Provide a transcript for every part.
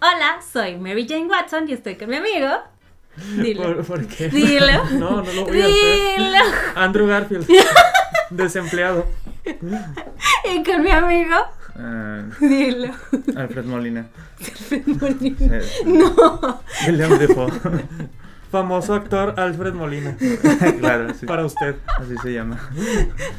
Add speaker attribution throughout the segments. Speaker 1: Hola, soy Mary Jane Watson y estoy con mi amigo. Dilo.
Speaker 2: ¿Por, por qué?
Speaker 1: Dilo.
Speaker 2: No, no lo voy a hacer.
Speaker 1: Dilo.
Speaker 2: Andrew Garfield. Desempleado.
Speaker 1: Y con mi amigo.
Speaker 3: Ah,
Speaker 1: Dilo.
Speaker 3: Alfred Molina.
Speaker 1: Molina.
Speaker 3: Eh,
Speaker 1: No.
Speaker 3: William Defoe.
Speaker 2: Famoso actor Alfred Molina.
Speaker 3: claro, sí,
Speaker 2: Para usted.
Speaker 3: así se llama.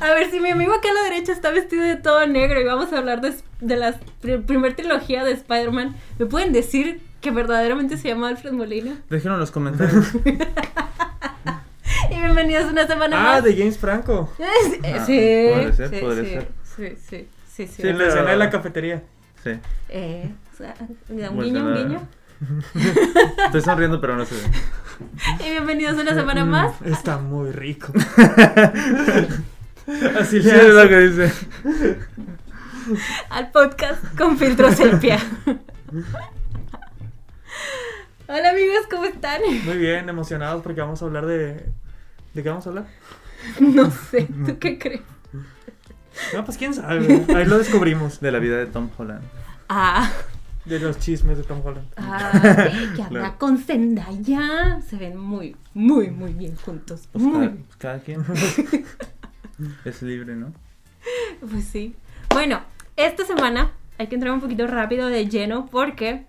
Speaker 1: A ver, si mi amigo acá a la derecha está vestido de todo negro y vamos a hablar de, de la pr- primer trilogía de Spider-Man, ¿me pueden decir que verdaderamente se llama Alfred Molina?
Speaker 3: Déjenos en los comentarios.
Speaker 1: Y bienvenidos una semana
Speaker 2: Ah,
Speaker 1: más.
Speaker 2: de James Franco.
Speaker 1: Es- eh,
Speaker 3: Ah,
Speaker 1: sí,
Speaker 3: podría ser,
Speaker 1: sí,
Speaker 3: podría
Speaker 1: sí,
Speaker 3: ser.
Speaker 1: sí, sí, sí, sí.
Speaker 2: Sí, en la
Speaker 3: pero-
Speaker 2: escena de la cafetería.
Speaker 3: Sí.
Speaker 1: Eh, o sea, da un
Speaker 3: Voltea
Speaker 1: guiño, un
Speaker 3: la-
Speaker 1: guiño.
Speaker 3: Estoy sonriendo, pero no se ve.
Speaker 1: Y bienvenidos una semana más.
Speaker 2: Mm, Está muy rico. Así
Speaker 3: Sí,
Speaker 2: le
Speaker 3: es lo
Speaker 2: hace.
Speaker 3: que dice.
Speaker 1: al podcast con filtro sepia. Hola amigos, ¿cómo están?
Speaker 2: Muy bien, emocionados porque vamos a hablar de. ¿De qué vamos a hablar?
Speaker 1: No sé, ¿tú qué crees?
Speaker 2: No, pues quién sabe. Ahí lo descubrimos.
Speaker 3: De la vida de Tom Holland.
Speaker 1: Ah,
Speaker 2: De los chismes de Tom Holland.
Speaker 1: ah que anda
Speaker 3: Claro.
Speaker 1: con Zendaya. Se ven muy, muy, muy bien juntos.
Speaker 3: Pues
Speaker 1: Muy.
Speaker 3: cada, cada quien es libre, ¿no?
Speaker 1: Pues sí. Bueno, esta semana hay que entrar un poquito rápido de lleno porque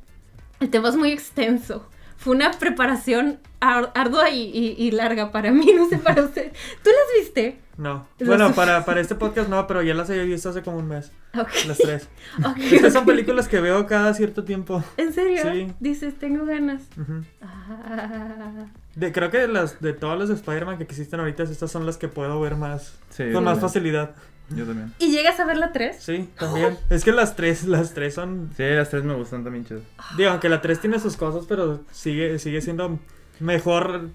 Speaker 1: el tema es muy extenso. Fue una preparación ar- ardua y, y- y larga para mí, no sé para usted. ¿Tú las viste?
Speaker 2: No.
Speaker 1: Los-
Speaker 2: Bueno, para, para este podcast no, pero ya las había visto hace como un mes.
Speaker 1: Ok.
Speaker 2: Las tres.
Speaker 1: ok,
Speaker 2: Estas son
Speaker 1: ok.
Speaker 2: películas que veo cada cierto tiempo.
Speaker 1: ¿En serio?
Speaker 2: Sí.
Speaker 1: Dices, tengo ganas.
Speaker 2: Ujú.
Speaker 1: Ah,
Speaker 2: De, creo que de las de todas las de Spider-Man que existen ahorita, estas son las que puedo ver más.
Speaker 3: Sí,
Speaker 2: con más
Speaker 3: también.
Speaker 2: facilidad.
Speaker 3: Yo también.
Speaker 1: ¿Y llegas a ver la 3?
Speaker 2: Sí, también. es que las tres, las tres son.
Speaker 3: Sí, las tres me gustan también chido.
Speaker 2: Digo, aunque la tres tiene sus cosas, pero sigue, sigue siendo mejor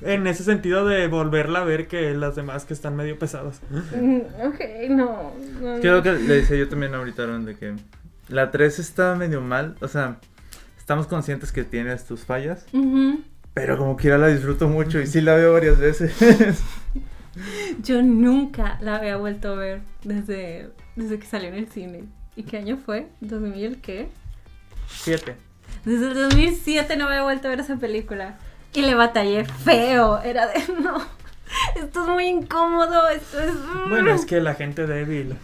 Speaker 2: en ese sentido de volverla a ver que las demás que están medio pesadas.
Speaker 1: Mm, Ok, no. no,
Speaker 3: Es que lo
Speaker 1: no.
Speaker 3: que le decía yo también ahorita, Aaron, de que la 3 está medio mal. O sea, estamos conscientes que tienes tus fallas,
Speaker 1: Ujú.
Speaker 3: pero como quiera la disfruto mucho y sí la veo varias veces.
Speaker 1: Yo nunca la había vuelto a ver desde, desde que salió en el cine. ¿Y qué año fue? ¿2000 qué?
Speaker 2: Siete.
Speaker 1: Desde el 2007 no había vuelto a ver esa película. Y le batallé feo. Era de, no, esto es muy incómodo, esto es... mm,
Speaker 2: Bueno, es que la gente débil.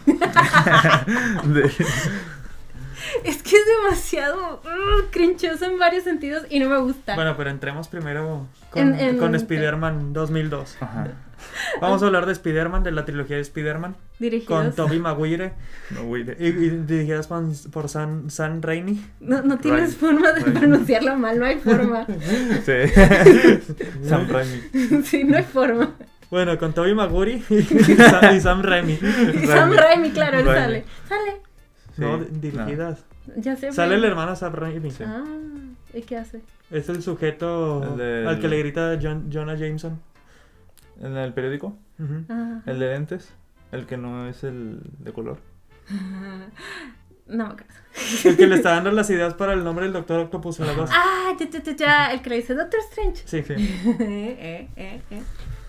Speaker 3: De-
Speaker 1: Es que es demasiado mm, crinchoso en varios sentidos y no me gusta.
Speaker 2: Bueno, pero entremos primero
Speaker 1: En-
Speaker 2: con,
Speaker 1: en-
Speaker 2: con Spider-Man 2002.
Speaker 3: Ajá.
Speaker 2: Vamos a hablar de Spider-Man, de la trilogía de Spider-Man, con
Speaker 1: Dirigidos.
Speaker 2: Tobey Maguire
Speaker 3: No, güey.
Speaker 2: y, y dirigidas por, por San, San Raimi.
Speaker 1: No, no tienes
Speaker 3: Right.
Speaker 1: forma de
Speaker 3: Right.
Speaker 1: pronunciarlo mal, no hay forma.
Speaker 3: Sí. Sam Raimi.
Speaker 1: sí, no hay forma.
Speaker 2: Bueno, con Tobey Maguire y Sam, y Sam Raimi.
Speaker 1: Y Sam Raimi, claro, él
Speaker 3: Raimi.
Speaker 1: sale. Sale.
Speaker 2: No,
Speaker 3: Sí,
Speaker 2: dirigidas.
Speaker 1: Ya sé.
Speaker 2: Sale el
Speaker 1: pero-
Speaker 2: hermano Sam Raimi.
Speaker 3: Sí.
Speaker 1: Ah, ¿y qué hace?
Speaker 2: Es el sujeto
Speaker 3: El del-
Speaker 2: al que le grita John- Jonah Jameson.
Speaker 3: ¿En el periódico?
Speaker 2: Ujú.
Speaker 1: Ah.
Speaker 3: ¿El de lentes? ¿El que no es el de color?
Speaker 1: No me acuerdo.
Speaker 2: El que le está dando las ideas para el nombre del Doctor Octopus en la dos.
Speaker 1: Ah, ya, ya, ya, ya, el que le dice Doctor Strange.
Speaker 2: Sí, sí.
Speaker 1: eh, eh, eh.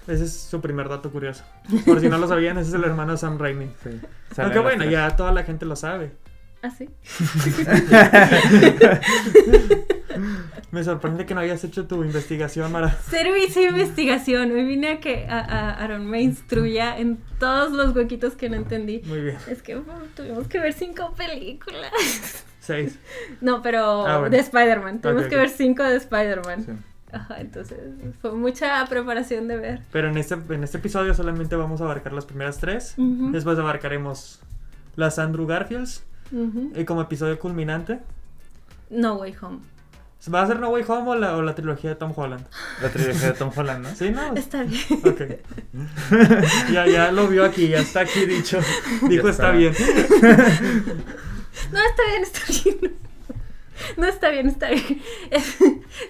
Speaker 2: Ese es su primer dato curioso. Por si no lo sabían, ese es el hermano de Sam Raimi.
Speaker 3: Sí. Sale
Speaker 2: Aunque
Speaker 3: en las
Speaker 2: bueno,
Speaker 3: tres.
Speaker 2: ya toda la gente lo sabe.
Speaker 1: Ah, sí.
Speaker 2: Me sorprende que no hayas hecho tu investigación, Mara.
Speaker 1: Servicio de investigación. Hoy vine a que a, a Aaron me instruya en todos los huequitos que no entendí.
Speaker 2: Muy bien.
Speaker 1: Es que bueno, tuvimos que ver cinco películas.
Speaker 2: Seis.
Speaker 1: No, pero
Speaker 2: Ah, bueno.
Speaker 1: de Spider-Man. Tuvimos
Speaker 2: Ok,
Speaker 1: que
Speaker 2: ok.
Speaker 1: ver cinco de Spider-Man.
Speaker 3: Sí.
Speaker 1: Ajá, entonces fue mucha preparación de ver.
Speaker 2: Pero en este, en este episodio solamente vamos a abarcar las primeras tres.
Speaker 1: Ujú.
Speaker 2: Después abarcaremos las Andrew Garfields
Speaker 1: Ujú.
Speaker 2: eh, como episodio culminante.
Speaker 1: No Way Home.
Speaker 2: ¿Va a ser No Way Home o la, o la trilogía de Tom Holland?
Speaker 3: La trilogía de Tom Holland, ¿no?
Speaker 2: ¿Sí, no?
Speaker 1: Está bien.
Speaker 2: Ah, Ok. ya, ya lo vio aquí, ya está aquí dicho. Dijo,
Speaker 3: Ya
Speaker 2: está
Speaker 3: está".
Speaker 2: bien.
Speaker 1: No, está bien, está bien. No está bien, está bien. Es-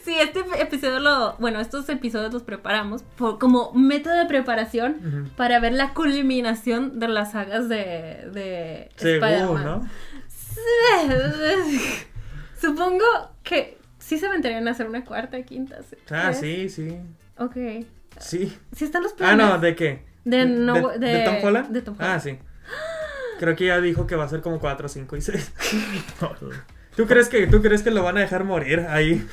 Speaker 1: Sí, este episodio lo. Bueno, estos episodios los preparamos por- como método de preparación
Speaker 2: Ujú.
Speaker 1: para ver la culminación de las sagas de, de
Speaker 2: Según,
Speaker 1: Spider-Man.
Speaker 2: ¿no?
Speaker 1: Supongo que sí se aventarían a hacer una cuarta, quinta, sexta.
Speaker 2: Ah, sí, sí.
Speaker 1: Ok.
Speaker 2: Sí.
Speaker 1: Sí están los
Speaker 2: Ah,
Speaker 1: planes.
Speaker 2: no, ¿de qué?
Speaker 1: De, no,
Speaker 2: ¿De, de Tom Holland?
Speaker 1: de Tom
Speaker 2: Ah,
Speaker 1: Holland.
Speaker 2: sí. Creo que ya dijo que va a ser como 4, 5 y 6. ¿Tú crees, que, ¿Tú crees que lo van a dejar morir ahí?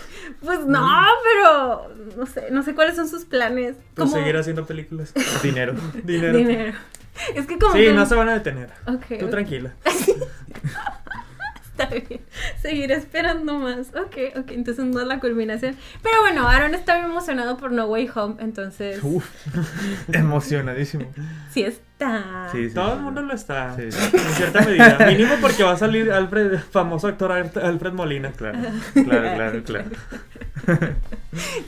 Speaker 1: Pues no, pero no sé, no sé cuáles son sus planes.
Speaker 2: Mm. Pues
Speaker 1: Como-
Speaker 2: seguir haciendo películas.
Speaker 3: Dinero.
Speaker 2: Dinero.
Speaker 1: dinero. Es que como
Speaker 2: Sí,
Speaker 1: que-
Speaker 2: no se van a detener.
Speaker 1: Ok,
Speaker 2: Tú
Speaker 1: ok.
Speaker 2: tranquila.
Speaker 1: Está bien. Seguiré esperando más. Ok, ok. Entonces no es la culminación. Pero bueno, Aaron está bien emocionado por No Way Home. Entonces,
Speaker 2: Uh.
Speaker 3: Emocionadísimo.
Speaker 1: sí está.
Speaker 3: Sí, sí,
Speaker 2: Todo
Speaker 3: sí,
Speaker 2: el
Speaker 3: sí.
Speaker 2: mundo lo está.
Speaker 3: Sí, sí.
Speaker 2: En cierta medida. Mínimo porque va a salir Alfred, famoso actor Alfred Molina.
Speaker 3: Claro, claro, claro, claro.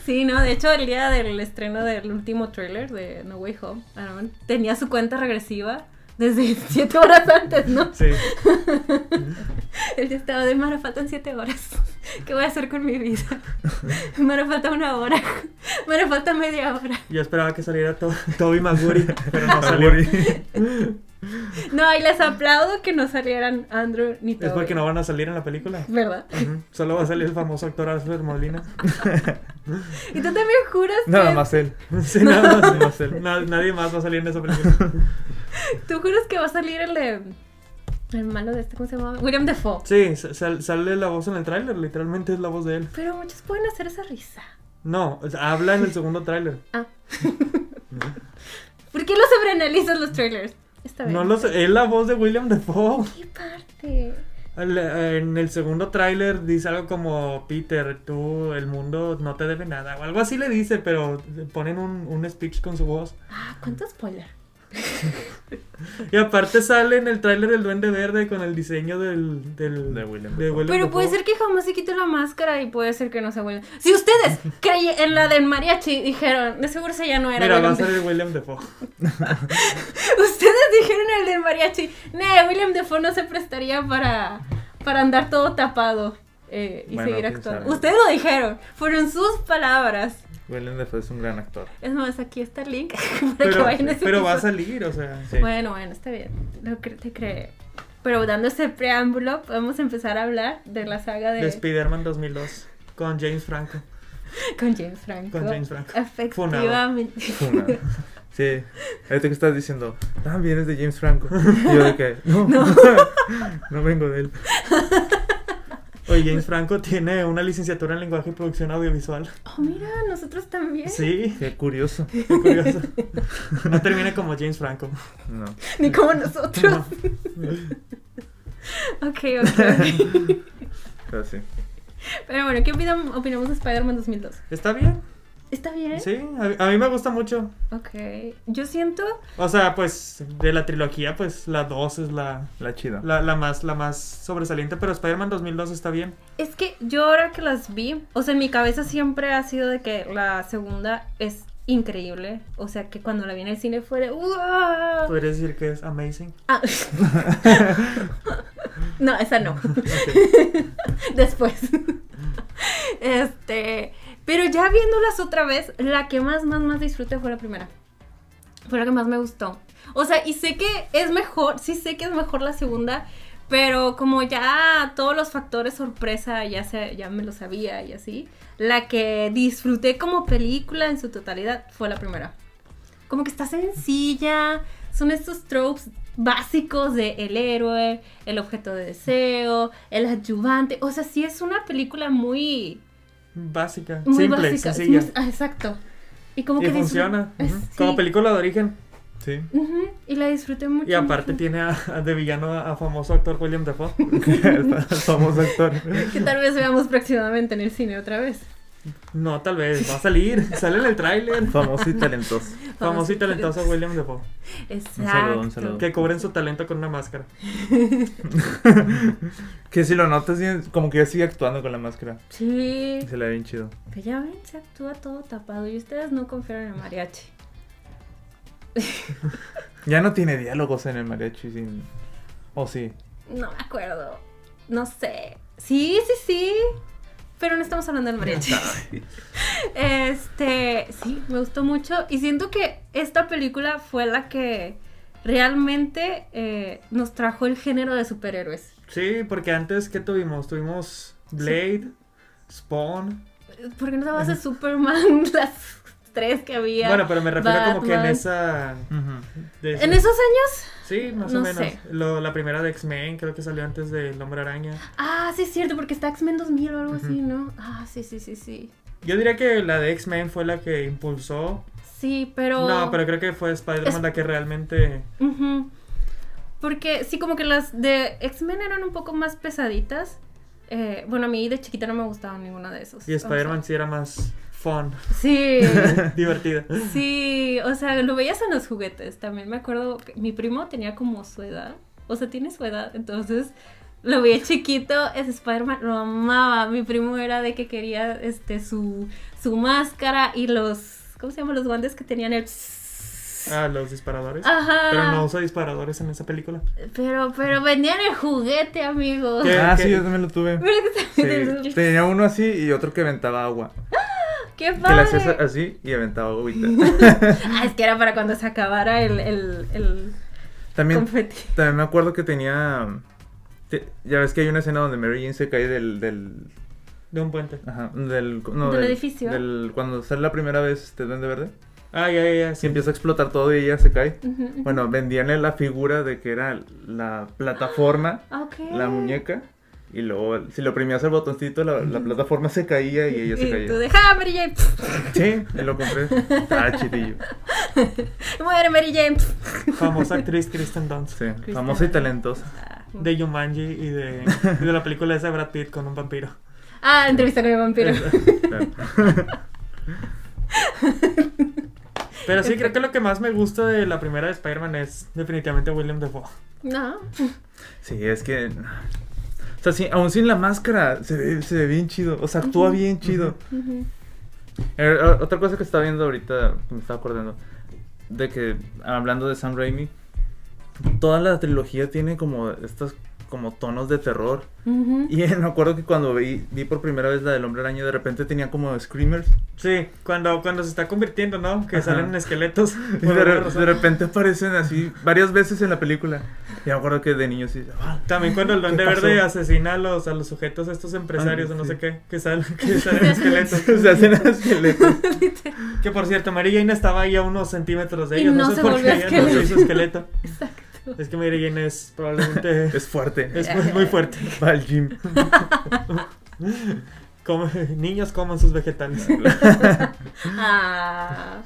Speaker 1: Sí, no. De hecho, el día del estreno del último tráiler de No Way Home, Aaron tenía su cuenta regresiva desde siete horas antes, ¿no?
Speaker 2: Sí.
Speaker 1: Él ya estaba de Mara, faltan siete horas. ¿Qué voy a hacer con mi vida? Mara, falta una hora. Mara, falta media hora.
Speaker 2: Yo esperaba que saliera To- Toby Maguire, pero no salió.
Speaker 3: Maguire.
Speaker 1: No, y les aplaudo que no salieran Andrew ni Toby.
Speaker 2: Es porque no van a salir en la película.
Speaker 1: ¿Verdad?
Speaker 2: Ujú. Solo va a salir el famoso actor Alfred Molina.
Speaker 1: Y tú también juras
Speaker 3: Nada
Speaker 1: que
Speaker 3: más él.
Speaker 2: Sí, nada más, va a ser. Na- nadie más va a salir en esa película.
Speaker 1: tú juras que va a salir el de- el malo de este, ¿cómo se llama? William Defoe.
Speaker 2: Sí, sal- sale la voz en el tráiler, literalmente es la voz de él.
Speaker 1: Pero muchos pueden hacer esa risa.
Speaker 2: No, o sea, habla en el segundo tráiler.
Speaker 1: Ah. ¿Por qué los sobreanalizas los trailers? Está bien.
Speaker 2: No lo sé, es la voz de William Defoe.
Speaker 1: ¿Qué parte?
Speaker 2: Al- En el segundo tráiler dice algo como Peter, tú, el mundo no te debe nada. O algo así le dice, pero ponen un, un speech con su voz.
Speaker 1: Ah, ¿cuánto spoiler?
Speaker 2: Y aparte sale en el tráiler del Duende Verde con el diseño del... del
Speaker 3: De William
Speaker 2: de
Speaker 3: Dafoe.
Speaker 2: William
Speaker 1: Pero puede
Speaker 2: Dafoe.
Speaker 1: ser que jamás se quite la máscara y puede ser que no se vuelva. Si ustedes creyeron en la del mariachi, dijeron, de seguro ese ya no era.
Speaker 2: Mira, va
Speaker 1: William
Speaker 2: a salir William Defoe.
Speaker 1: Dafoe". Ustedes dijeron el del mariachi. Nee, William Defoe no se prestaría para, para andar todo tapado eh, y
Speaker 3: Bueno,
Speaker 1: seguir
Speaker 3: quién
Speaker 1: actuando.
Speaker 3: sabe.
Speaker 1: Ustedes lo dijeron, fueron sus palabras.
Speaker 3: William Dafoe es un gran actor.
Speaker 1: Es más, aquí está el link para que
Speaker 2: Pero,
Speaker 1: vayan a ese
Speaker 2: pero va a
Speaker 1: episodio.
Speaker 2: salir, o sea...
Speaker 3: Sí.
Speaker 1: Bueno, bueno, está bien. Lo cre- te creo. Pero dando ese preámbulo, podemos empezar a hablar de la saga de,
Speaker 2: De Spider-Man 2002 con James Franco.
Speaker 1: con James Franco.
Speaker 2: Con James Franco.
Speaker 1: Efectivamente.
Speaker 3: Una. Sí. Ahorita que estás diciendo, también es de James Franco. Y yo de que, no, no, vengo de él.
Speaker 2: Oye, James Franco tiene una licenciatura en lenguaje y producción audiovisual.
Speaker 1: Oh, mira, nosotros también.
Speaker 2: Sí,
Speaker 3: Qué curioso.
Speaker 2: qué curioso. No termina como James Franco.
Speaker 3: No.
Speaker 1: Ni como nosotros.
Speaker 2: No.
Speaker 1: ok, ok.
Speaker 3: Pero sí.
Speaker 1: Pero bueno, ¿qué opinam- opinamos de Spider-Man 2002?
Speaker 2: ¿Está bien?
Speaker 1: ¿Está bien?
Speaker 2: Sí, a, a mí me gusta mucho.
Speaker 1: Ok. Yo siento.
Speaker 2: O sea, pues de la trilogía, pues la 2 es la,
Speaker 3: La chida.
Speaker 2: la, la más, la más sobresaliente, pero Spider-Man 2002 está bien.
Speaker 1: Es que yo ahora que las vi, o sea, en mi cabeza siempre ha sido de que la segunda es increíble. O sea, que cuando la vi en el cine fue de. "Uah".
Speaker 2: Podrías decir que es amazing.
Speaker 1: Ah. no, esa no. Después. este. Pero ya viéndolas otra vez, la que más, más, más disfruté fue la primera. Fue la que más me gustó. O sea, y sé que es mejor, sí sé que es mejor la segunda, pero como ya todos los factores sorpresa ya, se, ya me lo sabía y así, la que disfruté como película en su totalidad fue la primera como que está sencilla. Son estos tropes básicos de el héroe, el objeto de deseo, el adyuvante. O sea, sí es una película muy,
Speaker 2: Básica,
Speaker 1: muy
Speaker 2: simple,
Speaker 1: básica.
Speaker 2: sencilla.
Speaker 1: Sí, ah, exacto. Y como
Speaker 2: Y
Speaker 1: que disfr-
Speaker 2: funciona.
Speaker 1: es-
Speaker 2: Ujú.
Speaker 1: sí.
Speaker 2: Como película de origen.
Speaker 3: Sí.
Speaker 1: Ujú, Y la disfruté mucho.
Speaker 2: Y aparte
Speaker 1: mucho.
Speaker 2: tiene a, a de villano a, a famoso actor William Dafoe.
Speaker 3: Somos actor.
Speaker 1: Que tal vez veamos próximamente en el cine otra vez.
Speaker 2: No, tal vez, va a salir, sale en el tráiler.
Speaker 3: Famoso y talentoso.
Speaker 2: Famoso y talentoso William Dafoe.
Speaker 1: Exacto.
Speaker 3: saludo, un saludo.
Speaker 2: Que cubren su talento con una máscara.
Speaker 3: Que si lo notas, bien, como que ya sigue actuando con la máscara.
Speaker 1: Sí.
Speaker 3: Se le ve bien chido.
Speaker 1: Que ya ven, se actúa todo tapado y ustedes no confiaron en el mariachi.
Speaker 3: Ya no tiene diálogos en el mariachi sin. O sí.
Speaker 1: No me acuerdo. No sé. Sí, sí, sí. Pero no estamos hablando del mariachi. Este, sí, me gustó mucho. Y siento que esta película fue la que realmente eh, nos trajo el género de superhéroes.
Speaker 2: Sí, porque antes, ¿qué tuvimos? Tuvimos Blade, Spawn.
Speaker 1: ¿Por qué no se basa Superman? Las tres que había.
Speaker 2: Bueno, pues, pero me refiero como que en
Speaker 1: Batman.
Speaker 2: esa.
Speaker 3: Ujú.
Speaker 2: de-
Speaker 1: ¿En esos años?
Speaker 2: Sí, más o
Speaker 1: no
Speaker 2: menos.
Speaker 1: sé.
Speaker 2: Lo- la primera de X-Men creo que salió antes del Hombre Araña.
Speaker 1: Ah, sí, es cierto, porque está X-Men 2000 o algo así,
Speaker 2: Ujú.
Speaker 1: ¿no? Ah, sí, sí, sí, sí.
Speaker 2: Yo diría que la de X-Men fue la que impulsó.
Speaker 1: Sí, pero.
Speaker 2: No, pero creo que fue Spider-Man
Speaker 1: Es-
Speaker 2: la que realmente.
Speaker 1: Ujú. Porque sí, como que las de X-Men eran un poco más pesaditas. Eh, bueno, a mí de chiquita no me gustaba ninguna de esos.
Speaker 2: Y
Speaker 1: o sea.
Speaker 2: Spider-Man sí era más fun,
Speaker 1: Sí,
Speaker 2: divertida.
Speaker 1: sí. O sea, lo veías en los juguetes. También me acuerdo que mi primo tenía como su edad. O sea, tiene su edad. Entonces, lo veía chiquito. Es Spider-Man, lo amaba. Mi primo era de que quería este su, su máscara y los. ¿Cómo se llaman los guantes que tenían el.
Speaker 2: Ah, los disparadores.
Speaker 1: Ajá.
Speaker 2: Pero no usa disparadores en esa película.
Speaker 1: Pero, pero vendían el juguete, amigo.
Speaker 2: ¿Qué?
Speaker 3: Ah, sí, yo también lo tuve.
Speaker 1: Mira que también
Speaker 3: Sí.
Speaker 1: el-
Speaker 3: Tenía uno así y otro que aventaba agua.
Speaker 1: ¡Qué
Speaker 3: Que eh. le
Speaker 1: padre!
Speaker 3: hacías así y aventaba agüita.
Speaker 1: Ah, es que era para cuando se acabara el, el, el
Speaker 3: También,
Speaker 1: confeti.
Speaker 3: también me acuerdo que tenía. te- ya ves que hay una escena donde Mary Jane se cae del. del
Speaker 2: De un puente.
Speaker 3: ajá, del. no,
Speaker 1: Del edificio.
Speaker 3: del- cuando sale la primera vez este Duende Verde.
Speaker 2: Ah, ya, ya, ya.
Speaker 3: Si
Speaker 2: sí.
Speaker 3: empieza a explotar todo y ella se cae.
Speaker 1: Ujú, ujú.
Speaker 3: Bueno, vendían la figura de que era la plataforma,
Speaker 1: Ah, ok.
Speaker 3: la muñeca. Y luego, si le oprimías el botoncito, la, la plataforma se caía y ella se
Speaker 1: Y tú
Speaker 3: caía.
Speaker 1: de, ¡Ah, Mary Jane! Pf,
Speaker 3: Sí, y lo compré. Estaba chidillo.
Speaker 1: ¡Muere Mary Jane! Pf.
Speaker 2: Famosa actriz Kristen Dunst.
Speaker 3: Sí, famosa y talentosa.
Speaker 1: Ah,
Speaker 2: De Jumanji y de, y de la película esa de Brad Pitt con un vampiro.
Speaker 1: Ah, entrevista con el vampiro.
Speaker 3: Claro.
Speaker 2: Pero sí, creo que lo que más me gusta de la primera de Spider-Man es definitivamente William Defoe.
Speaker 1: No.
Speaker 3: Sí, es que. O sea, sí, aún sin la máscara, se ve, se ve bien chido. O sea, actúa bien chido.
Speaker 1: Ujú.
Speaker 3: Eh, o- otra cosa que estaba viendo ahorita, que me estaba acordando, de que hablando de Sam Raimi, toda la trilogía tiene como estos como tonos de terror.
Speaker 1: Ujú.
Speaker 3: Y eh, me acuerdo que cuando vi, vi por primera vez la del Hombre Araña, de repente tenía como screamers.
Speaker 2: Sí, cuando, cuando se está convirtiendo, ¿no? Que
Speaker 3: Ajá.
Speaker 2: salen esqueletos.
Speaker 3: Y de, re- de repente aparecen así varias veces en la película. Y me acuerdo que de niño sí. "Ah".
Speaker 2: También cuando el Duende
Speaker 3: ¿Qué pasó?
Speaker 2: Verde asesina a los, a los sujetos, a estos empresarios
Speaker 3: Ah,
Speaker 2: o no
Speaker 3: sí.
Speaker 2: sé qué, que salen, que salen esqueletos.
Speaker 3: se hacen esqueletos.
Speaker 2: Que por cierto, Mary Jane estaba ahí a unos centímetros de
Speaker 1: Y
Speaker 2: ella. No,
Speaker 1: no
Speaker 2: sé
Speaker 1: se
Speaker 2: por qué
Speaker 1: volvió
Speaker 2: ella no
Speaker 1: esqueleto.
Speaker 2: se hizo esqueleto.
Speaker 1: Exacto.
Speaker 2: Es que Mary Jane es probablemente.
Speaker 3: Es fuerte.
Speaker 2: Es muy, muy fuerte.
Speaker 3: Va al gym.
Speaker 2: Come- niños coman sus vegetales.
Speaker 1: Ah,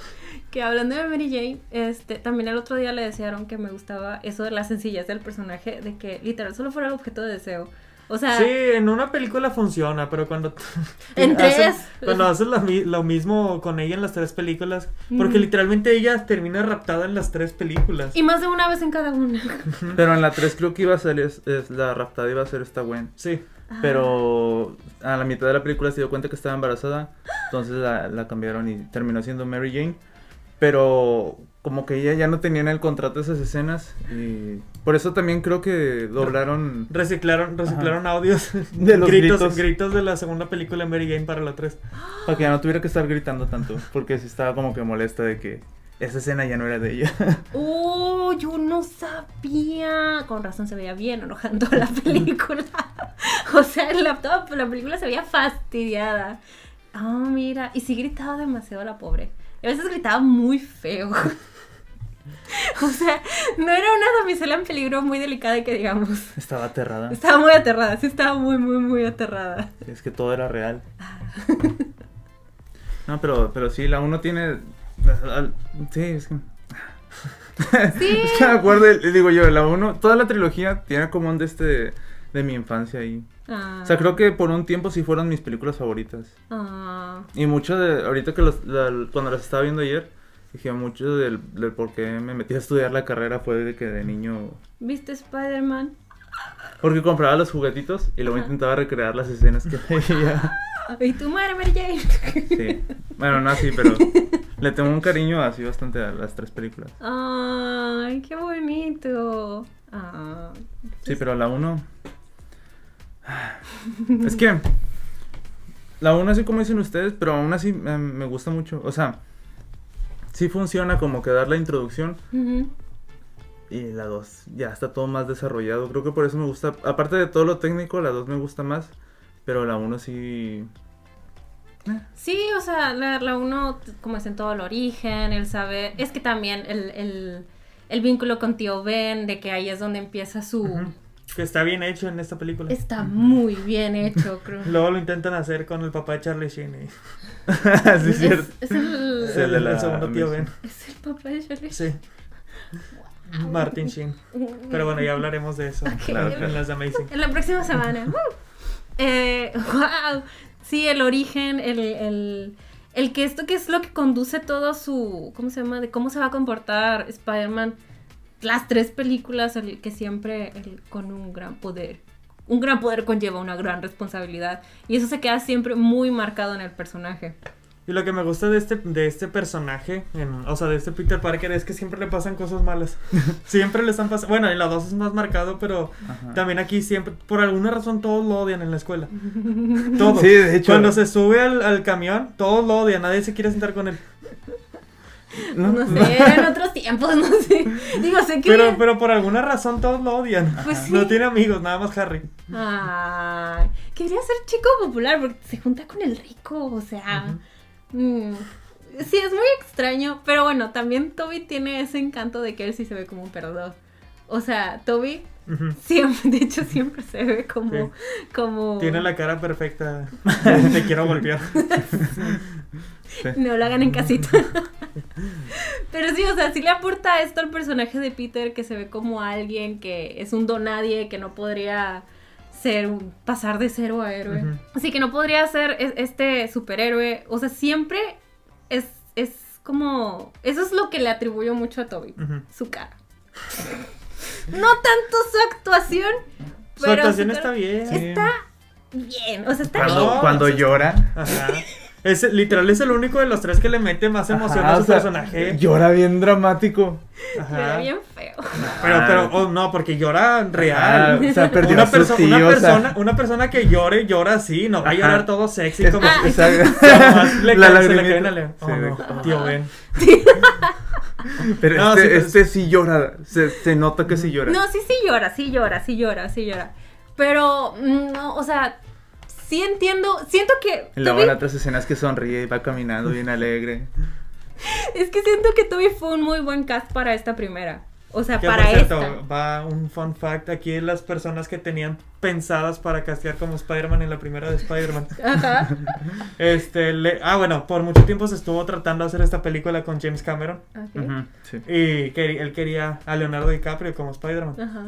Speaker 1: que hablando de Mary Jane, este, también el otro día le desearon que me gustaba eso de la sencillez del personaje, de que literal solo fuera el objeto de deseo. O sea,
Speaker 2: Sí, en una película funciona, pero cuando.
Speaker 1: Ah. En tres.
Speaker 2: Cuando haces lo, mi- lo mismo con ella en las tres películas. Porque
Speaker 1: Ujú.
Speaker 2: literalmente ella termina raptada en las tres películas.
Speaker 1: y más de una vez en cada una.
Speaker 3: Pero en la 3 creo que iba a salir. es- es la raptada iba a ser esta Gwen.
Speaker 2: Sí.
Speaker 3: Pero a la mitad de la película se dio cuenta que estaba embarazada. Entonces la, la cambiaron y terminó siendo Mary Jane. Pero como que ella ya no tenía en el contrato esas escenas. Y por eso también creo que doblaron.
Speaker 2: Reciclaron, reciclaron audios
Speaker 3: De los gritos.
Speaker 2: de la segunda película de Mary Jane para la 3.
Speaker 3: Para que ya no tuviera que estar gritando tanto. Porque sí estaba como que molesta de que esa escena ya no era de ella.
Speaker 1: Oh, yo no sabía. Con razón se veía bien enojando la película. o sea, el laptop, la película se veía fastidiada. Ah, mira. Y sí gritaba demasiado la pobre. Y a veces gritaba muy feo. o sea, no era una damisela en peligro muy delicada que digamos.
Speaker 3: Estaba aterrada.
Speaker 1: Estaba muy aterrada, sí estaba muy, muy, muy aterrada.
Speaker 3: Es que todo era real.
Speaker 1: Ah.
Speaker 3: No, pero, pero sí, la uno tiene. Sí, es que.
Speaker 1: Sí.
Speaker 3: es que me acuerdo, y digo yo, la uno Toda la trilogía tiene como un de este. De mi infancia ahí.
Speaker 1: Ah,
Speaker 3: O sea, creo que por un tiempo sí fueron mis películas favoritas.
Speaker 1: ah.
Speaker 3: Y mucho de. Ahorita que los, la- cuando las estaba viendo ayer, dije mucho del, del por qué me metí a estudiar la carrera fue de que de niño.
Speaker 1: ¿Viste Spider-Man?
Speaker 3: Porque compraba los juguetitos y luego
Speaker 1: Ajá.
Speaker 3: intentaba recrear las escenas que veía.
Speaker 1: Ah, ¿Y tu madre, Mary Jane?
Speaker 3: Sí. Bueno, no así, pero le tengo un cariño así bastante a las tres películas.
Speaker 1: Ay, qué bonito. Ah,
Speaker 3: Sí, pero la uno... Es que... La uno así como dicen ustedes, pero aún así eh, me gusta mucho. O sea, sí funciona como que dar la introducción
Speaker 1: ujú.
Speaker 3: y la dos ya está todo más desarrollado. Creo que por eso me gusta... Aparte de todo lo técnico, la dos me gusta más, pero la uno sí...
Speaker 1: Sí, o sea, la, la uno, como es en todo el origen, él sabe. Es que también el, el, el vínculo con tío Ben, de que ahí es donde empieza su.
Speaker 2: Ujú. Que está bien hecho en esta película.
Speaker 1: Está muy bien hecho, creo.
Speaker 2: Luego lo intentan hacer con el papá de Charlie Sheen. y-
Speaker 3: sí, es
Speaker 1: es,
Speaker 3: cierto.
Speaker 1: es el,
Speaker 3: Sí.
Speaker 2: el,
Speaker 3: el de
Speaker 2: el
Speaker 3: la
Speaker 2: segundo tío Ben.
Speaker 3: Amazing.
Speaker 1: es el papá de Shirley.
Speaker 2: Sí. Martin Sheen. Pero bueno, ya hablaremos de eso
Speaker 3: Claro,
Speaker 2: en las de Amazing.
Speaker 1: En la próxima semana. ¡Woo! Eh, wow. Sí, el origen, el, el, el que esto que es lo que conduce todo su. ¿Cómo se llama? De cómo se va a comportar Spider-Man. Las tres películas, el que siempre el- con un gran poder. Un gran poder conlleva una gran responsabilidad. Y eso se queda siempre muy marcado en el personaje.
Speaker 2: Y lo que me gusta de este, de este personaje, en- o sea, de este Peter Parker, es que siempre le pasan cosas malas. siempre le están pasando. Bueno, en la 2 es más marcado, pero
Speaker 3: Ajá.
Speaker 2: también aquí siempre, por alguna razón, todos lo odian en la escuela. Todos.
Speaker 3: Sí, de hecho.
Speaker 2: Cuando se sube al, al camión, todos lo odian, nadie se quiere sentar con él.
Speaker 3: No,
Speaker 1: No sé, eran otros tiempos, no sé. Digo, sé que.
Speaker 2: Pero, pero por alguna razón todos lo odian.
Speaker 1: Pues sí.
Speaker 2: No tiene amigos, nada más Harry.
Speaker 1: Ay, quería ser chico popular porque se junta con el rico, o sea. mm, sí, es muy extraño, pero bueno, también Toby tiene ese encanto de que él sí se ve como un perdedor. O sea, Toby
Speaker 2: Ujú.
Speaker 1: siempre, de hecho, siempre se ve como.
Speaker 2: Sí.
Speaker 1: como
Speaker 2: Tiene la cara perfecta. Te quiero golpear.
Speaker 1: No lo hagan en casita. Pero sí, o sea, sí le aporta esto al personaje de Peter que se ve como alguien que es un donadie, que no podría ser un- pasar de cero a héroe.
Speaker 2: Ujú.
Speaker 1: Así que no podría ser es- este superhéroe. O sea, siempre es, es como... Eso es lo que le atribuyo mucho a Toby.
Speaker 2: Ujú.
Speaker 1: Su cara. No tanto su actuación,
Speaker 2: Su
Speaker 1: pero...
Speaker 2: actuación
Speaker 1: cara-
Speaker 2: está bien.
Speaker 1: Está bien. O sea, está
Speaker 2: Perdón.
Speaker 1: bien.
Speaker 2: No,
Speaker 3: Cuando, cuando
Speaker 2: eso es-
Speaker 3: llora.
Speaker 2: Ajá. Es, literal es el único de los tres que le mete más emoción
Speaker 3: Ajá,
Speaker 2: a su
Speaker 3: o sea,
Speaker 2: personaje.
Speaker 3: Llora bien dramático.
Speaker 1: Pero
Speaker 2: Ajá.
Speaker 1: bien feo.
Speaker 2: Pero, pero, oh, no, porque llora real.
Speaker 3: Ah, o sea, perdió
Speaker 2: Una,
Speaker 3: a su
Speaker 2: perso-
Speaker 3: tío,
Speaker 2: una
Speaker 3: o sea.
Speaker 2: persona, una persona que llore, llora así, no va a
Speaker 3: Ajá.
Speaker 2: llorar todo sexy
Speaker 3: Es-
Speaker 2: como
Speaker 1: Ah,
Speaker 3: exacto.
Speaker 2: Nomás le
Speaker 3: La
Speaker 2: cae- se le
Speaker 3: lagrimita.
Speaker 2: cae una le-
Speaker 3: Sí,
Speaker 2: Oh, no,
Speaker 3: de-
Speaker 2: tío Ben.
Speaker 3: Pero
Speaker 2: No,
Speaker 3: este,
Speaker 2: sí, pues. pero-
Speaker 3: este sí llora. Se, se nota que sí llora.
Speaker 1: No, sí, sí llora, sí llora, sí llora, sí llora. Pero, mm, no, o sea, sí entiendo, siento que...
Speaker 3: Y Luego
Speaker 1: Toby-
Speaker 3: en otras escenas que sonríe y va caminando bien alegre.
Speaker 1: es que siento que Toby fue un muy buen cast para esta primera. O sea,
Speaker 2: Que, por
Speaker 1: para
Speaker 2: cierto,
Speaker 1: esta.
Speaker 2: va un fun fact. Aquí las personas que tenían pensadas para castear como Spider-Man en la primera de Spider-Man.
Speaker 1: Ajá.
Speaker 2: Este, le- ah, bueno, por mucho tiempo se estuvo tratando de hacer esta película con James Cameron.
Speaker 1: Ah, ok,
Speaker 3: Ujú, sí.
Speaker 2: Y que él quería a Leonardo DiCaprio como Spider-Man.
Speaker 1: Ajá.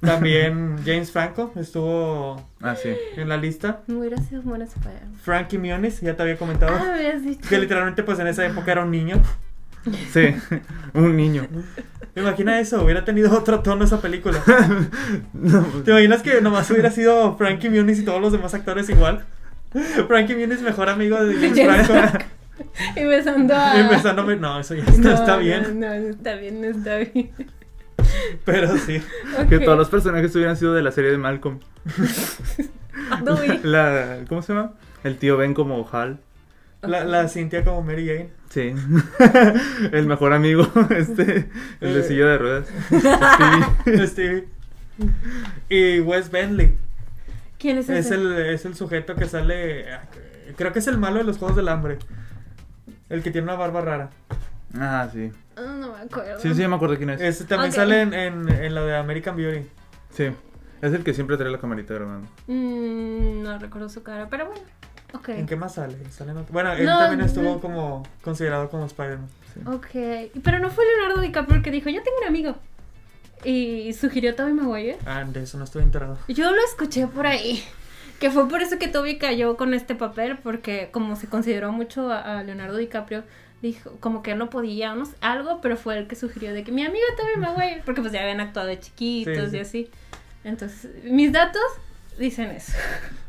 Speaker 2: También James Franco estuvo
Speaker 3: Ah, sí.
Speaker 2: en la lista.
Speaker 1: Me hubiera sido buena Spider-Man.
Speaker 2: Frankie Muniz, ya te había comentado.
Speaker 1: Ah, me habías dicho.
Speaker 2: Que literalmente, pues en esa época era un niño.
Speaker 3: Sí. Un niño.
Speaker 2: Imagina eso, hubiera tenido otro tono esa película. ¿Te imaginas que nomás hubiera sido Frankie Muniz y todos los demás actores igual? Frankie Muniz, mejor amigo de James
Speaker 1: James
Speaker 2: Franco.
Speaker 1: Y besando a...
Speaker 2: Empezándome, no, eso ya está,
Speaker 1: No,
Speaker 2: está
Speaker 1: no,
Speaker 2: bien.
Speaker 1: No, no está bien, no está bien.
Speaker 2: Pero sí.
Speaker 3: Que
Speaker 1: Ok,
Speaker 3: todos los personajes hubieran sido de la serie de Malcolm.
Speaker 1: Toby.
Speaker 3: La, ¿Cómo se llama? El tío Ben como Hal.
Speaker 2: La, la Cintia como Mary Jane.
Speaker 3: Sí. el mejor amigo, este, el de
Speaker 2: Eh.
Speaker 3: silla de ruedas. Sí.
Speaker 2: Stevie. Y Wes Bentley.
Speaker 1: ¿Quién es ese?
Speaker 2: Es el, es el sujeto que sale. Creo que es el malo de los Juegos del Hambre. El que tiene una barba rara.
Speaker 3: Ah, sí.
Speaker 1: Ah, No me acuerdo.
Speaker 3: Sí, sí, ya me acuerdo quién es.
Speaker 2: Ese Este también
Speaker 1: Ok.
Speaker 2: sale en, en, en la de American Beauty.
Speaker 3: Sí. Es el que siempre trae la camarita grabando.
Speaker 1: Mm, no recuerdo su cara, pero bueno. Ok.
Speaker 2: ¿En qué más sale? Sale en otro- Bueno, él
Speaker 1: No,
Speaker 2: también
Speaker 1: no.
Speaker 2: estuvo como considerado como Spider-Man.
Speaker 1: Ok, pero no fue Leonardo DiCaprio el que dijo, yo tengo un amigo. Y sugirió a Toby Maguire.
Speaker 2: Ah, de eso no estoy enterado.
Speaker 1: Yo lo escuché por ahí. Que fue por eso que Toby cayó con este papel, porque como se consideró mucho a, a Leonardo DiCaprio, dijo como que él no podía, no sé, algo, pero fue el que sugirió de que mi amigo Toby Maguire, porque pues ya habían actuado de chiquitos
Speaker 2: Sí, sí.
Speaker 1: y así. Entonces, mis datos dicen eso.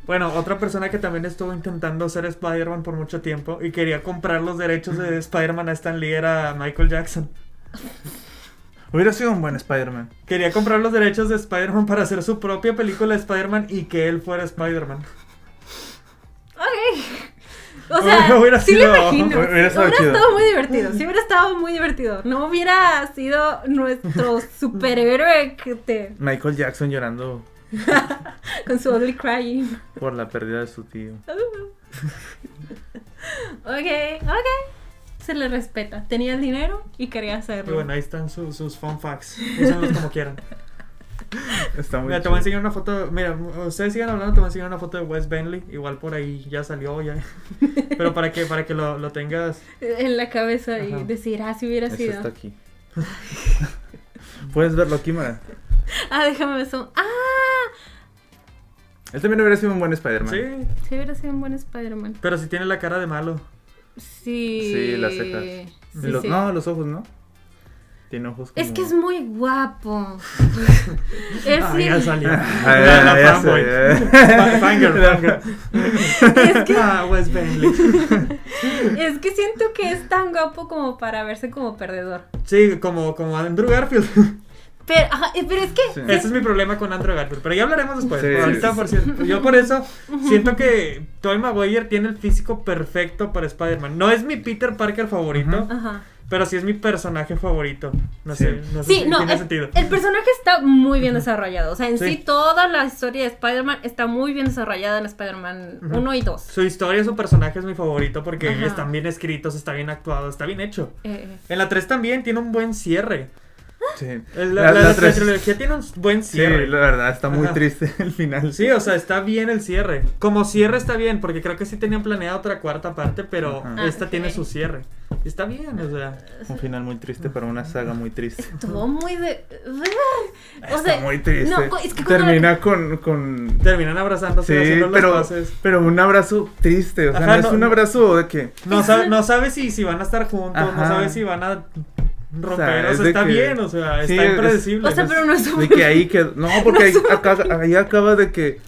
Speaker 2: Bueno, otra persona que también estuvo intentando ser Spider-Man por mucho tiempo y quería comprar los derechos de Spider-Man a Stan Lee era Michael Jackson.
Speaker 3: Hubiera sido un buen Spider-Man.
Speaker 2: Quería comprar los derechos de Spider-Man para hacer su propia película de Spider-Man y que él fuera Spider-Man.
Speaker 1: Ok. O sea,
Speaker 2: Hubiera
Speaker 1: sí
Speaker 2: sido-
Speaker 1: lo imagino.
Speaker 3: hubiera
Speaker 1: Hubiera
Speaker 3: estado
Speaker 1: estado,
Speaker 3: chido.
Speaker 1: muy divertido. Sí hubiera estado muy divertido. No hubiera sido nuestro superhéroe que te,
Speaker 3: Michael Jackson llorando
Speaker 1: con su ugly crying.
Speaker 3: por la pérdida de su tío.
Speaker 1: Ok, ok. Se le respeta. Tenía el dinero y quería
Speaker 2: Y
Speaker 1: hacerlo.
Speaker 2: bueno, ahí están su- sus fun facts. Úsenlos como quieran.
Speaker 3: Ah, Está muy
Speaker 2: Mira, te
Speaker 3: chido.
Speaker 2: voy a enseñar una foto. Mira, ustedes sigan hablando, te voy a enseñar una foto de Wes Bentley. Igual por ahí ya salió, ya. Pero para que, para que lo, lo tengas.
Speaker 1: En la cabeza y
Speaker 2: Ajá.
Speaker 1: decir, ah, si hubiera
Speaker 3: Eso
Speaker 1: sido.
Speaker 3: está aquí. Puedes verlo aquí, Mara.
Speaker 1: Ah, déjame ver eso. Ah,
Speaker 3: Él también hubiera sido un buen Spider-Man.
Speaker 2: Sí.
Speaker 1: si hubiera sido un buen Spider-Man.
Speaker 2: Pero si tiene la cara de malo.
Speaker 1: Sí.
Speaker 3: Sí, las cejas. Y
Speaker 1: Sí,
Speaker 3: los-
Speaker 1: sí.
Speaker 3: No, los ojos, ¿no? Tiene ojos como...
Speaker 1: Es que es muy guapo. es,
Speaker 2: Ah,
Speaker 1: el-
Speaker 2: ya salió.
Speaker 3: Pues Ah, ya,
Speaker 2: La- la
Speaker 3: ya
Speaker 2: fanboy.
Speaker 3: sé.
Speaker 2: Fa- Fanger, fanger.
Speaker 1: es que
Speaker 2: Ah, Wes Bentley.
Speaker 1: Es que siento que es tan guapo como para verse como perdedor.
Speaker 2: Sí, como, como Andrew Garfield.
Speaker 1: Pero, ajá, eh, pero es que.
Speaker 3: Sí.
Speaker 2: Ese es mi problema con Andrew Garfield. Pero ya hablaremos después.
Speaker 3: Sí,
Speaker 2: Por ahorita,
Speaker 3: sí,
Speaker 2: por cierto, Yo por eso siento que Tobey Maguire tiene el físico perfecto para Spider-Man. No es mi Peter Parker favorito,
Speaker 3: Ujú.
Speaker 1: Ajá.
Speaker 2: pero sí es mi personaje favorito. No
Speaker 3: Sí.
Speaker 2: sé, no sé
Speaker 1: Sí,
Speaker 2: si
Speaker 1: no,
Speaker 2: tiene
Speaker 1: el,
Speaker 2: sentido.
Speaker 1: el personaje está muy bien desarrollado. O sea, en sí,
Speaker 2: Sí.
Speaker 1: toda la historia de Spider-Man está muy bien desarrollada en Spider-Man
Speaker 2: Ujú.
Speaker 1: 1 y 2.
Speaker 2: Su historia, su personaje es mi favorito porque
Speaker 1: Ajá.
Speaker 2: están bien escritos, está bien actuado, está bien hecho.
Speaker 1: Eh,
Speaker 2: En la 3 también tiene un buen cierre.
Speaker 3: Sí.
Speaker 2: La, la- la
Speaker 3: tres-
Speaker 2: trilogía tiene un buen
Speaker 3: Sí,
Speaker 2: cierre.
Speaker 3: la verdad, está muy
Speaker 2: Ajá.
Speaker 3: triste el final.
Speaker 2: Sí, o sea, está bien el cierre. Como cierre está bien, porque creo que sí tenían planeada otra cuarta parte, pero
Speaker 3: Ajá.
Speaker 1: Ah,
Speaker 2: esta
Speaker 1: ok.
Speaker 2: tiene su cierre. Está bien, o sea.
Speaker 3: Un final muy triste para una saga muy triste.
Speaker 1: todo muy de. O
Speaker 3: Está
Speaker 1: sea,
Speaker 3: muy triste.
Speaker 1: no, co- es que cuando-
Speaker 3: Termina con... con...
Speaker 2: Terminan abrazándose y
Speaker 3: Sí,
Speaker 2: haciendo las
Speaker 3: pero,
Speaker 2: paces.
Speaker 3: pero un abrazo triste. O sea,
Speaker 2: Ajá,
Speaker 3: no es
Speaker 2: no-
Speaker 3: un abrazo de que...
Speaker 2: No sabe, no sabe si, si van a estar juntos, no
Speaker 3: Ajá.
Speaker 2: sabe si van a romper. O
Speaker 3: O sea,
Speaker 2: sea,
Speaker 3: es de
Speaker 2: está
Speaker 3: que-
Speaker 2: bien, o sea,
Speaker 3: Sí,
Speaker 2: está
Speaker 3: es-
Speaker 2: impredecible.
Speaker 1: O sea, pero no es un.
Speaker 3: De que ahí quedó. No, porque ahí, acá- ahí acaba de que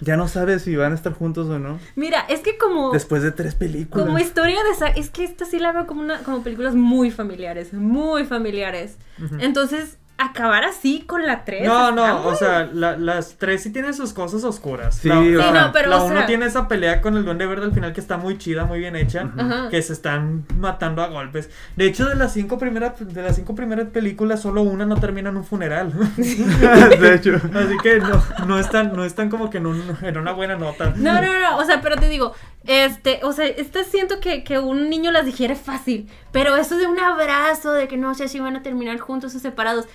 Speaker 3: ya no sabes si van a estar juntos o no.
Speaker 1: Mira, es que como.
Speaker 3: Después de tres películas.
Speaker 1: Como historia de esa, es que esta sí la veo como una, como películas muy familiares, muy familiares.
Speaker 2: Ujú.
Speaker 1: Entonces, acabar así con la 3.
Speaker 2: No, no, o sea, la- las tres sí tienen sus cosas oscuras.
Speaker 3: Sí,
Speaker 2: la,
Speaker 3: Sí,
Speaker 2: la-
Speaker 1: no, pero,
Speaker 2: la
Speaker 1: o
Speaker 2: uno
Speaker 1: sea-
Speaker 2: tiene esa pelea con el Duende Verde al final que está muy chida, muy bien hecha,
Speaker 1: Ajá.
Speaker 2: que se están matando a golpes. De hecho, de las cinco primeras de las cinco primeras películas solo una no termina en un funeral.
Speaker 3: de hecho.
Speaker 2: Así que no no están no están como que en, un- en una buena nota.
Speaker 1: No, no, no, o sea, pero te digo, este, o sea, este siento que, que un niño las digiere fácil, pero eso de un abrazo, de que no sé si van a terminar juntos o separados,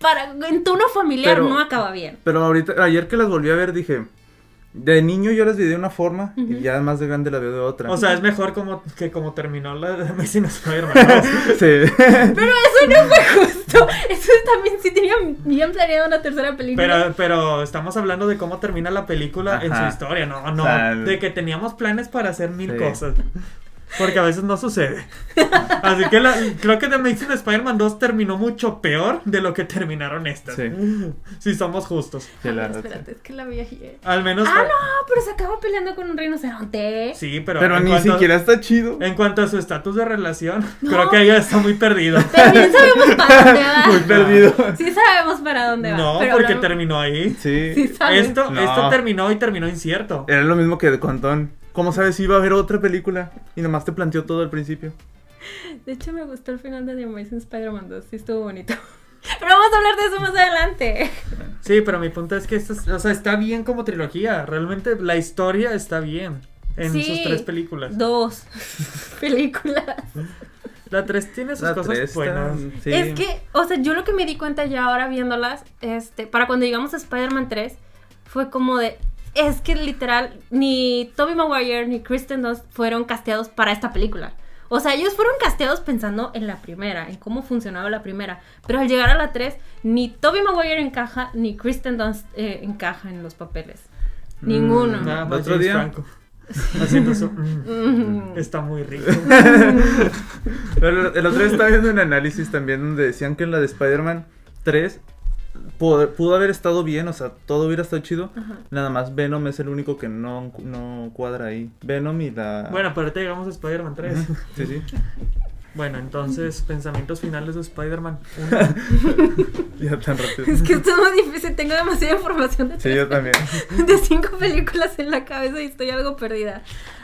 Speaker 1: para, en tono familiar
Speaker 3: Pero-
Speaker 1: no acaba bien.
Speaker 3: Pero ahorita, ayer que las volví a ver, dije. De niño yo las vi de una forma y ya más de grande la veo de otra.
Speaker 2: O sea, es mejor como que como terminó la de Amazing Spider-Man.
Speaker 3: Sí.
Speaker 1: Pero eso no fue justo, eso también sí tenían bien planeado una tercera película.
Speaker 2: Pero, pero estamos hablando de cómo termina la película en su
Speaker 3: Ajá.
Speaker 2: historia, no, no,
Speaker 3: O sea,
Speaker 2: de que teníamos planes para hacer mil
Speaker 3: Sí.
Speaker 2: cosas. Porque a veces no sucede. Así que la- creo que The Amazing Spider-Man 2 terminó mucho peor de lo que terminaron estas.
Speaker 3: Sí.
Speaker 2: Si somos justos.
Speaker 3: Sí,
Speaker 1: Ah,
Speaker 3: la
Speaker 1: pero
Speaker 3: verdad,
Speaker 1: espérate, es que la viajé.
Speaker 2: Al menos.
Speaker 1: Ah, no, pero se acaba peleando con un rinoceronte.
Speaker 2: Sí,
Speaker 3: sí.
Speaker 2: pero.
Speaker 3: Pero
Speaker 2: en
Speaker 3: ni
Speaker 2: cuanto-
Speaker 3: siquiera está chido.
Speaker 2: En cuanto a su estatus de relación,
Speaker 1: No.
Speaker 2: creo que ella está muy perdido.
Speaker 1: Pero bien sabemos para dónde
Speaker 3: Muy
Speaker 1: va.
Speaker 3: perdido.
Speaker 1: Sí sabemos para dónde va.
Speaker 2: Pues, No,
Speaker 1: pero
Speaker 2: porque
Speaker 1: hablamos-
Speaker 2: terminó ahí.
Speaker 3: Sí.
Speaker 1: Sí sabes.
Speaker 2: Esto,
Speaker 3: No.
Speaker 2: esto terminó y terminó incierto.
Speaker 3: Era lo mismo que de Contón. ¿Cómo sabes si iba a haber otra película? Y nomás te planteó todo al principio.
Speaker 1: De hecho, me gustó el final de The Amazing Spider-Man 2. Sí, estuvo bonito. Pero vamos a hablar de eso más adelante.
Speaker 2: Sí, pero mi punto es que esto es- o sea, está bien como trilogía. Realmente la historia está bien en
Speaker 1: Sí.
Speaker 2: sus tres películas.
Speaker 1: Dos películas.
Speaker 2: La tres tiene sus
Speaker 3: La
Speaker 2: cosas
Speaker 3: tres
Speaker 2: buenas.
Speaker 3: tan- sí.
Speaker 1: Es que, o sea, yo lo que me di cuenta ya ahora viéndolas, este, para cuando llegamos a Spider-Man 3, fue como de. Es que literal, ni Tobey Maguire ni Kristen Dunst fueron casteados para esta película. O sea, ellos fueron casteados pensando en la primera, en cómo funcionaba la primera. Pero al llegar a la 3, ni Tobey Maguire encaja, ni Kristen Dunst eh, encaja en los papeles.
Speaker 3: Mm,
Speaker 1: Ninguno.
Speaker 3: no.
Speaker 2: Nada
Speaker 3: El
Speaker 2: más
Speaker 3: otro
Speaker 2: James
Speaker 3: día-
Speaker 2: Franco. Haciendo su, mm,
Speaker 1: Mm.
Speaker 2: está muy rico.
Speaker 3: Pero El otro día estaba viendo un análisis también donde decían que en la de Spider-Man 3 pudo, pudo haber estado bien, o sea, todo hubiera estado chido.
Speaker 1: Ajá.
Speaker 3: Nada más Venom es el único que no, no cuadra ahí. Venom y la...
Speaker 2: Bueno, pero ahorita llegamos a Spider-Man 3.
Speaker 3: Ujú, Sí, sí.
Speaker 2: Bueno, entonces, pensamientos finales de Spider-Man.
Speaker 3: Ya tan rápido.
Speaker 1: Es que esto es muy difícil, tengo demasiada información de
Speaker 3: Sí, yo también.
Speaker 1: de cinco películas en la cabeza y estoy algo perdida.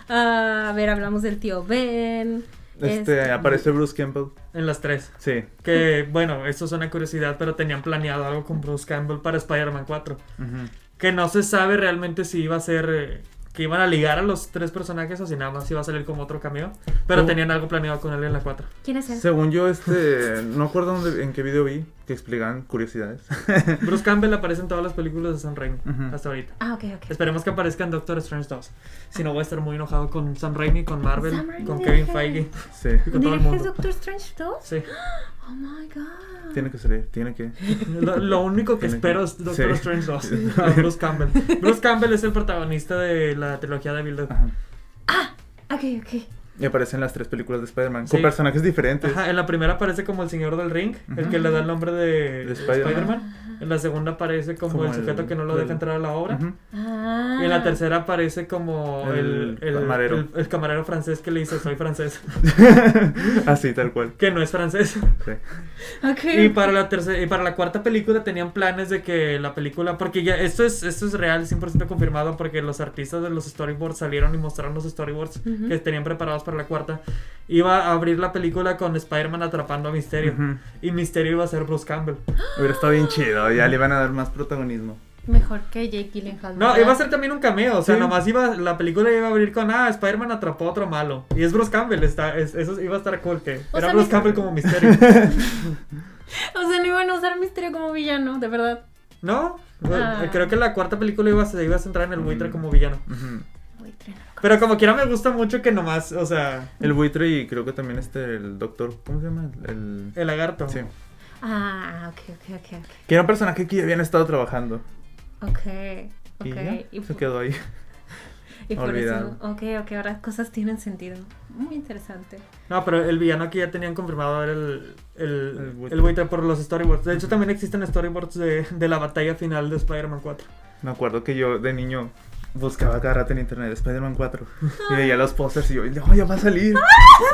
Speaker 1: Ah, a ver, hablamos del tío Ben.
Speaker 3: Este, apareció Bruce Campbell.
Speaker 2: En las tres.
Speaker 3: Sí.
Speaker 2: Que bueno, esto es una curiosidad, pero tenían planeado algo con Bruce Campbell para Spider-Man 4.
Speaker 3: ujú.
Speaker 2: Que no se sabe realmente si iba a ser eh, que iban a ligar a los tres personajes o si nada más iba a salir como otro cameo. Pero
Speaker 3: Oh.
Speaker 2: tenían algo planeado con él en la 4.
Speaker 1: ¿Quién es él?
Speaker 3: Según yo, este, no acuerdo dónde- en qué video vi que explicaban curiosidades.
Speaker 2: Bruce Campbell aparece en todas las películas de Sam Raimi
Speaker 3: Ujú.
Speaker 2: hasta ahorita.
Speaker 1: Ah, ok, ok.
Speaker 2: Esperemos que aparezca en Doctor Strange 2. Si no, voy a estar muy enojado con Sam Raimi, con Marvel,
Speaker 1: Sam Raimi
Speaker 2: con Kevin
Speaker 1: dirige.
Speaker 2: Feige
Speaker 3: Sí,
Speaker 2: y con todo el
Speaker 1: ¿Diriges
Speaker 2: mundo.
Speaker 1: Doctor Strange 2?
Speaker 2: Sí.
Speaker 1: Oh my god.
Speaker 3: tiene que salir, tiene que.
Speaker 2: Lo, lo único que
Speaker 3: Tiene que-
Speaker 2: espero es Doctor
Speaker 3: sí.
Speaker 2: Strange 2. a Bruce Campbell. Bruce Campbell es el protagonista de la trilogía de Bill Dead.
Speaker 3: Ajá.
Speaker 1: Ah, Ok, ok.
Speaker 3: Y aparecen las tres películas de Spider-Man
Speaker 2: Sí.
Speaker 3: con personajes diferentes.
Speaker 2: Ajá, en la primera aparece como el señor del ring, el que le da el nombre de,
Speaker 3: De Spider-Man.
Speaker 2: Spider-Man. en la segunda aparece como,
Speaker 3: Como
Speaker 2: el sujeto
Speaker 3: el-
Speaker 2: que no lo deja
Speaker 3: el-
Speaker 2: entrar a la obra.
Speaker 3: Ujú.
Speaker 1: Ah.
Speaker 2: Y en la tercera aparece como el,
Speaker 3: El
Speaker 2: el-
Speaker 3: camarero.
Speaker 2: el- el camarero francés que le dice soy francés,
Speaker 3: Así, tal cual.
Speaker 2: que no es francés.
Speaker 3: Sí.
Speaker 1: Ok.
Speaker 2: Y para la tercera, y para la cuarta película tenían planes de que la película, porque ya esto es esto es real, 100% confirmado porque los artistas de los storyboards salieron y mostraron los storyboards
Speaker 1: Ujú.
Speaker 2: que tenían preparados para la cuarta. Iba a abrir la película con Spider-Man atrapando a Misterio
Speaker 3: Ujú.
Speaker 2: y Misterio iba a ser Bruce Campbell.
Speaker 3: Hubiera estado bien chido, ya le iban a dar más protagonismo.
Speaker 1: Mejor que Jake Gyllenhaal.
Speaker 2: No,
Speaker 1: ¿verdad?
Speaker 2: iba a ser también un cameo, o sea,
Speaker 3: Sí.
Speaker 2: nomás iba la película iba a abrir con ah, Spider-Man atrapó a otro malo y es Bruce Campbell, está es- eso iba a estar cool que
Speaker 1: O
Speaker 2: era
Speaker 1: sea,
Speaker 2: Bruce
Speaker 1: mi-
Speaker 2: Campbell como Misterio.
Speaker 1: O sea, no iban a usar Misterio como villano, de verdad.
Speaker 2: ¿No? eh,
Speaker 1: Ah.
Speaker 2: Creo que la cuarta película iba a, se iba a centrar en el buitre
Speaker 3: Mm.
Speaker 2: como villano.
Speaker 3: Ujú.
Speaker 1: Voy a entrenar.
Speaker 2: Pero como quiera me gusta mucho que nomás, o sea,
Speaker 3: El buitre y creo que también este, el doctor, ¿cómo se llama? El...
Speaker 2: el lagarto.
Speaker 3: Sí.
Speaker 1: Ah, ok, ok, ok, ok.
Speaker 3: Que era un personaje que ya habían estado trabajando.
Speaker 1: Ok, ok.
Speaker 3: Y ya,
Speaker 1: Y,
Speaker 3: se
Speaker 1: fu-
Speaker 3: quedó ahí.
Speaker 1: y por
Speaker 3: olvidado.
Speaker 1: eso, ok, ok, ahora cosas tienen sentido. Muy interesante.
Speaker 2: No, pero el villano que ya tenían confirmado era el, el,
Speaker 3: El buitre.
Speaker 2: el buitre por los storyboards. De hecho, también existen storyboards de, de la batalla final de Spider-Man 4.
Speaker 3: Me acuerdo que yo de niño buscaba cada rato en internet Spider-Man 4 y veía los pósters y yo, no, ya va a salir,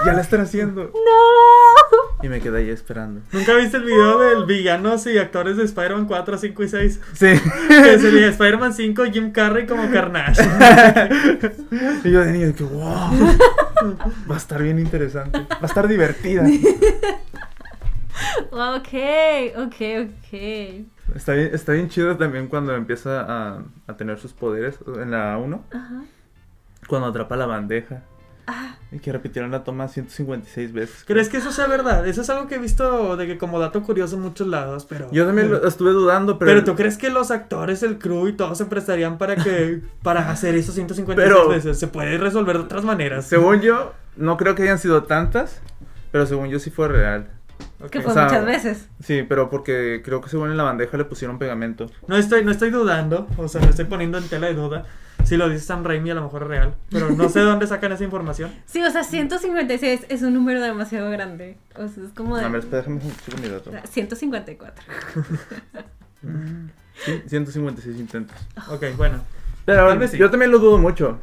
Speaker 3: ya la están haciendo.
Speaker 1: ¡No!
Speaker 3: Y me quedé ahí esperando.
Speaker 2: ¿Nunca viste el
Speaker 1: ¡Oh!
Speaker 2: video del villanos y actores de Spider-Man 4, 5 y 6?
Speaker 3: Sí.
Speaker 2: Que sería Spider-Man 5, Jim Carrey como Carnage.
Speaker 3: Y yo de niño, que wow, va a estar bien interesante, va a estar divertida.
Speaker 1: Ok, ok, ok.
Speaker 3: Está bien, está bien chido también cuando empieza a, a tener sus poderes en la 1,
Speaker 1: Ajá.
Speaker 3: cuando atrapa la bandeja.
Speaker 1: Ah.
Speaker 3: Y que repitieron la toma 156 veces.
Speaker 2: ¿Crees que eso sea verdad? Eso es algo que he visto de que como dato curioso en muchos lados, pero...
Speaker 3: Yo también lo- estuve dudando, pero...
Speaker 2: Pero tú crees que los actores, el crew y todos se prestarían para que para hacer esos 150
Speaker 3: Pero-
Speaker 2: veces. Se puede resolver de otras maneras.
Speaker 3: Según yo, no creo que hayan sido tantas, pero según yo sí fue real.
Speaker 2: Ok.
Speaker 1: Que fue
Speaker 3: o sea,
Speaker 1: muchas veces.
Speaker 3: Sí, pero porque creo que según en la bandeja le pusieron pegamento.
Speaker 2: No estoy, no estoy dudando, o sea, no estoy poniendo en tela de duda. Si lo dice Sam Raimi, a lo mejor es real. Pero no sé dónde sacan esa información.
Speaker 1: Sí, o sea, 156 es un número demasiado grande. O sea, es como
Speaker 3: A ver,
Speaker 1: de.
Speaker 3: espera, déjame checar mi dato.
Speaker 1: 154.
Speaker 3: Sí, 156 intentos.
Speaker 2: Ok, bueno.
Speaker 3: Pero
Speaker 2: Tal vez sí.
Speaker 3: yo también lo dudo mucho.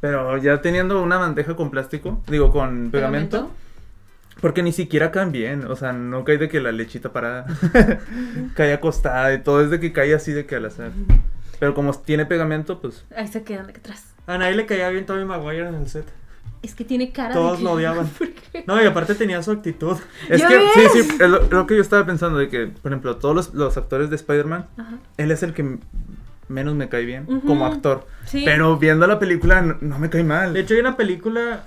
Speaker 3: Pero ya teniendo una bandeja con plástico, digo, con pegamento, porque ni siquiera caen bien. O sea, no cae de que la lechita parada cae acostada y todo es de que cae así de que al azar. Pero como tiene pegamento, pues
Speaker 1: Ahí se quedan de atrás.
Speaker 2: A nadie le caía bien Tommy Maguire en el set.
Speaker 1: Es que tiene cara de.
Speaker 2: Todos
Speaker 1: que-
Speaker 2: lo odiaban.
Speaker 1: ¿Por qué?
Speaker 2: No, y aparte tenía su actitud.
Speaker 3: Es
Speaker 1: ¿Ya
Speaker 3: que,
Speaker 1: ves?
Speaker 3: sí, sí, es lo, lo que yo estaba pensando de que, por ejemplo, todos los, los actores de Spider-Man,
Speaker 1: Ajá.
Speaker 3: él es el que m- menos me cae bien
Speaker 1: Ujú.
Speaker 3: como actor.
Speaker 1: Sí.
Speaker 3: Pero viendo la película no, no me cae mal.
Speaker 2: De hecho, hay una película.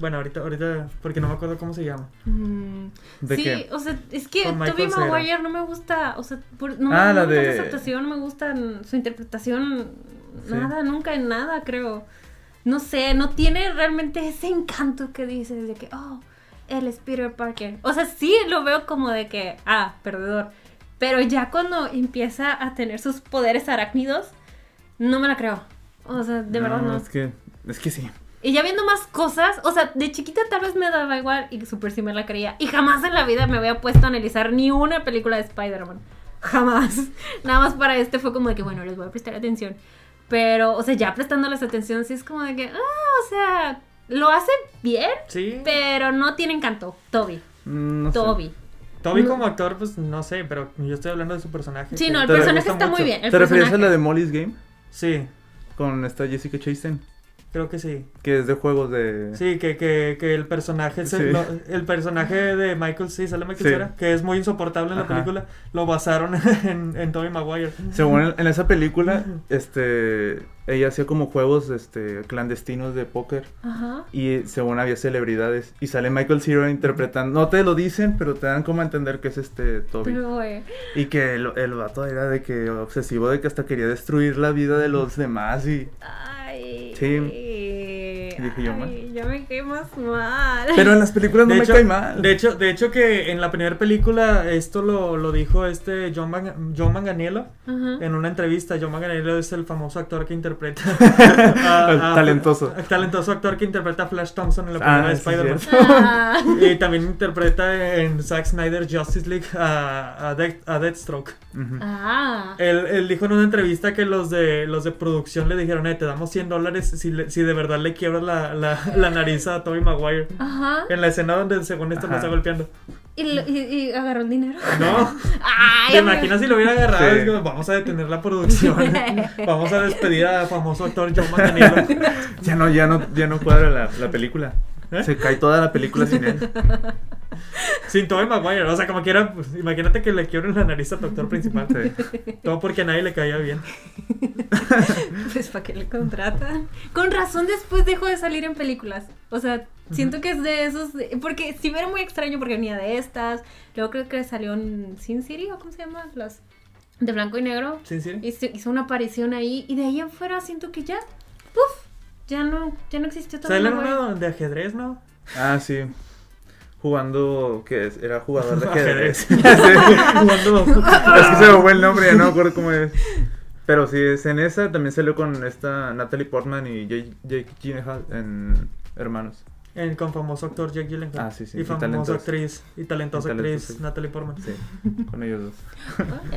Speaker 2: Bueno, ahorita, ahorita, porque no me acuerdo cómo se llama.
Speaker 1: Mm,
Speaker 3: ¿De
Speaker 1: sí,
Speaker 3: qué?
Speaker 1: o sea, es que
Speaker 2: Con Michael
Speaker 1: Tobey
Speaker 2: Cera.
Speaker 1: Maguire no me gusta, o sea, por- no,
Speaker 3: Ah,
Speaker 1: no
Speaker 3: la
Speaker 1: me gusta
Speaker 3: de-
Speaker 1: su actuación, no me gusta su interpretación,
Speaker 3: Sí.
Speaker 1: nada, nunca en nada, creo. No sé, no tiene realmente ese encanto que dices de que, oh, él es Peter Parker. O sea, sí lo veo como de que, ah, perdedor. Pero ya cuando empieza a tener sus poderes arácnidos, no me la creo. O sea, de verdad no.
Speaker 3: Es que, es que sí.
Speaker 1: Y ya viendo más cosas, o sea, de chiquita tal vez me daba igual y súper sí me la creía. Y jamás en la vida me había puesto a analizar ni una película de Spider-Man. Jamás. Nada más para este fue como de que, bueno, les voy a prestar atención. Pero, o sea, ya prestándoles atención, sí es como de que, ah, o sea, lo hacen bien,
Speaker 2: Sí.
Speaker 1: pero no tiene encanto. Toby.
Speaker 3: Mm, No sé.
Speaker 1: Toby.
Speaker 2: Toby
Speaker 1: No.
Speaker 2: como actor, pues no sé, pero yo estoy hablando de su personaje.
Speaker 1: Mm. Sí,
Speaker 2: que-
Speaker 1: no, el
Speaker 3: Te
Speaker 1: personaje
Speaker 2: gusta
Speaker 1: está muy
Speaker 2: mucho.
Speaker 1: bien. El
Speaker 3: ¿Te refieres a
Speaker 1: personaje.
Speaker 3: la de Molly's Game?
Speaker 2: Sí.
Speaker 3: Con esta Jessica Chastain.
Speaker 2: Creo que sí.
Speaker 3: Que es de juegos de...
Speaker 2: Sí, que, que, que el personaje se-
Speaker 3: Sí.
Speaker 2: lo- el personaje de Michael, sí, sale Michael
Speaker 3: Sí.
Speaker 2: Cera, que es muy insoportable en la
Speaker 3: Ajá.
Speaker 2: película, lo basaron en, en Tobey Maguire.
Speaker 3: Según en, en esa película, este, ella hacía como juegos este, clandestinos de póker.
Speaker 1: Ajá.
Speaker 3: Y según había celebridades. Y sale Michael Cera interpretando. No te lo dicen, pero te dan como a entender que es este Toby.
Speaker 1: Pero, güey.
Speaker 3: Y que el, el vato era de que obsesivo, de que hasta quería destruir la vida de los demás. Y...
Speaker 1: Ay.
Speaker 3: Sí. Dije yo,
Speaker 1: ay,
Speaker 3: mal.
Speaker 1: ya me quedé más mal.
Speaker 3: Pero en las películas no
Speaker 2: De
Speaker 3: me
Speaker 2: hecho,
Speaker 3: cae mal.
Speaker 2: de hecho, de hecho que en la primera película esto lo, lo dijo este John, Mang- John Manganiello
Speaker 1: Ajá.
Speaker 2: en una entrevista. John Manganiello es el famoso actor que interpreta ah,
Speaker 3: Al talentoso.
Speaker 2: al talentoso actor que interpreta a Flash Thompson en la
Speaker 3: Ah,
Speaker 2: primera de
Speaker 3: sí,
Speaker 2: Spider-Man.
Speaker 3: cierto.
Speaker 1: Ah.
Speaker 2: Y también interpreta en Zack Snyder Justice League a, a, Death- a Deathstroke.
Speaker 3: Ujú.
Speaker 1: Ah.
Speaker 2: Él, él dijo en una entrevista que los de los de producción le dijeron, eh, te damos 100 dólares si, le- si de verdad le quiebras la, la, la nariz a Tobey Maguire.
Speaker 1: Ajá.
Speaker 2: En la escena donde según esto lo
Speaker 3: Ajá.
Speaker 2: está golpeando.
Speaker 1: Y, lo- y- y agarró el dinero.
Speaker 2: No,
Speaker 1: Ay,
Speaker 2: te imaginas si lo hubiera agarrado.
Speaker 3: Sí.
Speaker 2: Es como, vamos a detener la producción. Vamos a despedir al famoso actor John McDaniel.
Speaker 3: Ya no, ya no, ya no cuadra la, la película.
Speaker 2: ¿Eh?
Speaker 3: Se cae toda la película sin él.
Speaker 2: Sin Tobey Maguire. O sea, como quiera, pues, imagínate que le quiebren la nariz a tu actor principal.
Speaker 3: Sí.
Speaker 2: Todo porque a nadie le caía bien.
Speaker 1: Pues para qué le contratan. Con razón después dejó de salir en películas. O sea, siento que es de esos. de- Porque si era muy extraño porque venía de estas. Luego creo que salió en Sin City o cómo se llama. Las de blanco y negro.
Speaker 2: ¿Sí, en serio?
Speaker 1: Hizo, hizo una aparición ahí. Y de ahí en fuera siento que ya. Puf. Ya no, ya no existió todo.
Speaker 2: Sale en una de ajedrez, ¿no?
Speaker 3: Ah, sí. Jugando, ¿qué es? Era jugador de ajedrez. Sí.
Speaker 2: Jugando.
Speaker 3: Es que se me fue el nombre, ya no me acuerdo cómo es. Pero sí, es en esa también salió con esta Natalie Portman y Jake- Jake Gyllenhaal en Hermanos.
Speaker 2: En- con famoso actor Jack Gyllenhaal.
Speaker 3: Ah, sí, sí,
Speaker 2: Y
Speaker 3: y
Speaker 2: famosa
Speaker 3: talentosa.
Speaker 2: actriz y talentosa
Speaker 3: Y talentosa,
Speaker 2: actriz
Speaker 3: sí.
Speaker 2: Natalie Portman.
Speaker 3: Sí, con ellos dos.
Speaker 1: Ok.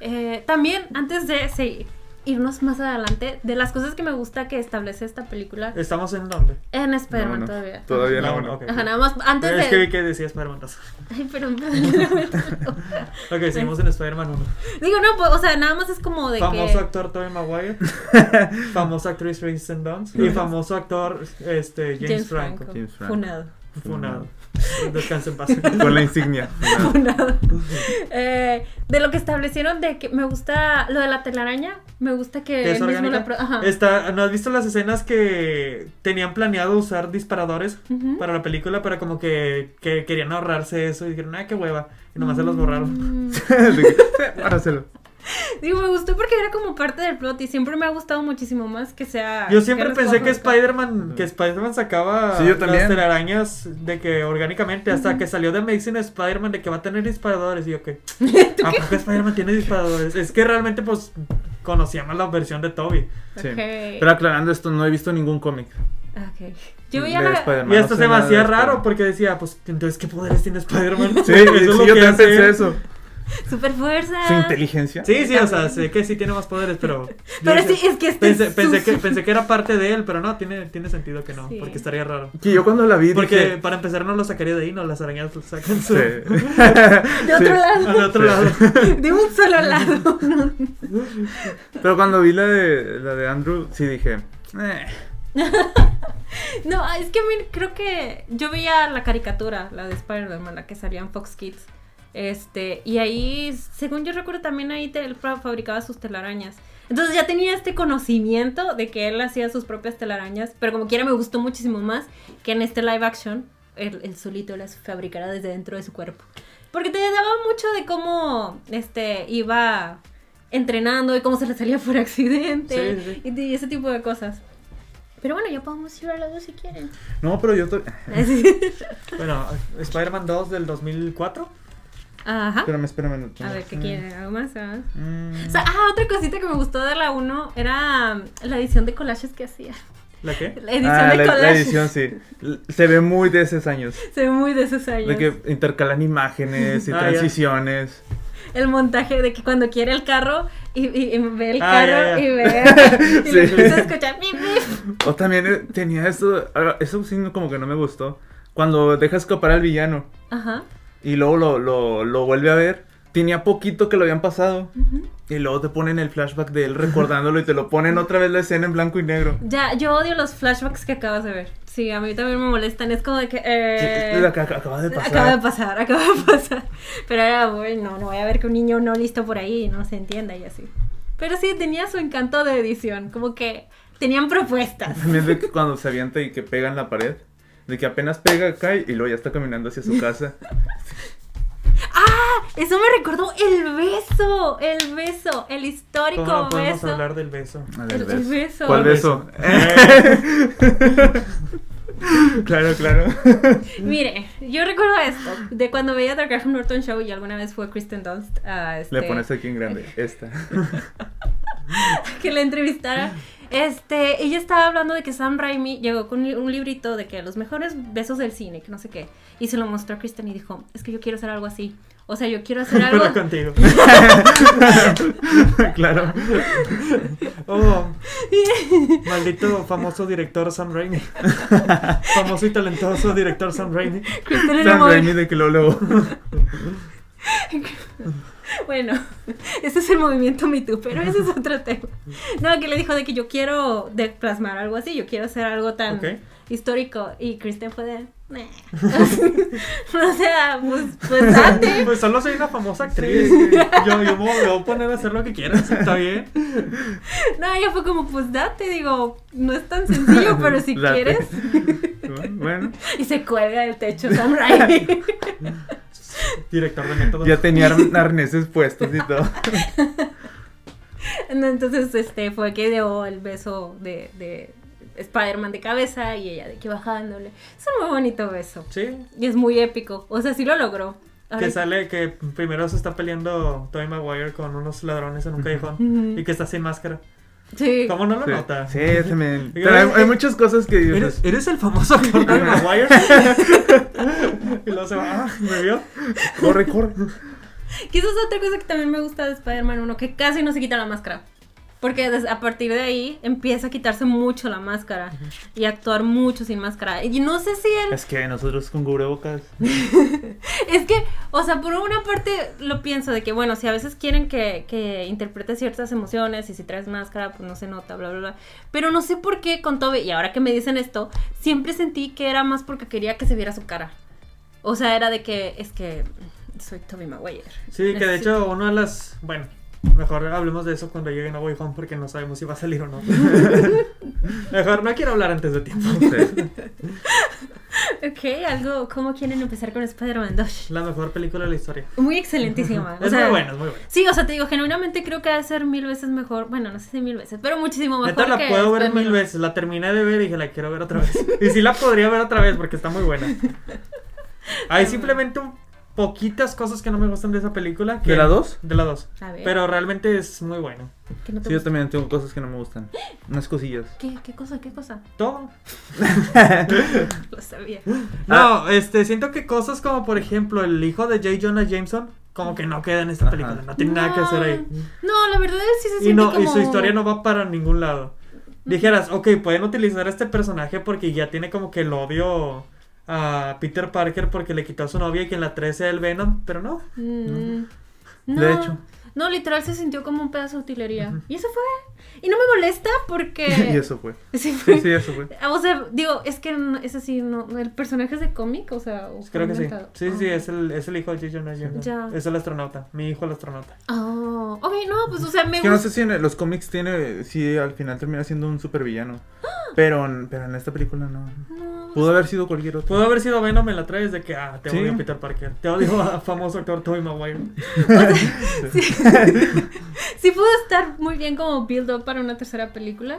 Speaker 1: Eh, también, antes de sí, irnos más adelante, de las cosas que me gusta que establece esta película,
Speaker 2: ¿Estamos en dónde?
Speaker 1: en Spider-Man
Speaker 3: No, no,
Speaker 1: todavía.
Speaker 3: Todavía
Speaker 2: No,
Speaker 3: no,
Speaker 2: no,
Speaker 3: no.
Speaker 2: ok.
Speaker 1: Ajá, nada más, antes
Speaker 2: es
Speaker 1: de...
Speaker 2: que vi que decía Spider-Man 2.
Speaker 1: Ay, pero...
Speaker 2: Ok, seguimos en Spider-Man 1.
Speaker 1: Digo, no, pues, o sea, nada más es como de
Speaker 2: famoso
Speaker 1: que...
Speaker 2: actor Tobey Maguire. famosa actriz Kristen Dunst. Y famoso actor este, James, Franco.
Speaker 3: James Franco.
Speaker 1: Funado.
Speaker 2: Funado. Descansa en paz.
Speaker 3: Con la insignia.
Speaker 1: Funado. Eh, de lo que establecieron de que me gusta lo de la telaraña, me gusta que
Speaker 2: ¿Que es
Speaker 1: él mismo
Speaker 2: orgánica?
Speaker 1: la... pro- Ajá.
Speaker 2: Está, ¿No has visto las escenas que tenían planeado usar disparadores
Speaker 1: Ujú.
Speaker 2: para la película? Pero como que, que querían ahorrarse eso y dijeron, ah, qué hueva. Y nomás se los borraron.
Speaker 1: Mm.
Speaker 3: Ahórraselo.
Speaker 1: Digo, me gustó porque era como parte del plot y siempre me ha gustado muchísimo más que sea...
Speaker 2: Yo siempre pensé que
Speaker 1: Spider-Man
Speaker 2: Spider-Man que Spider-Man sacaba
Speaker 3: Sí, yo también.
Speaker 2: las telarañas de que orgánicamente hasta que salió de Amazing Spider-Man de que va a tener disparadores y yo que ¿A poco Spider-Man tiene disparadores? Es que realmente pues conocíamos la versión de Toby.
Speaker 3: Sí.
Speaker 1: Ok.
Speaker 3: Pero aclarando esto, no he visto ningún cómic.
Speaker 1: Ok. Yo
Speaker 3: de
Speaker 1: veía la...
Speaker 3: Spider-Man,
Speaker 2: Y esto
Speaker 3: no sé
Speaker 2: se me
Speaker 3: nada de
Speaker 2: hacía raro
Speaker 3: Spider-Man.
Speaker 2: porque decía, pues entonces qué poderes tiene Spider-Man?
Speaker 3: Sí,
Speaker 2: Eso es
Speaker 3: sí,
Speaker 2: lo
Speaker 3: yo
Speaker 2: que
Speaker 3: también
Speaker 2: hace.
Speaker 3: pensé eso.
Speaker 1: Super fuerza.
Speaker 3: Su inteligencia.
Speaker 2: Sí, sí, o sea, sé que sí tiene más poderes, pero
Speaker 1: Pero
Speaker 2: yo-
Speaker 1: sí, es que este
Speaker 2: pensé,
Speaker 1: es
Speaker 2: pensé que
Speaker 1: sucio.
Speaker 2: pensé que era parte de él, pero no, tiene tiene sentido que no,
Speaker 1: Sí.
Speaker 2: porque estaría raro.
Speaker 3: Que yo cuando la vi
Speaker 2: Porque
Speaker 3: dije...
Speaker 2: para empezar no lo sacaría de ahí, no las arañas lo sacan
Speaker 3: Sí.
Speaker 2: su,
Speaker 1: De otro
Speaker 3: Sí.
Speaker 1: lado.
Speaker 2: al otro
Speaker 3: Sí.
Speaker 2: lado.
Speaker 1: De un solo lado.
Speaker 3: Pero cuando vi la de, la de Andrew, sí dije... "Eh".
Speaker 1: No, es que a mí creo que yo veía la caricatura, la de Spider-Man, la que salía en Fox Kids. Este, y ahí, según yo recuerdo, también ahí te- él fa- fabricaba sus telarañas. Entonces ya tenía este conocimiento de que él hacía sus propias telarañas, pero como quiera me gustó muchísimo más que en este live action, él, él solito las fabricara desde dentro de su cuerpo. Porque te daba mucho de cómo este, iba entrenando y cómo se le salía por accidente
Speaker 2: Sí, sí, sí.
Speaker 1: Y, y ese tipo de cosas. Pero bueno, ya podemos ir a las dos si quieren.
Speaker 3: No, pero yo... to-
Speaker 2: Bueno, Spider-Man 2 del 2004.
Speaker 1: Ajá.
Speaker 3: Espérame, espérame. no tengo-
Speaker 1: A
Speaker 2: Mm.
Speaker 1: ver, ¿qué quieren? ¿Algo más? ¿Algo más?
Speaker 3: Mm.
Speaker 1: O sea, ah, otra cosita que me gustó de la 1 era mm, la edición de collages que hacía.
Speaker 2: ¿La qué?
Speaker 1: La edición
Speaker 3: Ah,
Speaker 1: de
Speaker 3: la, la
Speaker 1: collages.
Speaker 3: edición, sí. L- Se ve muy de esos años.
Speaker 1: Se ve muy de esos años.
Speaker 3: De que intercalan imágenes y
Speaker 2: Ah, ya.
Speaker 3: transiciones.
Speaker 1: El montaje de que cuando quiere el carro y, y- y ve el
Speaker 2: Ah,
Speaker 1: carro
Speaker 2: ya, ya.
Speaker 1: y ve. y
Speaker 3: Sí.
Speaker 1: le empieza a escuchar. "Bip, bip".
Speaker 3: O también eh, tenía eso. ah, Eso sí, como que no me gustó. Cuando deja escapar al villano
Speaker 1: Ajá.
Speaker 3: y luego lo, lo, lo vuelve a ver. tenía poquito que lo habían pasado.
Speaker 1: Ujú.
Speaker 3: Y luego te ponen el flashback de él recordándolo y te lo ponen otra vez la escena en blanco y negro.
Speaker 1: Ya, yo odio los flashbacks que acabas de ver. Sí, a mí también me molestan. Es como de que. eh,
Speaker 3: La que ac- acaba de pasar.
Speaker 1: Acaba de pasar, acaba de pasar. Pero era bueno, no voy a ver que un niño no listo por ahí no se entienda y así. Pero sí, tenía su encanto de edición. Como que tenían propuestas.
Speaker 3: También de que cuando se avienta y que pega en la pared. De que apenas pega, cae y luego ya está caminando hacia su casa.
Speaker 1: Eso me recordó el beso, el beso, el histórico
Speaker 2: ¿Cómo no podemos
Speaker 1: beso.
Speaker 2: hablar del beso?
Speaker 3: A
Speaker 1: El- el beso.
Speaker 3: ¿Cuál
Speaker 2: El
Speaker 3: beso? Eh. claro, claro.
Speaker 1: Mire, yo recuerdo esto, de cuando veía The Graham Norton Show y alguna vez fue Kristen Dunst a este,
Speaker 3: Le pones aquí en grande. Esta.
Speaker 1: que la entrevistara. Este, ella estaba hablando de que Sam Raimi llegó con un librito de que los mejores besos del cine, que no sé qué, y se lo mostró a Kristen y dijo, es que yo quiero hacer algo así. O sea, yo quiero hacer algo...
Speaker 2: Pero contigo.
Speaker 3: claro.
Speaker 2: Oh, maldito famoso director Sam Raimi. famoso y talentoso director Sam Raimi.
Speaker 1: Kristen en el
Speaker 3: Sam
Speaker 1: momento-
Speaker 3: Raimi de que lo luego.
Speaker 1: Bueno, ese es el movimiento Me Too, pero ese es otro tema. No, que le dijo de que yo quiero de plasmar algo así, yo quiero hacer algo tan
Speaker 2: Ok.
Speaker 1: histórico. Y Kristen fue de... "Nah". o sea, pues, pues date.
Speaker 2: Pues solo soy una famosa actriz.
Speaker 3: Sí.
Speaker 2: Yo, yo me voy a poner a hacer lo que quieras, está bien.
Speaker 1: No, ella fue como, pues date, digo, no es tan sencillo, pero si
Speaker 3: Date.
Speaker 1: quieres.
Speaker 3: Bueno,
Speaker 1: Y se cuelga del techo Sam Raimi.
Speaker 2: Director de métodos.
Speaker 3: ya tenía ar- arneses puestos y todo.
Speaker 1: No, Entonces, este, fue que dio el beso de, de Spider-Man de cabeza y ella de que bajándole. Es un muy bonito beso.
Speaker 2: Sí.
Speaker 1: Y es muy épico. O sea, sí lo logró. Ahora-
Speaker 2: Que sale que primero se está peleando Tobey Maguire con unos ladrones en un callejón
Speaker 1: Ujú.
Speaker 2: y que está sin máscara.
Speaker 1: Sí.
Speaker 2: ¿Cómo no lo
Speaker 3: Sí,
Speaker 2: nota?
Speaker 3: sí, se me- pero hay, hay muchas cosas que dices.
Speaker 2: ¿Eres, eres el famoso actor Tobey Maguire? y luego se va, ah, ¿me vio?
Speaker 3: Corre, corre.
Speaker 1: Que esa es otra cosa que también me gusta de Spider-Man 1, que casi no se quita la máscara. Porque des- a partir de ahí empieza a quitarse mucho la máscara y actuar mucho sin máscara. Y no sé si él...
Speaker 3: Es que nosotros con cubrebocas.
Speaker 1: Es que, o sea, por una parte lo pienso de que, bueno, si a veces quieren que, que interprete ciertas emociones y si traes máscara, pues no se nota, bla, bla, bla. Pero no sé por qué con Toby, y ahora que me dicen esto, siempre sentí que era más porque quería que se viera su cara. O sea, era de que, es que soy Toby Maguire.
Speaker 2: Sí, que de
Speaker 1: Necesito-
Speaker 2: hecho uno de las... Bueno, mejor hablemos de eso cuando lleguen a Way Home porque no sabemos si va a salir o no. mejor no quiero hablar antes de tiempo.
Speaker 1: Ok, algo, ¿cómo quieren empezar con Spider-Man 2?
Speaker 2: La mejor película de la historia.
Speaker 1: Muy excelentísima. o
Speaker 2: Es
Speaker 1: sea,
Speaker 2: muy buena, es muy buena.
Speaker 1: Sí, o sea, te digo, genuinamente creo que ha de ser mil veces mejor. Bueno, no sé si mil veces, pero muchísimo mejor.
Speaker 2: Neta la
Speaker 1: que
Speaker 2: puedo ver
Speaker 1: Spider-Man 1.
Speaker 2: mil veces, la terminé de ver y dije la quiero ver otra vez. Y sí la podría ver otra vez porque está muy buena.
Speaker 1: Mm.
Speaker 2: Hay simplemente un- poquitas cosas que no me gustan de esa película. Que,
Speaker 3: ¿De la dos?
Speaker 2: De la dos.
Speaker 1: A ver.
Speaker 2: Pero realmente es muy buena.
Speaker 1: Que no te
Speaker 3: Sí, yo
Speaker 1: gusta.
Speaker 3: también tengo cosas que no me gustan. Unas cosillas.
Speaker 1: ¿Qué, ¿Qué cosa? ¿Qué cosa?
Speaker 2: Todo.
Speaker 1: Lo sabía.
Speaker 2: ¿Eh?
Speaker 3: Ah.
Speaker 2: No, este, siento que cosas como por ejemplo el hijo de J. Jonah Jameson, como que no queda en esta
Speaker 3: Ajá.
Speaker 2: película, no tiene nada que hacer ahí.
Speaker 1: No, la verdad es que sí se
Speaker 2: Y,
Speaker 1: siente
Speaker 2: no,
Speaker 1: como...
Speaker 2: y su historia no va para ningún lado. Dijeras, ok, pueden utilizar a este personaje porque ya tiene como que el odio a Peter Parker porque le quitó a su novia y que en la 13 el Venom, pero no.
Speaker 1: Mm,
Speaker 3: No.
Speaker 1: no.
Speaker 3: De hecho.
Speaker 1: No, literal se sintió como un pedazo de utilería. Y eso fue... Y no me molesta porque...
Speaker 3: y eso fue.
Speaker 1: Sí fue.
Speaker 3: Sí, sí, eso fue.
Speaker 1: O sea, digo, es que no- es así, no, el personaje es de cómic, o sea, o fue
Speaker 2: Creo que sí.
Speaker 1: inventado.
Speaker 2: Sí, sí,
Speaker 1: Ah.
Speaker 2: es el, es el hijo de J. Jonah Jameson.
Speaker 1: Ya.
Speaker 2: Es el astronauta, mi hijo el astronauta.
Speaker 1: Oh, ok, no, pues, o sea, me
Speaker 3: Es que no
Speaker 1: gusta.
Speaker 3: sé si en los cómics tiene. Si al final termina siendo un supervillano. Pero, en- pero en esta película no.
Speaker 1: No,
Speaker 3: Pudo haber sido cualquier otro.
Speaker 2: Pudo haber sido Venom en la 3 de que, ah, te
Speaker 3: Sí.
Speaker 2: odio Peter Parker, te odio a famoso actor Tobey Maguire.
Speaker 1: sí pudo estar muy bien como build up para una tercera película,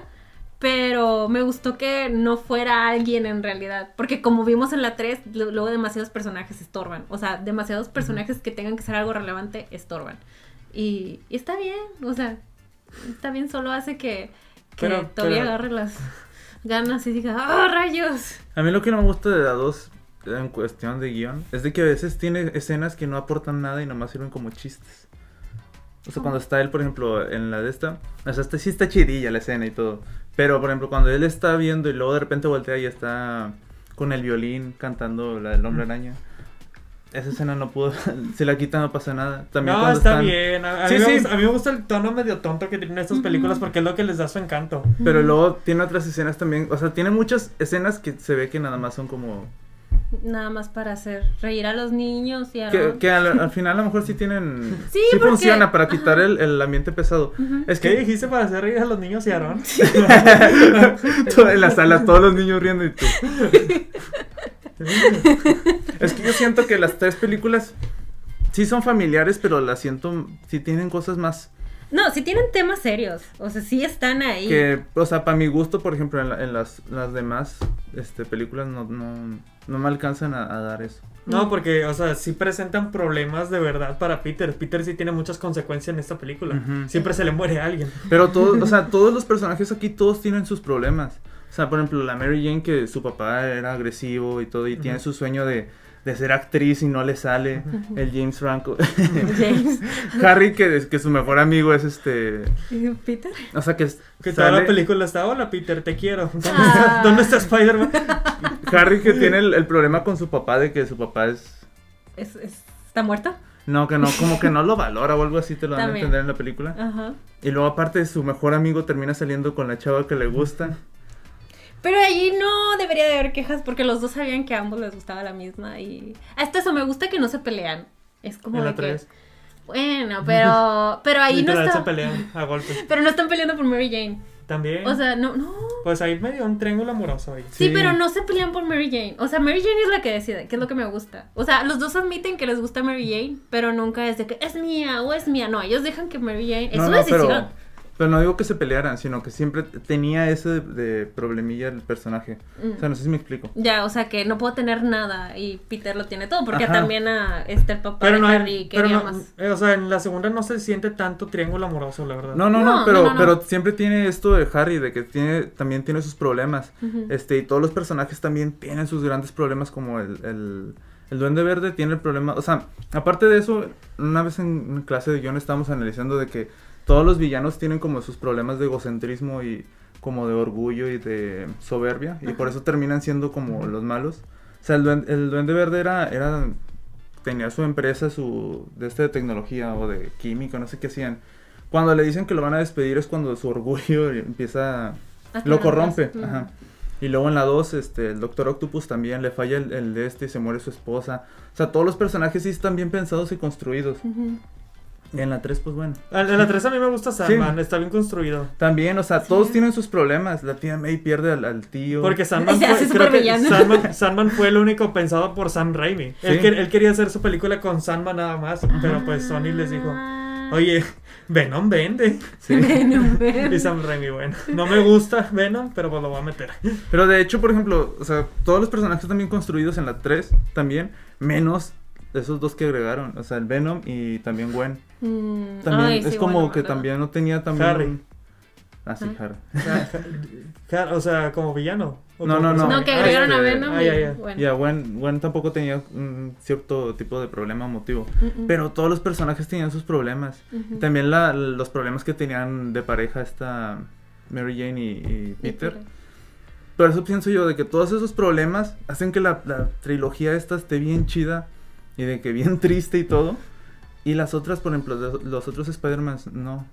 Speaker 1: pero me gustó que no fuera alguien en realidad, porque como vimos en la 3, lu- luego demasiados personajes estorban, o sea, demasiados personajes que tengan que ser algo relevante estorban. Y, y está bien, o sea, está bien, solo hace que, que
Speaker 2: Pero-
Speaker 1: todavía
Speaker 2: pero-
Speaker 1: agarre las ganas y diga, ¡oh, rayos!
Speaker 3: A mí lo que no me gusta de la 2 en cuestión de guión es de que a veces tiene escenas que no aportan nada y nomás sirven como chistes. O sea, cuando está él, por ejemplo, en la de esta, o sea, esta sí está chidilla la escena y todo. Pero, por ejemplo, cuando él está viendo y luego de repente voltea y está con el violín cantando la del hombre araña. esa escena no pudo. si la quitan, no pasa nada. También
Speaker 2: no,
Speaker 3: cuando
Speaker 2: está
Speaker 3: están-
Speaker 2: bien. A, a
Speaker 3: Sí,
Speaker 2: mí me
Speaker 3: sí.
Speaker 2: gusta- a mí me gusta el tono medio tonto que tienen estas películas porque es lo que les da su encanto.
Speaker 3: Pero luego tiene otras escenas también. O sea, tiene muchas escenas que se ve que nada más son como.
Speaker 1: Nada más para hacer reír a los niños y a...
Speaker 3: Que, que al, al final a lo mejor sí tienen.
Speaker 1: Sí, porque-
Speaker 3: funciona para quitar el, el ambiente pesado. Es
Speaker 2: ¿Qué
Speaker 3: que
Speaker 2: dijiste para hacer reír a los niños y a Ron?
Speaker 3: todo en la sala, todos los niños riendo y tú. es que yo siento que las tres películas sí son familiares, pero las siento. Sí tienen cosas más.
Speaker 1: No, si tienen temas serios. O sea, sí están ahí.
Speaker 3: Que, o sea, para mi gusto, por ejemplo, en, la- en las, las demás este, películas no, no, no me alcanzan a, a dar eso.
Speaker 2: No, porque, o sea, sí presentan problemas de verdad para Peter. Peter sí tiene muchas consecuencias en esta película.
Speaker 3: Ujú.
Speaker 2: Siempre se le muere a alguien.
Speaker 3: Pero todos, o sea, todos los personajes aquí, todos tienen sus problemas. O sea, por ejemplo, la Mary Jane, que su papá era agresivo y todo, y tiene
Speaker 2: Ujú.
Speaker 3: su sueño de, de ser actriz y no le sale. El James Franco.
Speaker 1: James.
Speaker 3: Harry, que, que su mejor amigo es este.
Speaker 1: Peter.
Speaker 3: O sea, que, es-
Speaker 2: Que toda la
Speaker 3: sale-
Speaker 2: película está, hola Peter, te quiero. ¿Dónde,
Speaker 1: Ah.
Speaker 2: está, dónde está Spider-Man?
Speaker 3: Harry, que tiene el, el problema con su papá de que su papá es.
Speaker 1: Es- es- ¿Está muerto?
Speaker 3: No, que no, como que no lo valora o algo así, te lo van a
Speaker 1: También. Ah.
Speaker 3: entender en la película.
Speaker 1: Ajá.
Speaker 3: Y luego aparte su mejor amigo termina saliendo con la chava que le gusta.
Speaker 1: Pero allí no debería de haber quejas porque los dos sabían que a ambos les gustaba la misma y... Hasta eso, me gusta que no se pelean. Es como
Speaker 2: En
Speaker 1: de
Speaker 2: la
Speaker 1: que...
Speaker 2: tres.
Speaker 1: Bueno, pero... Pero ahí no
Speaker 2: Literal
Speaker 1: está...
Speaker 2: se pelean a golpes.
Speaker 1: Pero no están peleando por Mary Jane.
Speaker 2: También.
Speaker 1: O sea, no, no.
Speaker 2: pues ahí medio un triángulo amoroso ahí.
Speaker 1: Sí,
Speaker 3: Sí.
Speaker 1: pero no se pelean por Mary Jane. O sea, Mary Jane es la que decide, que es lo que me gusta. O sea, los dos admiten que les gusta Mary Jane, pero nunca es de que es mía o es mía. No, ellos dejan que Mary Jane... Es
Speaker 3: No,
Speaker 1: su
Speaker 3: no,
Speaker 1: decisión.
Speaker 3: pero, pero no digo que se pelearan, sino que siempre tenía ese de, de problemilla el personaje. O
Speaker 1: Mm.
Speaker 3: sea, no sé si me explico.
Speaker 1: Ya, o sea, que no puedo tener nada y Peter lo tiene todo, porque
Speaker 3: Ajá.
Speaker 1: también a este el papá
Speaker 2: Pero
Speaker 1: de
Speaker 2: no,
Speaker 1: Harry
Speaker 2: hay, pero
Speaker 1: quería
Speaker 2: no-
Speaker 1: más.
Speaker 2: eh, o sea, en la segunda no se siente tanto triángulo amoroso, la verdad.
Speaker 3: No, no, no,
Speaker 1: No,
Speaker 3: pero,
Speaker 1: no, no, no.
Speaker 3: pero siempre tiene esto de Harry, de que tiene, también tiene sus problemas. Este, y todos los personajes también tienen sus grandes problemas, como el, el, el Duende Verde tiene el problema. O sea, aparte de eso, una vez en clase de guión estábamos analizando de que todos los villanos tienen como sus problemas de egocentrismo y como de orgullo y de soberbia. Y por eso terminan siendo como los malos. O sea, el Duende, el Duende Verde era, era tenía su empresa su de este de tecnología o de químico, no sé qué hacían. Cuando le dicen que lo van a despedir es cuando su orgullo empieza
Speaker 1: Hasta
Speaker 3: lo
Speaker 1: las
Speaker 3: corrompe.
Speaker 1: dos. Ujú.
Speaker 3: Ajá. Y luego en la 2, este, el Doctor Octopus también le falla el, el de este y se muere su esposa. O sea, todos los personajes sí están bien pensados y construidos.
Speaker 1: Ujú.
Speaker 3: Y en la 3, pues bueno.
Speaker 2: En en Ah, la 3 a mí me gusta Sandman, está bien construido.
Speaker 3: También, o sea, todos tienen sus problemas. La tía May pierde al, al tío.
Speaker 2: Porque Sandman
Speaker 1: Se
Speaker 2: fue,
Speaker 1: hace
Speaker 2: creo que
Speaker 1: supervillano.
Speaker 2: Sandman, Sandman fue el único pensado por Sam Raimi. Él,
Speaker 3: Sí.
Speaker 2: que- él quería hacer su película con Sandman nada más, pero pues Sony les dijo,
Speaker 1: Ah.
Speaker 2: oye, Venom vende.
Speaker 3: Sí.
Speaker 1: Venom,
Speaker 2: Y
Speaker 1: Venom.
Speaker 2: Sam Raimi, bueno, no me gusta Venom, pero pues lo voy a meter.
Speaker 3: Pero de hecho, por ejemplo, o sea, todos los personajes están bien construidos en la 3 también, menos esos dos que agregaron. O sea, el Venom y también Gwen.
Speaker 1: Mm,
Speaker 3: También
Speaker 1: ay,
Speaker 3: es
Speaker 1: sí,
Speaker 3: como
Speaker 1: bueno,
Speaker 3: que
Speaker 1: ¿verdad?
Speaker 3: también no tenía también.
Speaker 2: Harry.
Speaker 3: un- Ah, sí, Harry.
Speaker 2: O sea, ja- O sea, como villano. o
Speaker 3: No,
Speaker 2: como
Speaker 3: no, no.
Speaker 2: personaje.
Speaker 1: No, que
Speaker 2: Ah,
Speaker 1: agregaron
Speaker 3: este,
Speaker 1: a Venom.
Speaker 2: ah,
Speaker 1: y-
Speaker 2: ya, ya.
Speaker 1: bueno.
Speaker 3: Y a Gwen, Gwen tampoco tenía un cierto tipo de problema o motivo.
Speaker 1: Mm, mm.
Speaker 3: Pero todos los personajes tenían sus problemas.
Speaker 1: Ujú.
Speaker 3: También la- los problemas que tenían de pareja esta Mary Jane y, y
Speaker 1: Y
Speaker 3: Peter. Pero eso pienso yo, de que todos esos problemas hacen que la, la trilogía esta esté bien chida y de que bien triste y todo. Y las otras, por ejemplo, los, los otros Spider-Man, no.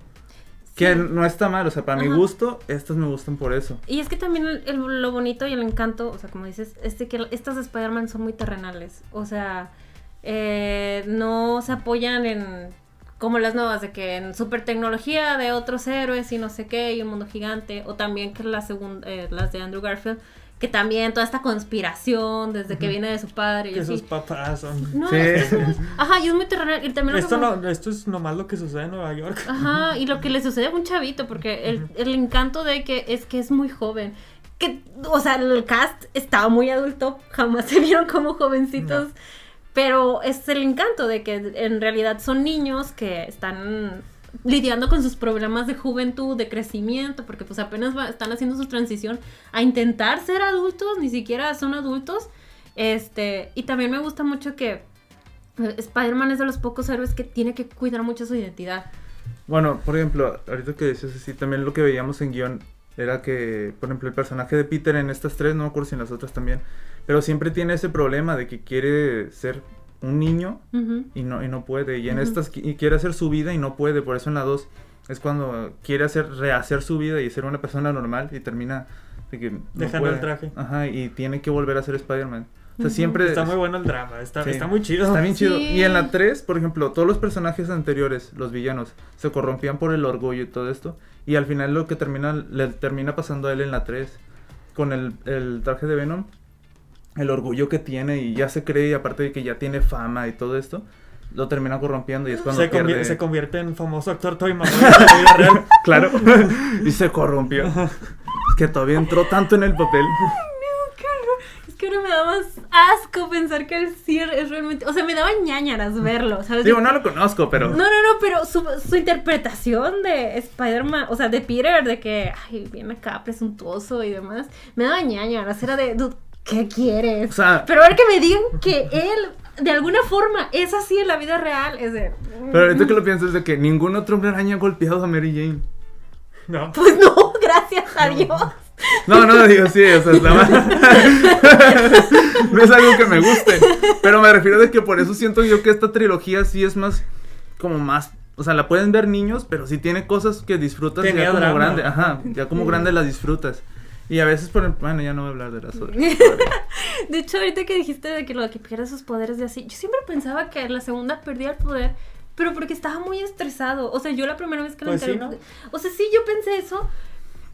Speaker 3: Que
Speaker 1: Sí.
Speaker 3: no está mal, o sea, para mi
Speaker 1: Ajá.
Speaker 3: gusto, estas me gustan por eso.
Speaker 1: Y es que también el- el- lo bonito y el encanto, o sea, como dices, es de que estas Spider-Man son muy terrenales. O sea, eh, no se apoyan en como las nuevas, de que en super tecnología de otros héroes y no sé qué, y un mundo gigante. O también que la segun- eh, las de Andrew Garfield, que también toda esta conspiración desde que viene de su padre. Y
Speaker 2: Que sus
Speaker 1: así.
Speaker 2: papás son...
Speaker 1: No,
Speaker 3: Sí.
Speaker 1: es que es muy- Ajá, y es muy terrenal. Y también lo que
Speaker 2: Esto,
Speaker 1: me-
Speaker 2: no, esto es nomás lo que sucede en Nueva York.
Speaker 1: Ajá, y lo que le sucede a un chavito, porque el, el encanto de que es que es muy joven. Que, o sea, el cast estaba muy adulto, jamás se vieron como jovencitos. Pero es el encanto de que en realidad son niños que están lidiando con sus problemas de juventud, de crecimiento, porque pues apenas va- están haciendo su transición a intentar ser adultos, ni siquiera son adultos. Este, y también me gusta mucho que eh, Spider-Man es de los pocos héroes que tiene que cuidar mucho su identidad.
Speaker 3: Bueno, por ejemplo, ahorita que decías así, también lo que veíamos en guión era que, por ejemplo, el personaje de Peter en estas tres, no me acuerdo si en las otras también, pero siempre tiene ese problema de que quiere ser un niño
Speaker 1: Ujú.
Speaker 3: y no, y no puede. Y en
Speaker 1: Ujú.
Speaker 3: estas qui- y quiere hacer su vida y no puede. Por eso en la 2 es cuando quiere hacer, rehacer su vida y ser una persona normal y termina de que no
Speaker 2: Dejando
Speaker 3: puede.
Speaker 2: el traje.
Speaker 3: Ajá, y tiene que volver a ser Spider-Man. O sea,
Speaker 1: Ujú.
Speaker 3: siempre
Speaker 2: Está muy bueno el drama, está,
Speaker 3: Sí.
Speaker 2: está muy chido.
Speaker 3: Está bien chido.
Speaker 1: Sí.
Speaker 3: Y en la 3, por ejemplo, todos los personajes anteriores, los villanos, se corrompían por el orgullo y todo esto. Y al final lo que termina, le termina pasando a él en la 3, con el, el traje de Venom, el orgullo que tiene y ya se cree, y aparte de que ya tiene fama y todo esto, lo termina corrompiendo y es cuando
Speaker 2: se, convi-
Speaker 3: pierde...
Speaker 2: se convierte en famoso actor Toy Maguire en la vida real.
Speaker 3: Claro. y se corrompió. Es que todavía entró tanto en el papel.
Speaker 1: No, qué horror. Es que ahora me da más asco pensar que el cierre es realmente. O sea, me daba ñañaras verlo, ¿sabes?
Speaker 3: Digo, no lo conozco, pero...
Speaker 1: No, no, no, pero su, su interpretación de Spider-Man, o sea, de Peter, de que, ay, viene acá presuntuoso y demás, me daba ñañaras. Era de, dude, ¿qué quieres?
Speaker 3: O sea,
Speaker 1: Pero ahora que me digan que él, de alguna forma, es así en la vida real, es de. mm,
Speaker 3: pero ahorita que lo piensas de que ningún otro hombre araña ha golpeado a Mary Jane.
Speaker 2: No.
Speaker 1: Pues no, gracias a Dios.
Speaker 3: No, no, digo sí, o sea, está mal. no es algo que me guste, pero me refiero de que por eso siento yo que esta trilogía sí es más, como más, o sea, la pueden ver niños, pero sí tiene cosas que disfrutas
Speaker 2: Tenía
Speaker 3: ya como
Speaker 2: drama.
Speaker 3: grande, ajá, ya como grande las disfrutas. Y a veces, por, bueno, ya no voy a hablar de las otras.
Speaker 1: De hecho, ahorita que dijiste de que lo de que pierde sus poderes de así, yo siempre pensaba que en la segunda perdía el poder, pero porque estaba muy estresado. O sea, yo la primera vez que
Speaker 2: Pues
Speaker 1: lo
Speaker 2: sí,
Speaker 1: interrumpí. O sea, sí, yo pensé eso.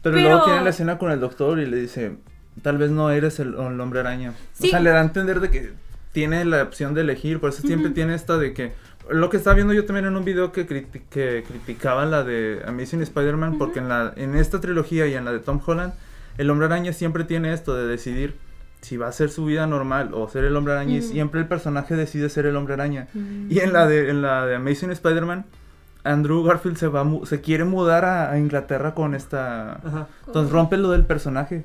Speaker 3: Pero,
Speaker 1: Pero-
Speaker 3: luego tiene la escena con el doctor y le dice, tal vez no eres el, el hombre araña.
Speaker 1: Sí.
Speaker 3: O sea, le da a entender de que tiene la opción de elegir, por eso siempre
Speaker 1: Ujú.
Speaker 3: tiene esta de que... Lo que estaba viendo yo también en un video que, criti- que criticaba la de Amazing Spider-Man, porque en, la, en esta trilogía y en la de Tom Holland, el hombre araña siempre tiene esto de decidir si va a ser su vida normal o ser el hombre araña, y
Speaker 1: Ujú.
Speaker 3: siempre el personaje decide ser el hombre araña. Y en la de, en la de Amazing Spider-Man, Andrew Garfield se va a mu- se quiere mudar a, a Inglaterra con esta.
Speaker 2: Ajá.
Speaker 3: Entonces rompe lo del personaje.
Speaker 1: Mm.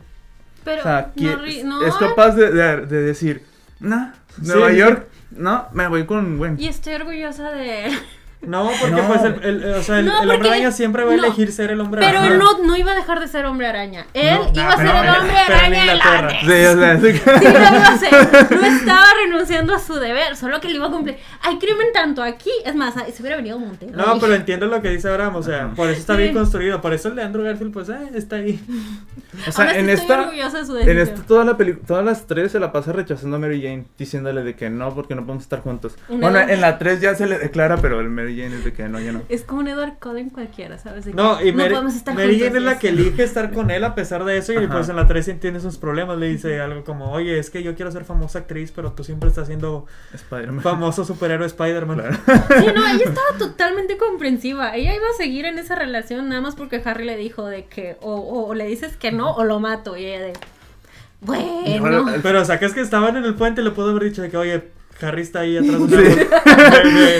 Speaker 1: Pero
Speaker 3: o sea,
Speaker 1: no,
Speaker 3: qui-
Speaker 1: ri- no, eh.
Speaker 3: es capaz de, de- de decir, no, Nueva
Speaker 2: sí.
Speaker 3: York, no, me voy con Gwen.
Speaker 1: y estoy orgullosa de él.
Speaker 2: No, porque
Speaker 3: No.
Speaker 2: pues el, el- el- o sea, el,
Speaker 1: No,
Speaker 2: el hombre
Speaker 1: porque-
Speaker 2: araña siempre va a
Speaker 1: no.
Speaker 2: elegir ser el hombre
Speaker 1: Pero
Speaker 2: araña.
Speaker 1: él no, no iba a dejar de ser hombre araña. Él
Speaker 3: No, no,
Speaker 1: iba a ser
Speaker 3: pero
Speaker 1: el
Speaker 3: en-
Speaker 1: hombre
Speaker 2: pero en
Speaker 1: araña de
Speaker 2: Inglaterra.
Speaker 1: Londres.
Speaker 3: Sí, o sea, así que-
Speaker 1: Sí, lo iba a hacer. No estaba renunciando a su deber, solo que le iba a cumplir. Hay crimen tanto aquí, es más, se hubiera venido Montero.
Speaker 2: No, pero entiendo lo que dice Abraham, o sea,
Speaker 3: Ajá.
Speaker 2: por eso está
Speaker 1: Sí.
Speaker 2: bien construido, por eso el de Andrew Garfield, pues, eh, está ahí.
Speaker 3: o sea, en esta,
Speaker 1: estoy orgullosa de su
Speaker 3: en
Speaker 1: decisión.
Speaker 3: esta toda la peli- todas las tres se la pasa rechazando a Mary Jane, diciéndole de que no, porque no podemos estar juntos.
Speaker 1: Una-
Speaker 3: Bueno, en la tres ya se le declara, pero el Mary Jane es de que no, ya no.
Speaker 1: Es como un Edward Cullen cualquiera, ¿sabes? De que
Speaker 2: No, y Mary,
Speaker 1: podemos estar
Speaker 2: Mary
Speaker 1: juntos,
Speaker 2: Jane es la
Speaker 1: yes.
Speaker 2: que elige estar con él a pesar de eso y
Speaker 3: Ajá.
Speaker 2: pues en la 3 entiende sus problemas, le dice algo como, oye, es que yo quiero ser famosa actriz, pero tú siempre estás siendo
Speaker 3: Spider-Man.
Speaker 2: famoso superhéroe Spider-Man.
Speaker 3: Claro.
Speaker 1: Sí, no, ella estaba totalmente comprensiva. Ella iba a seguir en esa relación nada más porque Harry le dijo de que o, o- o le dices que no o lo mato. Y ella de, bueno.
Speaker 3: Ahora,
Speaker 2: Pero o sea, que es que estaban en el puente y le pudo haber dicho de que, oye, Harry está ahí atrás de un
Speaker 3: Sí.
Speaker 2: árbol". Ve, ve.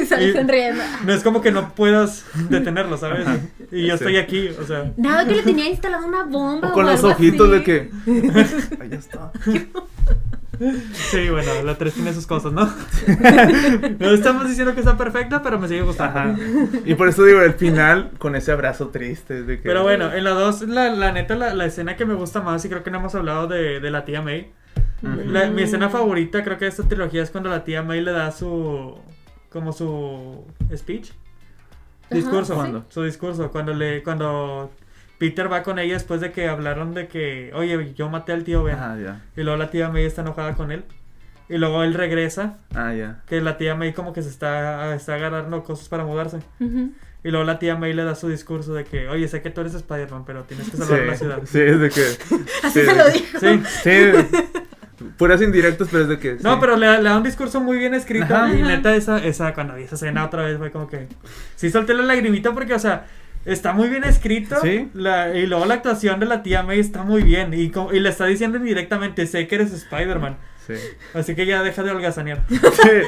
Speaker 3: eh,
Speaker 1: Sale
Speaker 2: y-
Speaker 1: sonriendo.
Speaker 2: No es como que no puedas detenerlo, ¿sabes?
Speaker 3: Ajá.
Speaker 2: Y yo
Speaker 3: Sí.
Speaker 2: estoy aquí, o sea.
Speaker 1: Nada que le tenía instalada una bomba.
Speaker 3: O con
Speaker 1: o
Speaker 3: los
Speaker 1: algo
Speaker 3: ojitos
Speaker 1: así.
Speaker 3: de que. Ahí está.
Speaker 2: Sí, bueno, la 3 tiene sus cosas, ¿no? No estamos diciendo que está perfecta, pero me sigue gustando.
Speaker 3: Ajá. Ah, Y por eso digo, el final con ese abrazo triste. De que... Ah,
Speaker 2: Pero bueno, en la 2, la, la neta, la, la escena que me gusta más, y creo que no hemos hablado de, de la tía May. La-
Speaker 3: Mm.
Speaker 2: mi escena favorita, creo que de esta trilogía, es cuando la tía May le da su. como su. speech.
Speaker 1: Ajá,
Speaker 2: Discurso.
Speaker 1: sí.
Speaker 3: ¿Cuándo?
Speaker 2: Su discurso. Cuando le. cuando Peter va con ella después de que hablaron de que. Oye, yo maté al tío Ben.
Speaker 3: Ah, ya.
Speaker 2: Y luego la tía May está enojada con él. Y luego él regresa.
Speaker 3: Ah, ya.
Speaker 2: Que la tía May como que se está, está agarrando cosas para mudarse.
Speaker 1: Ujú.
Speaker 2: Y luego la tía May le da su discurso de que, oye, sé que tú eres Spider-Man, pero tienes que
Speaker 3: Sí,
Speaker 2: salvar la ciudad.
Speaker 3: sí, es de que.
Speaker 1: Así
Speaker 3: Sí.
Speaker 1: se lo dijo.
Speaker 2: Sí.
Speaker 3: Sí. Puras indirectas, pero es de que.
Speaker 2: No,
Speaker 3: sí.
Speaker 2: pero le, le da un discurso muy bien escrito.
Speaker 3: Ajá.
Speaker 2: Y neta, esa, esa, cuando vi esa escena otra vez, fue como que. Sí, solté la lagrimita porque, o sea, está muy bien escrito.
Speaker 3: Sí.
Speaker 2: la- y luego la actuación de la tía May está muy bien. Y, co- y le está diciendo indirectamente, sé que eres Spider-Man.
Speaker 3: Sí.
Speaker 2: Así que ya deja de holgazanear.
Speaker 3: Sí,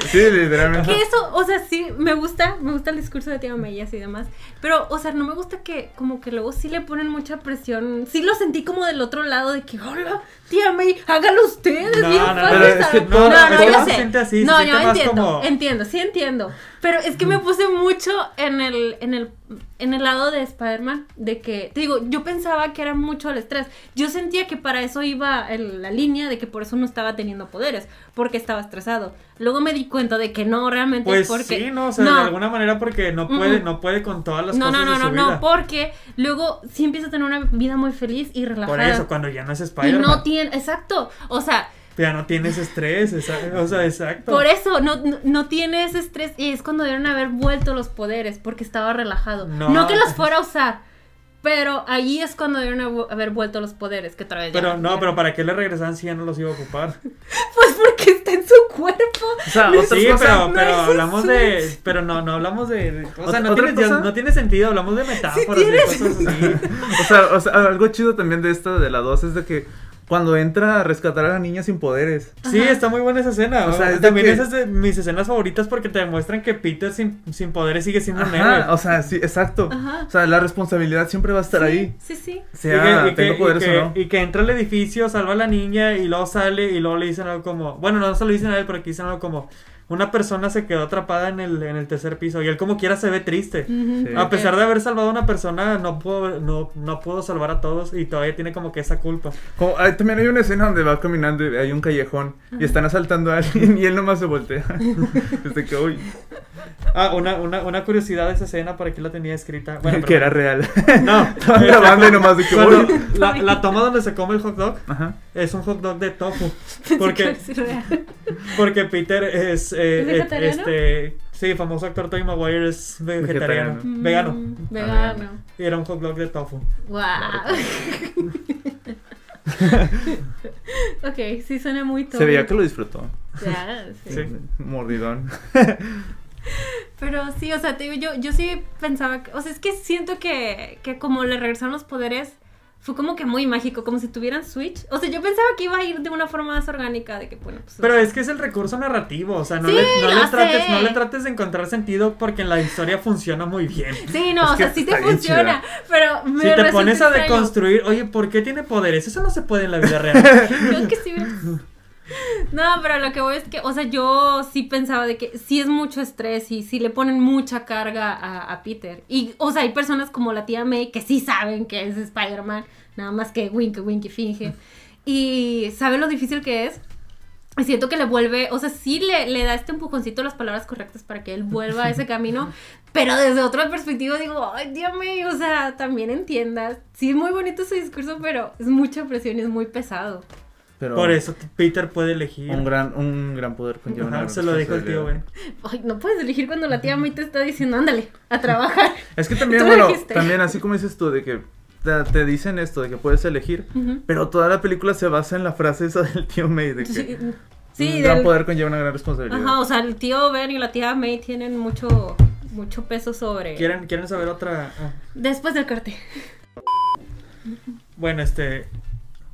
Speaker 3: sí, literalmente.
Speaker 1: Que eso, o sea, sí, me gusta, me gusta el discurso de Tía May y así demás. Pero, o sea, no me gusta que como que luego sí le ponen mucha presión. Sí lo sentí como del otro lado de que, hola, Tía May, hágalo ustedes.
Speaker 2: No,
Speaker 1: bien
Speaker 2: no,
Speaker 1: fácil,
Speaker 3: pero es que
Speaker 1: ¿sabes?
Speaker 3: todo-
Speaker 1: no, no,
Speaker 3: todo
Speaker 1: yo
Speaker 3: se
Speaker 1: sé.
Speaker 2: siente así, se
Speaker 1: no,
Speaker 2: siente
Speaker 1: yo
Speaker 2: más
Speaker 1: entiendo,
Speaker 2: como-
Speaker 1: entiendo, sí entiendo. Pero es que me puse mucho en el, en el, en el lado de Spider-Man, de que, te digo, yo pensaba que era mucho el estrés. Yo sentía que para eso iba el- la línea, de que por eso no estaba teniendo poderes, porque estaba estresado. Luego me di cuenta de que no, realmente
Speaker 2: Pues
Speaker 1: es porque...
Speaker 2: sí, no, o sea, de alguna manera porque no puede,
Speaker 1: Mm-mm.
Speaker 2: no puede con todas las
Speaker 1: no,
Speaker 2: cosas
Speaker 1: no, no,
Speaker 2: de
Speaker 1: no,
Speaker 2: su
Speaker 1: no,
Speaker 2: vida.
Speaker 1: porque luego sí empieza a tener una vida muy feliz y relajada.
Speaker 2: Por eso, cuando ya no es
Speaker 1: y
Speaker 2: Spider-Man,
Speaker 1: no tiene, exacto, o sea,
Speaker 2: ya no tienes estrés, esa- o sea, exacto.
Speaker 1: Por eso, no, no- no tiene ese estrés y es cuando debieron haber vuelto los poderes porque estaba relajado.
Speaker 2: No. pues,
Speaker 1: No, que los fuera a usar, pero ahí es cuando debieron haber- haber vuelto los poderes, que otra vez ya
Speaker 2: Pero no, pero
Speaker 1: tuvieron.
Speaker 2: ¿para qué le regresaban si ya no los iba a ocupar?
Speaker 1: Pues porque está en su cuerpo.
Speaker 3: O sea, otras
Speaker 2: Sí,
Speaker 3: cosas.
Speaker 2: pero,
Speaker 1: no
Speaker 2: pero
Speaker 1: es un
Speaker 2: hablamos de. Pero no, no hablamos de. de- O sea, no
Speaker 3: ¿Otra
Speaker 2: tiene, ya-
Speaker 3: cosa?
Speaker 2: no tiene sentido, hablamos de metáforas, de cosas así.
Speaker 3: O sea, o sea, algo chido también de esta de la 2 es de que cuando entra a rescatar a la niña sin poderes.
Speaker 2: Sí,
Speaker 1: Ajá.
Speaker 2: está muy buena esa escena.
Speaker 3: O
Speaker 2: O sea,
Speaker 3: sea, es de
Speaker 2: también
Speaker 3: que-
Speaker 2: esa es de mis escenas favoritas porque te demuestran que Peter sin, sin poderes sigue siendo un héroe.
Speaker 3: Ajá, o sea, sí, exacto.
Speaker 1: Ajá.
Speaker 3: O sea, la responsabilidad siempre va a estar ahí.
Speaker 1: Sí, sí.
Speaker 2: Y que-
Speaker 3: Sea,
Speaker 2: y que-
Speaker 3: tengo
Speaker 2: y
Speaker 3: poderes
Speaker 2: que-
Speaker 3: o no.
Speaker 2: Y que entra al edificio, salva a la niña y luego sale y luego le dicen algo como. Bueno, no se lo dicen a él, pero aquí dicen algo como. Una persona se quedó atrapada en el, en el tercer piso y él, como quiera, se ve triste.
Speaker 1: Ujú.
Speaker 3: Sí.
Speaker 2: A pesar de haber salvado a una persona, no pudo, no, no pudo salvar a todos y todavía tiene como que esa culpa.
Speaker 3: Como- ah, también hay una escena donde va caminando y hay un callejón y están asaltando a alguien y él nomás se voltea. Desde que, uy,
Speaker 2: Ah, una, una, una curiosidad de esa escena, por aquí la tenía escrita. Bueno,
Speaker 3: que
Speaker 2: pero-
Speaker 3: era real.
Speaker 2: No,
Speaker 3: Toda la banda y nomás de que,
Speaker 2: Cuando
Speaker 3: uy.
Speaker 2: la, la toma donde se come el hot dog
Speaker 3: Ajá.
Speaker 2: es un hot dog de tofu.
Speaker 1: Pensé que iba a
Speaker 2: Porque,
Speaker 1: decir real.
Speaker 2: porque Peter es. eh,
Speaker 1: ¿Es
Speaker 2: eh,
Speaker 1: vegetariano?
Speaker 2: este, sí, famoso actor Tobey Maguire es vegetariano.
Speaker 3: Vegetariano.
Speaker 2: Vegano.
Speaker 1: Mm, vegano.
Speaker 2: Y era un hot dog de tofu.
Speaker 1: Wow. ok, sí suena muy todo.
Speaker 3: Se veía que lo disfrutó.
Speaker 1: Ya, sí.
Speaker 2: Sí.
Speaker 3: Mordidón.
Speaker 1: Pero sí, o sea, te digo, yo, yo sí pensaba, que- o sea, es que siento que, que como le regresaron los poderes, fue como que muy mágico, como si tuvieran Switch. O sea, yo pensaba que iba a ir de una forma más orgánica, de que, bueno, pues...
Speaker 2: Pero es que es el recurso narrativo, o sea, no,
Speaker 1: Sí,
Speaker 2: le, no,
Speaker 1: lo
Speaker 2: le trates,
Speaker 1: sé.
Speaker 2: no le trates de encontrar sentido porque en la historia funciona muy bien.
Speaker 1: Sí, no,
Speaker 3: Es
Speaker 1: o sea,
Speaker 3: que
Speaker 1: sí te
Speaker 3: está bien
Speaker 1: funciona, pero me
Speaker 2: Si te
Speaker 1: resulta
Speaker 2: pones a
Speaker 1: extraño.
Speaker 2: deconstruir, oye, ¿por qué tiene poderes? Eso no se puede en la vida real.
Speaker 1: Creo que sí. ¿verdad? No, pero lo que voy es que, o sea, yo sí pensaba de que sí es mucho estrés y sí le ponen mucha carga a, a Peter. Y, o sea, hay personas como la tía May que sí saben que es Spider-Man, nada más que Winky Winky finge. Y saben lo difícil que es. Y siento que le vuelve, o sea, sí le, le da este empujoncito a las palabras correctas para que él vuelva a ese camino, pero desde otra perspectiva digo, ay, Dios mío, o sea, también entiendas. Sí, es muy bonito su discurso, pero es mucha presión y es muy pesado.
Speaker 3: Pero
Speaker 2: Por eso Peter puede elegir.
Speaker 3: Un gran, un gran poder conlleva una
Speaker 2: Ajá,
Speaker 3: gran
Speaker 2: se lo dijo el tío Ben.
Speaker 3: responsabilidad.
Speaker 1: Ay, no puedes elegir cuando la tía May te está diciendo, ándale, a trabajar.
Speaker 3: Es que también,
Speaker 1: Tú lo
Speaker 3: bueno,
Speaker 1: dijiste.
Speaker 3: también así como dices tú, de que te, te dicen esto, de que puedes elegir,
Speaker 1: Ujú.
Speaker 3: pero toda la película se basa en la frase esa del tío May, de que
Speaker 1: Sí,
Speaker 3: un
Speaker 1: sí
Speaker 3: gran
Speaker 1: del-
Speaker 3: poder conlleva una gran responsabilidad.
Speaker 1: Ajá, o sea, el tío Ben y la tía May tienen mucho, mucho peso sobre...
Speaker 2: ¿Quieren, ¿Quieren saber otra? Ah,
Speaker 1: Después del corte.
Speaker 2: Bueno, este.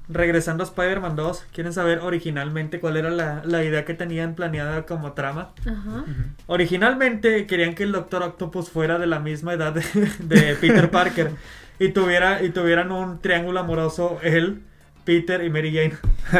Speaker 2: Regresando a Spider-Man 2, ¿quieren saber originalmente cuál era la, la idea que tenían planeada como trama?
Speaker 1: Ajá.
Speaker 2: Originalmente querían que el Doctor Octopus fuera de la misma edad de, de Peter Parker y, tuviera, y tuvieran un triángulo amoroso él, Peter y Mary Jane.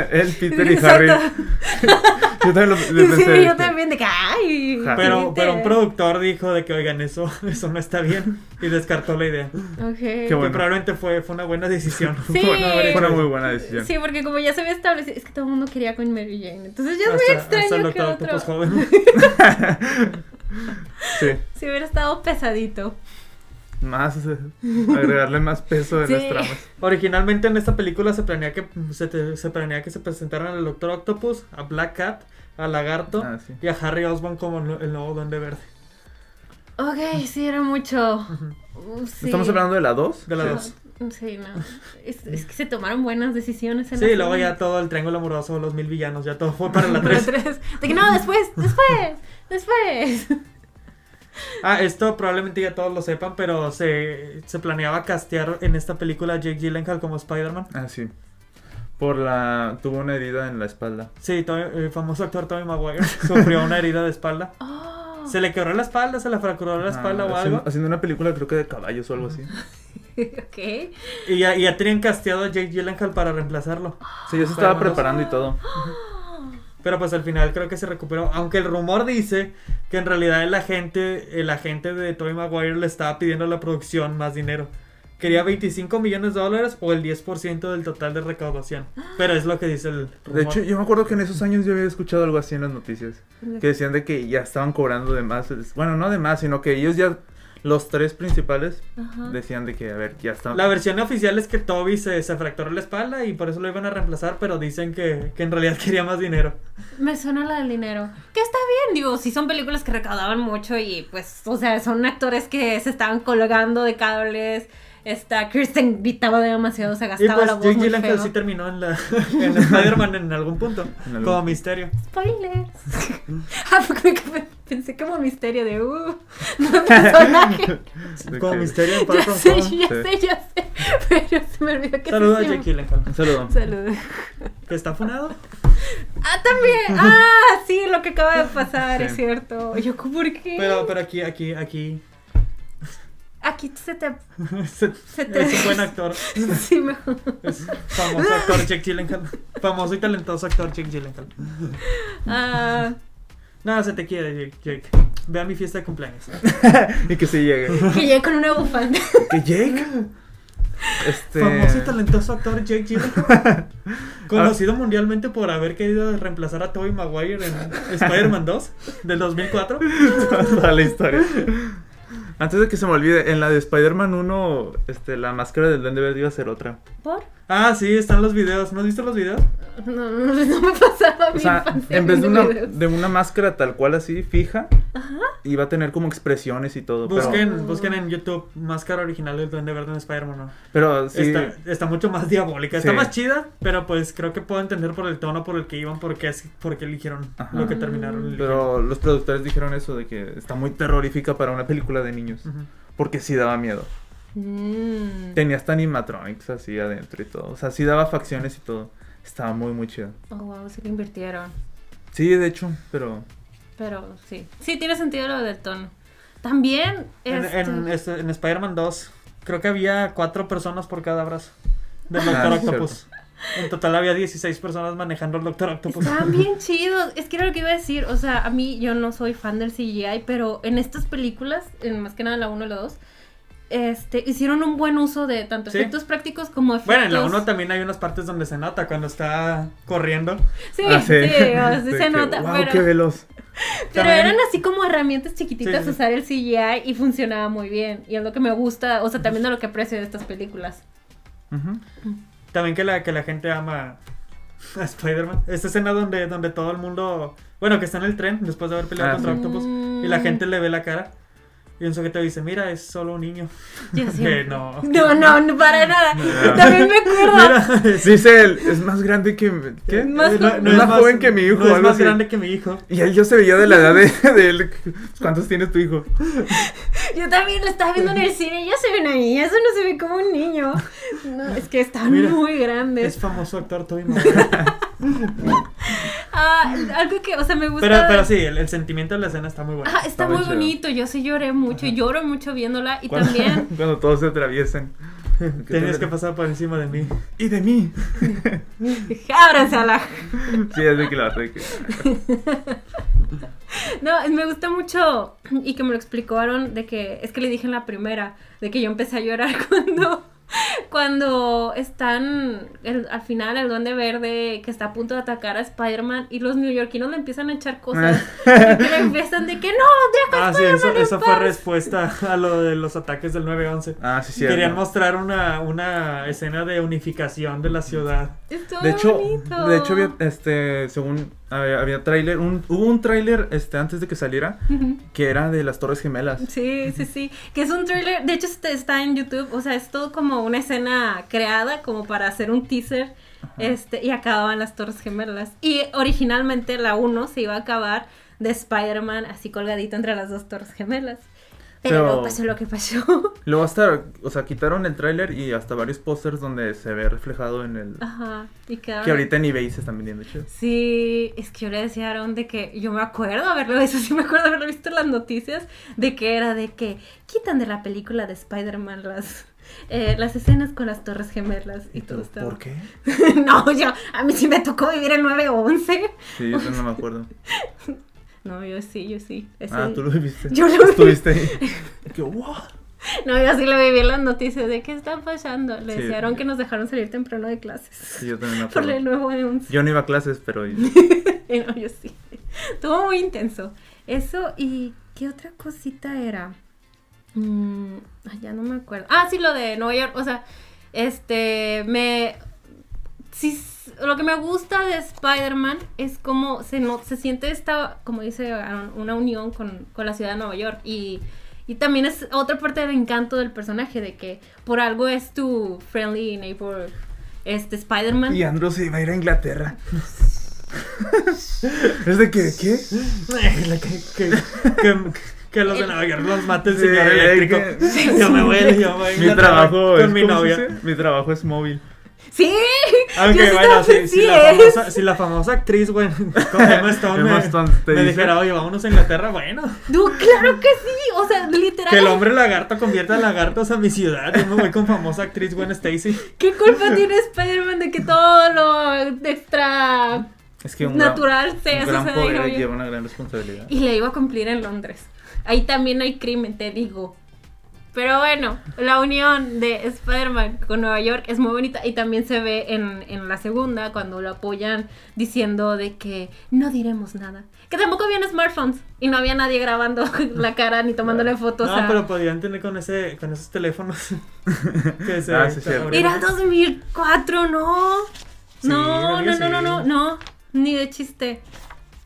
Speaker 3: Él, Peter y
Speaker 1: Exacto.
Speaker 3: Harry. este. Yo también lo, lo
Speaker 1: Sí,
Speaker 3: pensé.
Speaker 1: yo
Speaker 3: que-
Speaker 1: también de que, ay.
Speaker 3: Ja.
Speaker 1: Peter.
Speaker 2: Pero, pero un productor dijo de que, oigan, eso, eso no está bien y descartó la idea.
Speaker 1: Ok.
Speaker 3: Qué bueno.
Speaker 2: Que probablemente fue, fue una buena decisión.
Speaker 1: Sí.
Speaker 2: Por no haber hecho
Speaker 3: Fue una
Speaker 2: eso.
Speaker 3: muy buena decisión.
Speaker 1: Sí, porque como ya se había establecido, es que todo el mundo quería con Mary Jane. Entonces ya es muy
Speaker 2: Hasta- hasta el
Speaker 1: extraño que
Speaker 2: Doctor
Speaker 1: otro.
Speaker 2: Octopus joven.
Speaker 3: Sí.
Speaker 1: Si hubiera estado pesadito.
Speaker 3: Más, eh, agregarle más peso en las
Speaker 1: Sí.
Speaker 3: tramas.
Speaker 2: Originalmente en esta película se planea que se, te- se planea que se presentaran al Doctor Octopus, a Black Cat, a Lagarto
Speaker 3: Ah, sí.
Speaker 2: y a Harry Osborn como nu- el nuevo Duende Verde.
Speaker 1: Ok, sí, era mucho. Uh, sí.
Speaker 3: ¿Estamos hablando de la 2?
Speaker 2: De la
Speaker 3: Sí.
Speaker 2: dos.
Speaker 1: Sí, no. Es, es que se tomaron buenas decisiones en
Speaker 2: Sí,
Speaker 1: la
Speaker 2: y luego
Speaker 1: serie.
Speaker 2: ya todo el triángulo amoroso, los mil villanos, ya todo fue para la
Speaker 1: Pero
Speaker 2: 3.
Speaker 1: tres. De que no, después, después, después.
Speaker 2: Ah, esto probablemente ya todos lo sepan, pero se, se planeaba castear en esta película a Jake Gyllenhaal como Spider-Man.
Speaker 3: Ah, sí. Por la... Tuvo una herida en la espalda.
Speaker 2: Sí, Tobey- el famoso actor Tommy Maguire sufrió una herida de espalda.
Speaker 1: Oh.
Speaker 2: Se le quebró la espalda, se le fracturó la espalda
Speaker 3: Ah,
Speaker 2: o
Speaker 3: haciendo,
Speaker 2: algo.
Speaker 3: haciendo una película creo que de caballos o algo así.
Speaker 1: Ah. Ok.
Speaker 2: Y ya, y ya tenían casteado a Jake Gyllenhaal para reemplazarlo.
Speaker 3: Sí, yo se estaba
Speaker 2: Spider-Man dos.
Speaker 3: preparando y todo.
Speaker 2: Pero pues al final creo que se recuperó. Aunque el rumor dice que en realidad el agente, el agente de Tobey Maguire le estaba pidiendo a la producción más dinero. Quería 25 millones de dólares o el 10% del total de recaudación. Pero es lo que dice el rumor.
Speaker 3: De hecho, yo me acuerdo que en esos años yo había escuchado algo así en las noticias. Que decían de que ya estaban cobrando de más. Bueno, no de más, sino que ellos ya, los tres principales,
Speaker 1: Ajá.
Speaker 3: decían de que, a ver, ya está.
Speaker 2: La versión oficial es que Toby se, se fracturó la espalda y por eso lo iban a reemplazar, pero dicen que, que en realidad quería más dinero.
Speaker 1: Me suena la del dinero. Que está bien, digo, si son películas que recaudaban mucho y pues, o sea, son actores que se estaban colgando de cables. Esta Kristen gritaba demasiado, se
Speaker 2: Y
Speaker 1: gastaba
Speaker 2: pues
Speaker 1: la voz
Speaker 2: Jake
Speaker 1: muy
Speaker 2: Gyllenhaal
Speaker 1: feo.
Speaker 2: sí terminó en, la, en Spider-Man en algún punto,
Speaker 3: En algún-
Speaker 2: como misterio.
Speaker 1: Spoilers. ah, porque me- pensé como misterio de uh, no personaje.
Speaker 3: De
Speaker 2: Como
Speaker 3: que-
Speaker 2: misterio en Far
Speaker 1: ya
Speaker 2: From
Speaker 1: sé,
Speaker 2: Home.
Speaker 1: ya
Speaker 3: sí.
Speaker 1: sé, ya sé. Pero se me olvidó que
Speaker 2: Saludos a
Speaker 1: sí-
Speaker 2: Jake Gyllenhaal.
Speaker 3: Un saludo.
Speaker 1: Saludos.
Speaker 2: ¿Que está funado?
Speaker 1: Ah, también. Ah, sí, lo que acaba de pasar,
Speaker 3: Sí.
Speaker 1: es cierto. Yo, ¿por qué?
Speaker 2: Pero, pero aquí, aquí, aquí.
Speaker 1: Aquí se te.
Speaker 2: se-
Speaker 1: Se te-
Speaker 2: Es un buen actor.
Speaker 1: Sí, mejor.
Speaker 2: Es famoso actor Jake Gyllenhaal. Famoso y talentoso actor Jake Gyllenhaal.
Speaker 1: Ah,
Speaker 2: Nada, se te quiere, Jake. Jake. Ve a mi fiesta de cumpleaños.
Speaker 3: y que se llegue.
Speaker 1: que llegué con una bufanda.
Speaker 3: ¿Que Jake? Este...
Speaker 2: Famoso y talentoso actor Jake Gyllenhaal. Conocido mundialmente por haber querido reemplazar a Tobey Maguire en Spider-Man 2 del 2004.
Speaker 3: Toda la historia. Antes de que se me olvide, en la de Spider-Man 1, este, la máscara del Duende Verde iba a ser otra.
Speaker 1: ¿Por?
Speaker 2: Ah, sí, están los videos. ¿No has visto los videos?
Speaker 1: No, no, no me pasaba mi
Speaker 3: O sea,
Speaker 1: infancia
Speaker 3: en vez de
Speaker 1: viendo
Speaker 3: una,
Speaker 1: videos.
Speaker 3: de una máscara tal cual así, fija, iba a tener como expresiones y todo. Pero,
Speaker 2: Busquen, busquen en YouTube Máscara Original del Duende Verde en Spider-Man. ¿no?
Speaker 3: pero sí,
Speaker 2: Está, está mucho más diabólica. Está
Speaker 3: Sí.
Speaker 2: más chida, pero pues creo que puedo entender por el tono por el que iban, por qué, es- por qué eligieron
Speaker 3: Ajá. Mm,
Speaker 2: lo que terminaron. eligiendo.
Speaker 3: pero los productores dijeron eso, de que está muy terrorífica para una película de niños.
Speaker 2: Ujú.
Speaker 3: Porque sí daba miedo.
Speaker 1: Mm,
Speaker 3: Tenía hasta animatronics así adentro y todo. O sea, sí daba facciones y todo. Estaba muy, muy chido.
Speaker 1: Oh, wow, sí que invirtieron.
Speaker 3: Sí, de hecho, pero...
Speaker 1: Pero sí. Sí, tiene sentido lo del tono. También.
Speaker 2: En,
Speaker 1: Este...
Speaker 2: en, este- en Spider-Man 2, creo que había cuatro personas por cada brazo del
Speaker 3: Ah,
Speaker 2: Doctor
Speaker 3: sí,
Speaker 2: Octopus. En total había 16 personas manejando el Doctor Octopus.
Speaker 1: Estaban bien chidos. Es que era lo que iba a decir. O sea, a mí yo no soy fan del CGI, pero en estas películas, en más que nada la 1 y la 2, este, hicieron un buen uso de tanto
Speaker 2: Sí.
Speaker 1: efectos prácticos como efectos.
Speaker 2: Bueno, en la 1 también hay unas partes donde se nota cuando está corriendo.
Speaker 1: Sí,
Speaker 3: Ah,
Speaker 1: sí, o sea, sí
Speaker 3: De
Speaker 1: se
Speaker 3: que,
Speaker 1: nota.
Speaker 3: "Guau,
Speaker 1: pero
Speaker 3: qué veloz.
Speaker 1: pero
Speaker 2: También-
Speaker 1: eran así como herramientas chiquititas
Speaker 2: Sí, sí.
Speaker 1: usar el CGI y funcionaba muy bien. Y es lo que me gusta, o sea, también de lo que aprecio de estas películas.
Speaker 3: Ujú.
Speaker 2: También que la, que la gente ama a Spider-Man. Esta escena donde, donde todo el mundo. Bueno, que está en el tren después de haber peleado
Speaker 3: Ah,
Speaker 2: contra
Speaker 1: sí.
Speaker 2: Octopus. Y la gente le ve la cara. Y un sujeto dice: Mira, es solo un niño.
Speaker 1: Yo
Speaker 2: Que
Speaker 1: siempre-
Speaker 2: no.
Speaker 1: No, no, no, para nada.
Speaker 3: No.
Speaker 1: También me acuerdo.
Speaker 2: Mira, es-
Speaker 3: Dice él, es más grande que... mi- ¿Qué?
Speaker 1: Más
Speaker 2: no- no
Speaker 3: es más
Speaker 2: más-
Speaker 3: joven que mi hijo,
Speaker 2: No es
Speaker 3: algo
Speaker 2: más
Speaker 3: así.
Speaker 2: grande que mi hijo.
Speaker 3: Y él yo se veía de la edad de, de él. ¿Cuántos tienes tu hijo?
Speaker 1: Yo también lo estaba viendo en el cine, ya se ve una niña, eso no se ve como un niño. No, es que están
Speaker 2: Mira,
Speaker 1: muy grandes.
Speaker 2: Es famoso actor Tobey Maguire.
Speaker 1: Ah, algo que, o sea, me gusta.
Speaker 2: pero, pero sí, el, el sentimiento de la escena está muy bueno.
Speaker 1: Ah, está,
Speaker 3: Está
Speaker 1: muy
Speaker 3: muy chido.
Speaker 1: bonito, yo sí lloré mucho, y lloro mucho viéndola y
Speaker 3: Cuando,
Speaker 1: también
Speaker 3: cuando todos se atraviesan.
Speaker 2: Tenías que pasar por encima de mí.
Speaker 3: Y de mí.
Speaker 1: ábranse a la...
Speaker 3: Sí, es de que lo hace. de que-
Speaker 1: No, me gusta mucho y que me lo explicaron de que es que le dije en la primera de que yo empecé a llorar cuando cuando están el- al final el duende verde que está a punto de atacar a Spider-Man y los neoyorquinos le empiezan a echar cosas y que le empiezan de que no, deja a
Speaker 2: Ah, sí,
Speaker 1: Spider-Man
Speaker 2: eso,
Speaker 1: en
Speaker 2: esa fue
Speaker 1: paz".
Speaker 2: respuesta a lo de los ataques del 9-11.
Speaker 3: Ah, sí, sí.
Speaker 2: Querían mostrar una, una escena de unificación de la ciudad.
Speaker 1: Estuvo
Speaker 3: De hecho,
Speaker 1: bonito.
Speaker 3: de hecho había, este, según, había, había tráiler, un, hubo un tráiler, este, antes de que saliera,
Speaker 1: Ujú.
Speaker 3: que era de las Torres Gemelas.
Speaker 1: Sí, sí, sí. Que es un thriller. De hecho, este está en YouTube. O sea, es todo como una escena creada como para hacer un teaser. Este, y acababan las Torres Gemelas. Y originalmente la 1 se iba a acabar de Spider-Man así colgadito entre las dos Torres Gemelas. Pero,
Speaker 3: Pero-
Speaker 1: luego pasó lo que pasó.
Speaker 3: Luego hasta, o sea, quitaron el tráiler y hasta varios pósters donde se ve reflejado en el...
Speaker 1: Ajá. Y quedaron.
Speaker 3: Que ahorita en eBay se están vendiendo chido.
Speaker 1: Sí, es que yo le decía a Aaron de que yo me acuerdo haberlo visto, sí me acuerdo haberlo visto en las noticias, de que era de que quitan de la película de Spider-Man las, eh, las escenas con las torres gemelas y, todo
Speaker 3: tú,
Speaker 1: estaba-
Speaker 3: ¿Por qué?
Speaker 1: no, yo, a mí sí me tocó vivir el 9-11.
Speaker 3: Sí, yo no me acuerdo.
Speaker 1: No, yo sí, yo sí. Ese-
Speaker 3: Ah, tú lo viste.
Speaker 1: Yo lo vi.
Speaker 3: Estuviste ahí. Que, "What?".
Speaker 1: No, yo sí lo viví en las noticias de qué está pasando. Le
Speaker 3: Sí.
Speaker 1: desearon que nos dejaron salir temprano de clases
Speaker 3: Sí, yo también me
Speaker 1: por
Speaker 3: acuerdo.
Speaker 1: el nuevo anuncio.
Speaker 3: Yo no iba a clases, pero
Speaker 1: Y no, yo sí. Estuvo muy intenso. Eso, ¿y qué otra cosita era? Mm, ay, ya no me acuerdo. Ah, sí, lo de Nueva York. O sea, este, me... Sí, s- lo que me gusta de Spider-Man es como se, no, se siente esta, como dice Aaron, una unión con, con la ciudad de Nueva York. Y, y también es otra parte del encanto del personaje, de que por algo es tu friendly neighbor, este Spider-Man.
Speaker 3: Y Andrew se iba a ir a Inglaterra. es de que, ¿qué?
Speaker 2: que, que, que, que los de Nueva York los mate el
Speaker 3: Sí,
Speaker 2: señor
Speaker 3: eh,
Speaker 2: eléctrico.
Speaker 3: que-
Speaker 2: Yo me voy, yo me voy. a
Speaker 3: Mi
Speaker 2: Inglaterra
Speaker 3: trabajo es.
Speaker 2: con mi
Speaker 3: ¿cómo se
Speaker 2: novia.
Speaker 3: dice? Mi trabajo es móvil.
Speaker 1: Sí,
Speaker 2: Aunque
Speaker 1: Yo sí
Speaker 2: Ah, bueno,
Speaker 1: también
Speaker 2: si,
Speaker 1: sí
Speaker 2: si, la
Speaker 1: es.
Speaker 2: famosa, si la famosa actriz, bueno, como Emma Stone,
Speaker 3: Emma
Speaker 2: me-
Speaker 3: Stone te
Speaker 2: me,
Speaker 3: dice.
Speaker 2: dijera, oye, vámonos a Inglaterra, bueno.
Speaker 1: Du, claro que sí, o sea, literal.
Speaker 2: Que el hombre lagarto convierta lagartos a mi ciudad. Yo me voy con famosa actriz Gwen Stacy.
Speaker 1: ¿Qué culpa tiene Spider-Man de que todo lo extra
Speaker 3: Es que un
Speaker 1: natural
Speaker 3: gran,
Speaker 1: sea
Speaker 3: un gran
Speaker 1: suceda en
Speaker 3: poder
Speaker 1: Nueva York?
Speaker 3: lleva una gran responsabilidad.
Speaker 1: Y le iba a cumplir en Londres. Ahí también hay crimen, te digo. Pero bueno, la unión de Spider-Man con Nueva York es muy bonita y también se ve en, en la segunda cuando lo apoyan diciendo de que no diremos nada. Que tampoco habían smartphones y no había nadie grabando la cara ni tomándole fotos.
Speaker 2: No,
Speaker 1: a-
Speaker 2: pero podrían tener con ese, con esos teléfonos. que se
Speaker 3: Ah, sí, cierto.
Speaker 2: abren.
Speaker 1: Era 2004, no.
Speaker 2: Sí,
Speaker 1: no,
Speaker 2: creo
Speaker 1: no,
Speaker 2: que
Speaker 1: no, no,
Speaker 2: sí.
Speaker 1: no, no. Ni de chiste.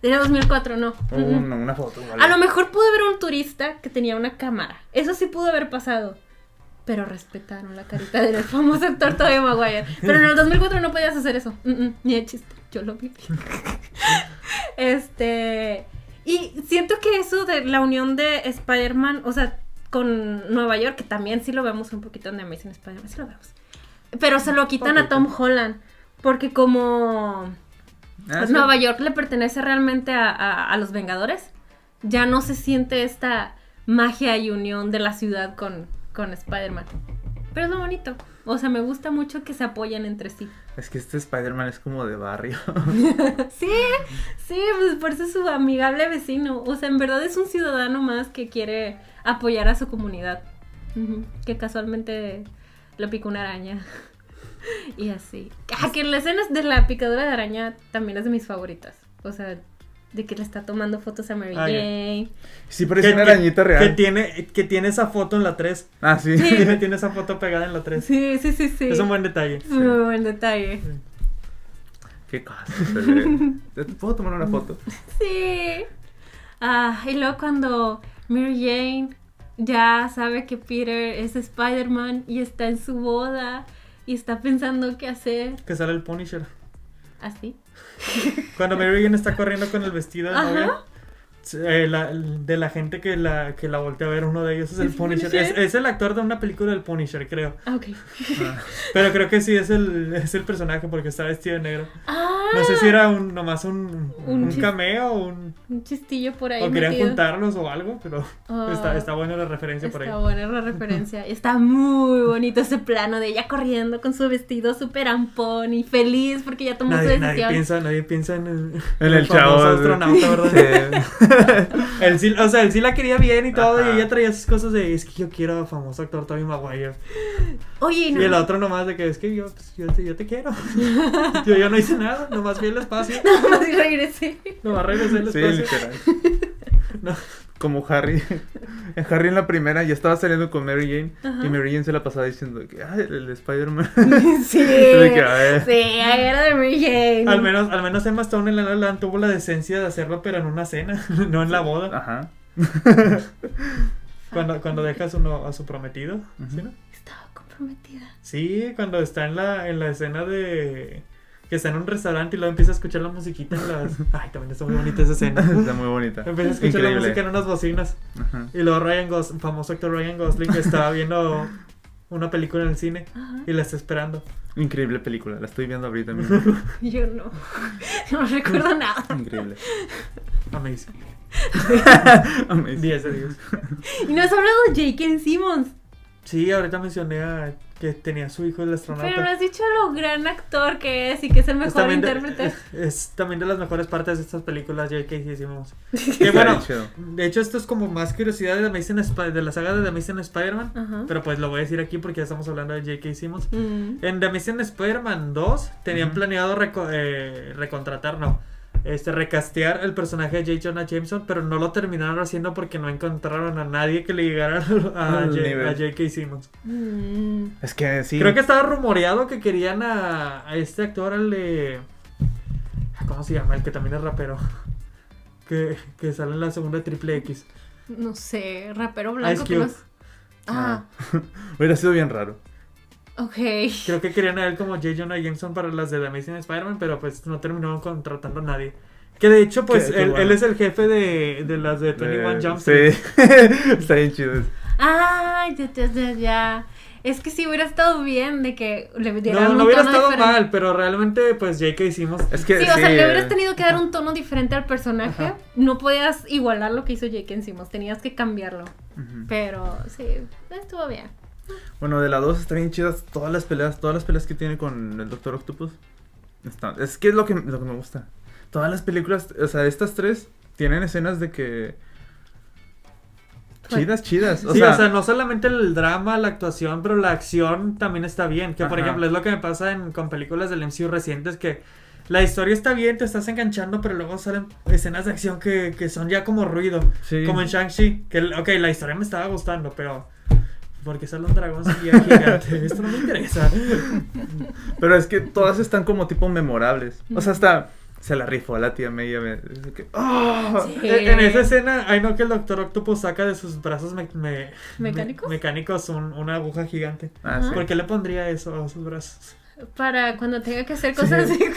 Speaker 1: Era 2004, no. Mm-mm.
Speaker 3: Una, una foto. ¿vale?
Speaker 1: A lo mejor pudo haber un turista que tenía una cámara. Eso sí pudo haber pasado. Pero respetaron la carita del famoso actor Tobey Maguire. Pero en el 2004 no podías hacer eso. Mm-mm, ni de chiste. Yo lo viví. este. Y siento que eso de la unión de Spider-Man, o sea, con Nueva York, que también sí lo vemos un poquito en The Amazing Spider-Man, sí lo vemos. Pero se lo quitan a
Speaker 2: Poquito.
Speaker 1: Tom Holland. Porque como
Speaker 3: Ah,
Speaker 1: pues
Speaker 3: sí.
Speaker 1: Nueva York le pertenece realmente a, a- a los Vengadores. Ya no se siente esta magia y unión de la ciudad con, con Spider-Man. Pero es lo bonito. O sea, me gusta mucho que se apoyen entre sí.
Speaker 3: Es que este Spider-Man es como de barrio.
Speaker 1: sí, sí, pues por eso es su amigable vecino. O sea, en verdad es un ciudadano más que quiere apoyar a su comunidad. Ujú, Que casualmente lo picó una araña. y así. Ah, que la escena de la picadura de araña también es de mis favoritas. O sea, de que le está tomando fotos a Mary
Speaker 2: Ah, ya.
Speaker 1: Jane.
Speaker 3: Sí,
Speaker 2: Que-
Speaker 3: parece una
Speaker 2: que-
Speaker 3: arañita
Speaker 2: Que
Speaker 3: real.
Speaker 2: tiene, que tiene esa foto en la 3.
Speaker 3: ah, sí.
Speaker 1: Sí.
Speaker 2: Tiene, tiene esa foto pegada en la 3.
Speaker 1: Sí, sí, sí, sí.
Speaker 2: Es un buen detalle.
Speaker 1: Es un muy buen detalle.
Speaker 3: Qué cosa. se ve. ¿Te ¿Puedo tomar una foto?
Speaker 1: Sí. Ah, y luego cuando Mary Jane ya sabe que Peter es Spider-Man y está en su boda y está pensando qué hacer.
Speaker 2: Que sale el Punisher.
Speaker 1: Así.
Speaker 2: Cuando Mary Jane está corriendo con el vestido de
Speaker 1: Ajá.
Speaker 2: novia, eh, la- de la gente que la, que la voltea a ver, uno de ellos es el
Speaker 1: ¿Es el
Speaker 2: Punisher. Es,
Speaker 1: Punisher?
Speaker 2: es el actor de una película del Punisher, creo.
Speaker 1: Ah, ok.
Speaker 2: Pero creo que sí es el, es el personaje porque está vestido de negro.
Speaker 1: Ah,
Speaker 2: No sé si era un, nomás un,
Speaker 1: Un
Speaker 2: un,
Speaker 1: chis-
Speaker 2: cameo o, un-
Speaker 1: un chistillo por ahí.
Speaker 2: o querían
Speaker 1: metido.
Speaker 2: juntarlos o algo, pero
Speaker 1: Ah,
Speaker 2: está, está buena la referencia por ahí.
Speaker 1: Está buena la referencia. Está muy bonito ese plano de ella corriendo con su vestido súper ampón y feliz porque ya tomó
Speaker 2: Nadie,
Speaker 1: su
Speaker 2: nadie
Speaker 1: decisión.
Speaker 2: piensa, nadie piensa en el,
Speaker 3: En el chavo.
Speaker 2: famoso
Speaker 3: de-
Speaker 2: astronauta, ¿verdad?
Speaker 3: Sí.
Speaker 2: Él sí- o sea, él sí la quería bien y todo,
Speaker 3: Ajá.
Speaker 2: y ella traía sus cosas de, es que yo quiero a famoso actor Tommy Maguire.
Speaker 1: Oye, y no-
Speaker 2: Y el otro nomás de que, es que yo, pues, yo, te, yo te quiero. yo, yo no hice nada, nomás fui al espacio.
Speaker 1: nada más y regresé.
Speaker 2: Nomás regresé al
Speaker 3: Sí,
Speaker 2: espacio.
Speaker 3: literal.
Speaker 2: No.
Speaker 3: Como Harry. Harry en la primera ya estaba saliendo con Mary Jane. Y Mary Jane se la pasaba diciendo que, ah, el, el Spider-Man.
Speaker 1: Sí.
Speaker 3: De que, a ver.
Speaker 1: Sí, ahí era de Mary Jane.
Speaker 2: Al menos, al menos Emma Stone en la La Land tuvo la decencia de hacerlo, pero en una cena, no en la boda.
Speaker 3: Ajá.
Speaker 2: Cuando, cuando deja a su, no- a su prometido. ¿sí, no?
Speaker 1: Estaba comprometida.
Speaker 2: Sí, cuando está en la, en la escena de... Que está en un restaurante y luego empieza a escuchar la musiquita en las... Ay, también está muy bonita esa escena.
Speaker 3: Está muy bonita.
Speaker 2: Empieza a escuchar la música en unas bocinas.
Speaker 3: Ajá.
Speaker 2: Y luego Ryan Gosling, famoso actor Ryan Gosling, que estaba viendo una película en el cine
Speaker 1: Ajá.
Speaker 2: y la está esperando.
Speaker 3: Increíble película. La estoy viendo ahorita mismo.
Speaker 1: Yo no. No recuerdo nada.
Speaker 3: Increíble.
Speaker 2: Amazing.
Speaker 3: Amazing.
Speaker 2: 10 de 10.
Speaker 1: Y nos has hablado de J.K. Simmons.
Speaker 2: Sí, ahorita mencioné a que tenía su hijo el astronauta.
Speaker 1: Pero no has dicho lo gran actor que es y que es el
Speaker 2: Es
Speaker 1: mejor
Speaker 2: también, de,
Speaker 1: intérprete.
Speaker 2: es- es también de las mejores partes de estas películas JK que hicimos.
Speaker 3: Está
Speaker 2: Que bueno,
Speaker 3: chido.
Speaker 2: de hecho esto es como más curiosidad de, Amazing Spi- de la saga de The Amazing Spider-Man.
Speaker 1: Ajá.
Speaker 2: Pero pues lo voy a decir aquí porque ya estamos hablando de J.K. Simmons.
Speaker 1: Mm.
Speaker 2: En The Amazing Spider-Man 2 tenían
Speaker 3: Ujú.
Speaker 2: planeado reco- eh, recontratar, no, este, recastear el personaje de J. Jonah Jameson, pero no lo terminaron haciendo porque no encontraron a nadie que le llegara a, a
Speaker 3: Al
Speaker 2: J-
Speaker 3: nivel.
Speaker 2: a J.K. Simmons.
Speaker 1: Mm.
Speaker 3: Es que sí.
Speaker 2: Creo que estaba rumoreado que querían a, a este actor, al de... ¿Cómo se llama? El que también es rapero. Que, que sale en la segunda de Triple X.
Speaker 1: No sé, rapero blanco
Speaker 2: Ice
Speaker 1: que
Speaker 2: Cube.
Speaker 1: nos- Ah,
Speaker 3: Hubiera sido bien raro.
Speaker 1: ok.
Speaker 2: Creo que querían a él como J. Jonah Jameson para las de The Amazing Spider-Man, pero pues no terminaron contratando a nadie. Que de hecho, pues
Speaker 3: Qué- qué
Speaker 2: él,
Speaker 3: bueno.
Speaker 2: él es el jefe de, de las de 21
Speaker 3: Eh,
Speaker 2: Jump Street.
Speaker 3: Sí. Está bien chido.
Speaker 1: Ah, ya, ya, ya, ya. Es que si hubiera estado bien de que le dieran
Speaker 2: No,
Speaker 1: un
Speaker 2: no hubiera
Speaker 1: tono
Speaker 2: estado
Speaker 1: diferente.
Speaker 2: mal, pero realmente, pues J.K. hicimos.
Speaker 3: Es que
Speaker 1: Sí, o sea,
Speaker 3: sí,
Speaker 1: le
Speaker 3: eh,
Speaker 1: hubieras tenido que dar un tono diferente al personaje.
Speaker 2: Ajá.
Speaker 1: No podías igualar lo que hizo Jake Simmons, tenías que cambiarlo.
Speaker 3: ujú.
Speaker 1: Pero sí, estuvo bien.
Speaker 3: Bueno, de la 2 están bien chidas todas las peleas, todas las peleas que tiene con el Doctor Octopus. Está- es que es lo que, lo que me gusta. Todas las películas, o sea, estas tres tienen escenas de que... Chidas, chidas. O
Speaker 2: sí,
Speaker 3: sea,
Speaker 2: o sea, no solamente el drama, la actuación, pero la acción también está bien. Que por
Speaker 3: Ajá.
Speaker 2: ejemplo es lo que me pasa en- con películas del MCU recientes que la historia está bien, te estás enganchando, pero luego salen escenas de acción que, que son ya como ruido.
Speaker 3: sí.
Speaker 2: Como en Shang-Chi, que el- ok, la historia me estaba gustando, pero porque sale un dragón y es gigante, esto no me interesa.
Speaker 3: Pero es que todas están como tipo memorables. O sea, hasta se la rifó la tía May. ya me- es que, ¡ah!
Speaker 1: Sí.
Speaker 2: E, En, en esa escena, ay no que el Doctor Octopus saca de sus brazos me- me-
Speaker 1: ¿Mecánicos?
Speaker 2: me- mecánicos un- una aguja gigante.
Speaker 3: Ah, sí.
Speaker 2: ¿Por qué le pondría eso a sus brazos?
Speaker 1: Para cuando tenga que hacer cosas de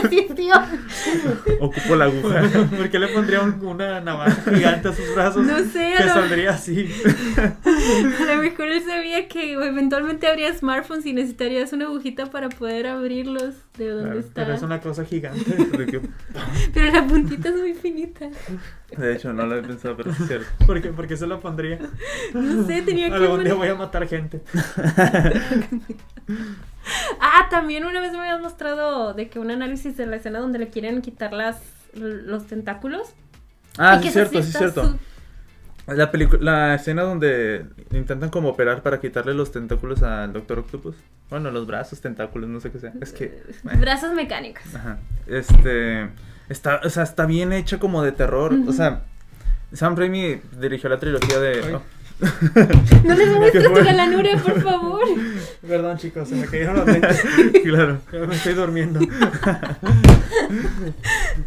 Speaker 1: precisión.
Speaker 3: Ocupo la aguja.
Speaker 2: ¿Por qué le pondría un- una navaja gigante a sus brazos?
Speaker 1: No sé, a
Speaker 2: Que
Speaker 1: lo-
Speaker 2: saldría así.
Speaker 1: A lo mejor él sabía que eventualmente habría smartphones y necesitarías una agujita para poder abrirlos de donde
Speaker 3: Claro,
Speaker 1: está.
Speaker 2: Pero es una cosa gigante.
Speaker 3: De que-
Speaker 1: Pero la puntita es muy finita.
Speaker 3: De hecho, no lo he pensado, pero es cierto.
Speaker 2: ¿Por qué, por qué se lo pondría?
Speaker 1: No sé,
Speaker 3: Ah,
Speaker 1: tenía que
Speaker 2: Algún
Speaker 1: poner-
Speaker 2: día voy a matar gente.
Speaker 1: Ah, también una vez me habías mostrado de que un análisis de la escena donde le quieren quitar las los tentáculos. Y
Speaker 3: Ah, sí,
Speaker 1: que
Speaker 3: es cierto,
Speaker 1: se
Speaker 3: sí, es
Speaker 1: sienta
Speaker 3: cierto. La, pelicu- la escena donde intentan como operar para quitarle los tentáculos al Doctor Octopus. Bueno, los brazos, tentáculos, no sé qué sea. Es que.
Speaker 1: sus
Speaker 3: eh,
Speaker 1: Brazos mecánicos.
Speaker 3: Ajá. Este. Está, o sea, está bien hecha como de terror. O sea, Sam Raimi dirigió la trilogía de. oh.
Speaker 2: Ay.
Speaker 1: No les muestres
Speaker 3: Qué
Speaker 1: tu
Speaker 3: bueno.
Speaker 1: galanura, por favor.
Speaker 2: Perdón, chicos, se me cayeron los lentes.
Speaker 3: claro.
Speaker 2: Me estoy durmiendo.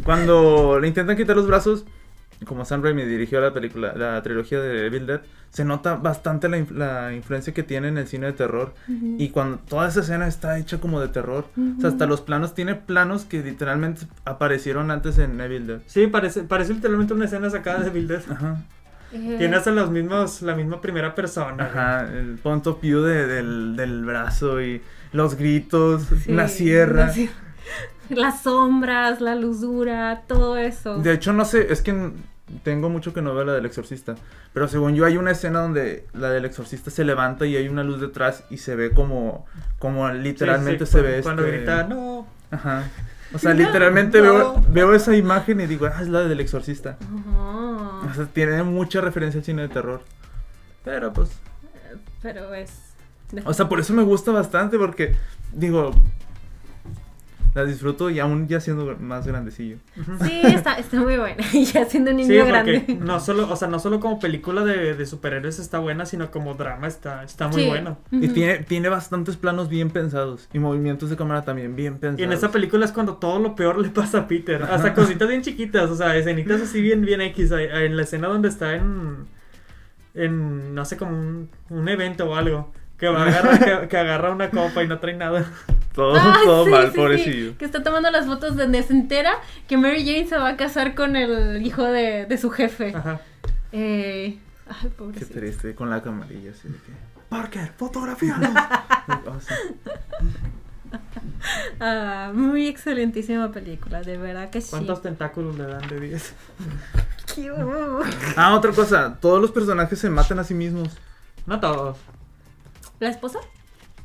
Speaker 3: Cuando le intentan quitar los brazos, como Sam Raimi dirigió la película, la trilogía de Evil Dead, se nota bastante la, inf- la influencia que tiene en el cine de terror. Y cuando toda esa escena está hecha como de terror, o sea, hasta los planos, tiene planos que literalmente aparecieron antes en Evil Dead.
Speaker 2: Sí, parece, parece literalmente una escena sacada de Bill Dead.
Speaker 3: Ajá,
Speaker 1: Eh,
Speaker 2: Tiene hasta los mismos, la misma primera persona.
Speaker 3: ajá, el point of view de- del, del brazo y los gritos,
Speaker 1: sí,
Speaker 3: la sierra.
Speaker 1: la sierra. Las sombras, la luz dura, todo eso.
Speaker 3: De hecho, no sé, es que n- tengo mucho que no veo la del exorcista. Pero según yo, hay una escena donde la del exorcista se levanta y hay una luz detrás y se ve como, como literalmente
Speaker 2: Sí, sí,
Speaker 3: se ve
Speaker 2: cuando,
Speaker 3: este-
Speaker 2: Cuando grita, no.
Speaker 3: Ajá. O sea, literalmente veo,
Speaker 2: No.
Speaker 3: veo esa imagen y digo, ah, es la del exorcista.
Speaker 1: Ajá.
Speaker 3: O sea, tiene mucha referencia al cine de terror. Pero pues.
Speaker 1: Pero es.
Speaker 3: O sea, por eso me gusta bastante porque, digo, la disfruto y aún ya siendo más grandecillo.
Speaker 1: Sí, está, está muy buena. ya siendo un niño
Speaker 2: Sí, porque
Speaker 1: grande.
Speaker 2: no solo, o sea, no solo como película de, de superhéroes está buena, sino como drama está, está muy
Speaker 1: Sí.
Speaker 2: bueno.
Speaker 3: Y
Speaker 1: Ujú.
Speaker 3: tiene, tiene bastantes planos bien pensados y movimientos de cámara también bien pensados.
Speaker 2: Y en esta película es cuando todo lo peor le pasa a Peter. Hasta cositas bien chiquitas, o sea, escenitas así bien, bien X. ahí- ahí En la escena donde está en. en no sé, como un, un evento o algo. Que, va a agarrar- que, que agarra una copa y no trae nada.
Speaker 3: Todo,
Speaker 1: Ah,
Speaker 3: todo
Speaker 1: sí,
Speaker 3: mal,
Speaker 1: sí, sí,
Speaker 3: pobrecillo.
Speaker 1: que está tomando las fotos donde se entera que Mary Jane se va a casar con el hijo de, de su jefe.
Speaker 2: Ajá.
Speaker 1: Eh, ay,
Speaker 3: Ah. Qué
Speaker 1: pobrecito.
Speaker 3: triste, con la camarilla así de que...
Speaker 2: Parker, fotografía.
Speaker 3: Oh, sí.
Speaker 1: Ah, muy excelentísima película, de verdad que sí.
Speaker 2: ¿Cuántos tentáculos le dan de 10?
Speaker 1: Qué bobo.
Speaker 3: Ah, otra cosa, todos los personajes se matan a sí mismos.
Speaker 2: No todos.
Speaker 1: ¿La esposa?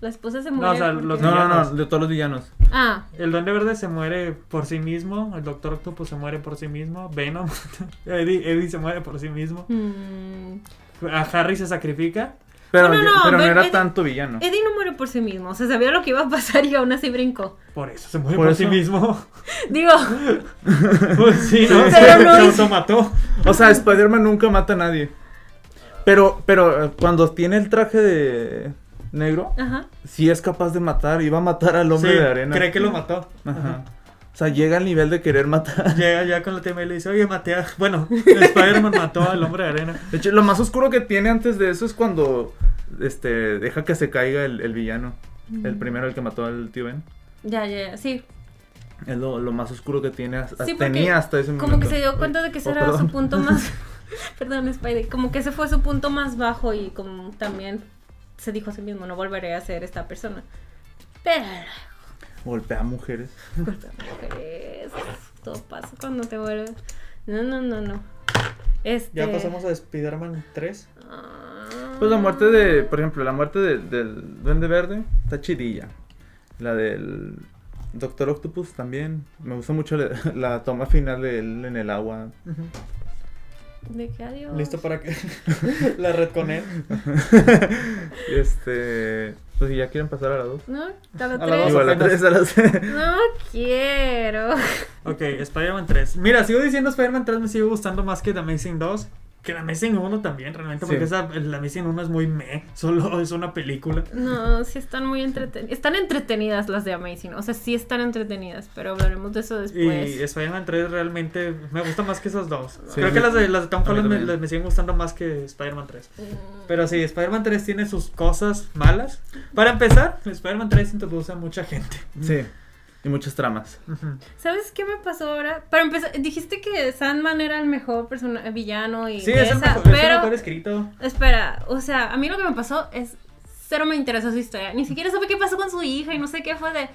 Speaker 1: La esposa se
Speaker 2: No,
Speaker 1: muere.
Speaker 2: o sea,
Speaker 1: porque-
Speaker 2: los-
Speaker 3: No, no, no, de todos los villanos.
Speaker 1: Ah,
Speaker 2: El Duende Verde se muere por sí mismo, el Doctor Octopus se muere por sí mismo, Venom, Eddie, Eddie se muere por sí mismo,
Speaker 1: mm.
Speaker 2: a Harry se sacrifica.
Speaker 3: Pero
Speaker 1: No, no,
Speaker 3: yo-
Speaker 1: no,
Speaker 3: pero no
Speaker 1: Ben-
Speaker 3: era
Speaker 1: Ben-
Speaker 3: tanto villano.
Speaker 1: Eddie no muere por sí mismo. O sea, sabía lo que iba a pasar y aún así brincó.
Speaker 2: Por eso se muere
Speaker 3: Por
Speaker 2: por, sí
Speaker 3: eso.
Speaker 2: mismo.
Speaker 1: Digo,
Speaker 2: Pues sí, ¿no?
Speaker 1: Pero
Speaker 2: Se,
Speaker 1: no
Speaker 2: se
Speaker 1: hizo-
Speaker 2: automató.
Speaker 3: O sea, Spider-Man nunca mata a nadie. Pero, pero eh, cuando tiene el traje de negro,
Speaker 1: ajá.
Speaker 3: sí es capaz de matar. Iba a matar al hombre
Speaker 2: Sí,
Speaker 3: de arena. Mm.
Speaker 2: Cree que lo mató.
Speaker 3: Ajá. O sea, llega al nivel de querer matar.
Speaker 2: Llega ya con la tema y le dice, oye, maté a... Bueno, Spider-Man mató al hombre de arena.
Speaker 3: De hecho, lo más oscuro que tiene antes de eso es cuando este, deja que se caiga el, el villano.
Speaker 1: Mm.
Speaker 3: El primero, el que mató al tío Ben.
Speaker 1: Ya, ya, ya. Sí.
Speaker 3: Es lo, lo más oscuro que tiene. hasta-
Speaker 1: Sí, porque
Speaker 3: tenía hasta ese momento.
Speaker 1: Como que se dio cuenta de que ese
Speaker 3: Oh,
Speaker 1: era
Speaker 3: perdón.
Speaker 1: su punto más. perdón, Spidey. Como que ese fue su punto más bajo y como también se dijo a sí mismo, no volveré a ser esta persona. Pero pues,
Speaker 3: Golpea a mujeres.
Speaker 1: mujeres, todo pasa cuando te vuelves. No, no, no, no. Este.
Speaker 2: Ya pasamos a Spider-Man 3.
Speaker 1: Ah.
Speaker 3: Pues la muerte de, por ejemplo, la muerte de- del Duende Verde está chidilla. La del Doctor Octopus también. Me gusta mucho la, la toma final de él en el agua.
Speaker 1: De que adiós.
Speaker 2: Listo para que la red con él.
Speaker 3: Este. Pues si ya quieren pasar a la 2.
Speaker 1: No, a
Speaker 2: A
Speaker 1: la
Speaker 2: la
Speaker 1: tres.
Speaker 3: Digo, a la 3, a la
Speaker 1: No quiero.
Speaker 2: Ok, Spider-Man 3. Mira, sigo diciendo Spider-Man 3 me sigue gustando más que The Amazing 2. Que The Amazing 1 también, realmente, porque
Speaker 3: Sí.
Speaker 2: esa, The Amazing 1 es muy meh, solo es una película.
Speaker 1: No, sí están muy entretenidas. Están entretenidas las de Amazing. O sea, sí están entretenidas, pero hablaremos de eso
Speaker 2: Y
Speaker 1: después.
Speaker 2: Spider-Man 3 realmente me gusta más que esas dos.
Speaker 3: Sí.
Speaker 2: Creo que las de, las de Tom
Speaker 3: A mí
Speaker 2: Holland me,
Speaker 3: también.
Speaker 2: las- me siguen gustando más que Spider-Man 3.
Speaker 1: Mm,
Speaker 2: Pero sí, Spider-Man 3 tiene sus cosas malas. Para empezar, Spider-Man 3 introduce a mucha gente.
Speaker 3: Sí. Y muchas tramas.
Speaker 2: Ujú.
Speaker 1: ¿Sabes qué me pasó ahora? Para empezar, dijiste que Sandman era el mejor persona- villano y
Speaker 2: Sí, es
Speaker 1: esa,
Speaker 2: el, mejor, es el
Speaker 1: pero
Speaker 2: mejor escrito.
Speaker 1: espera, o sea, a mí lo que me pasó es cero me interesó su historia, ni siquiera supe qué pasó con su hija y no sé qué fue de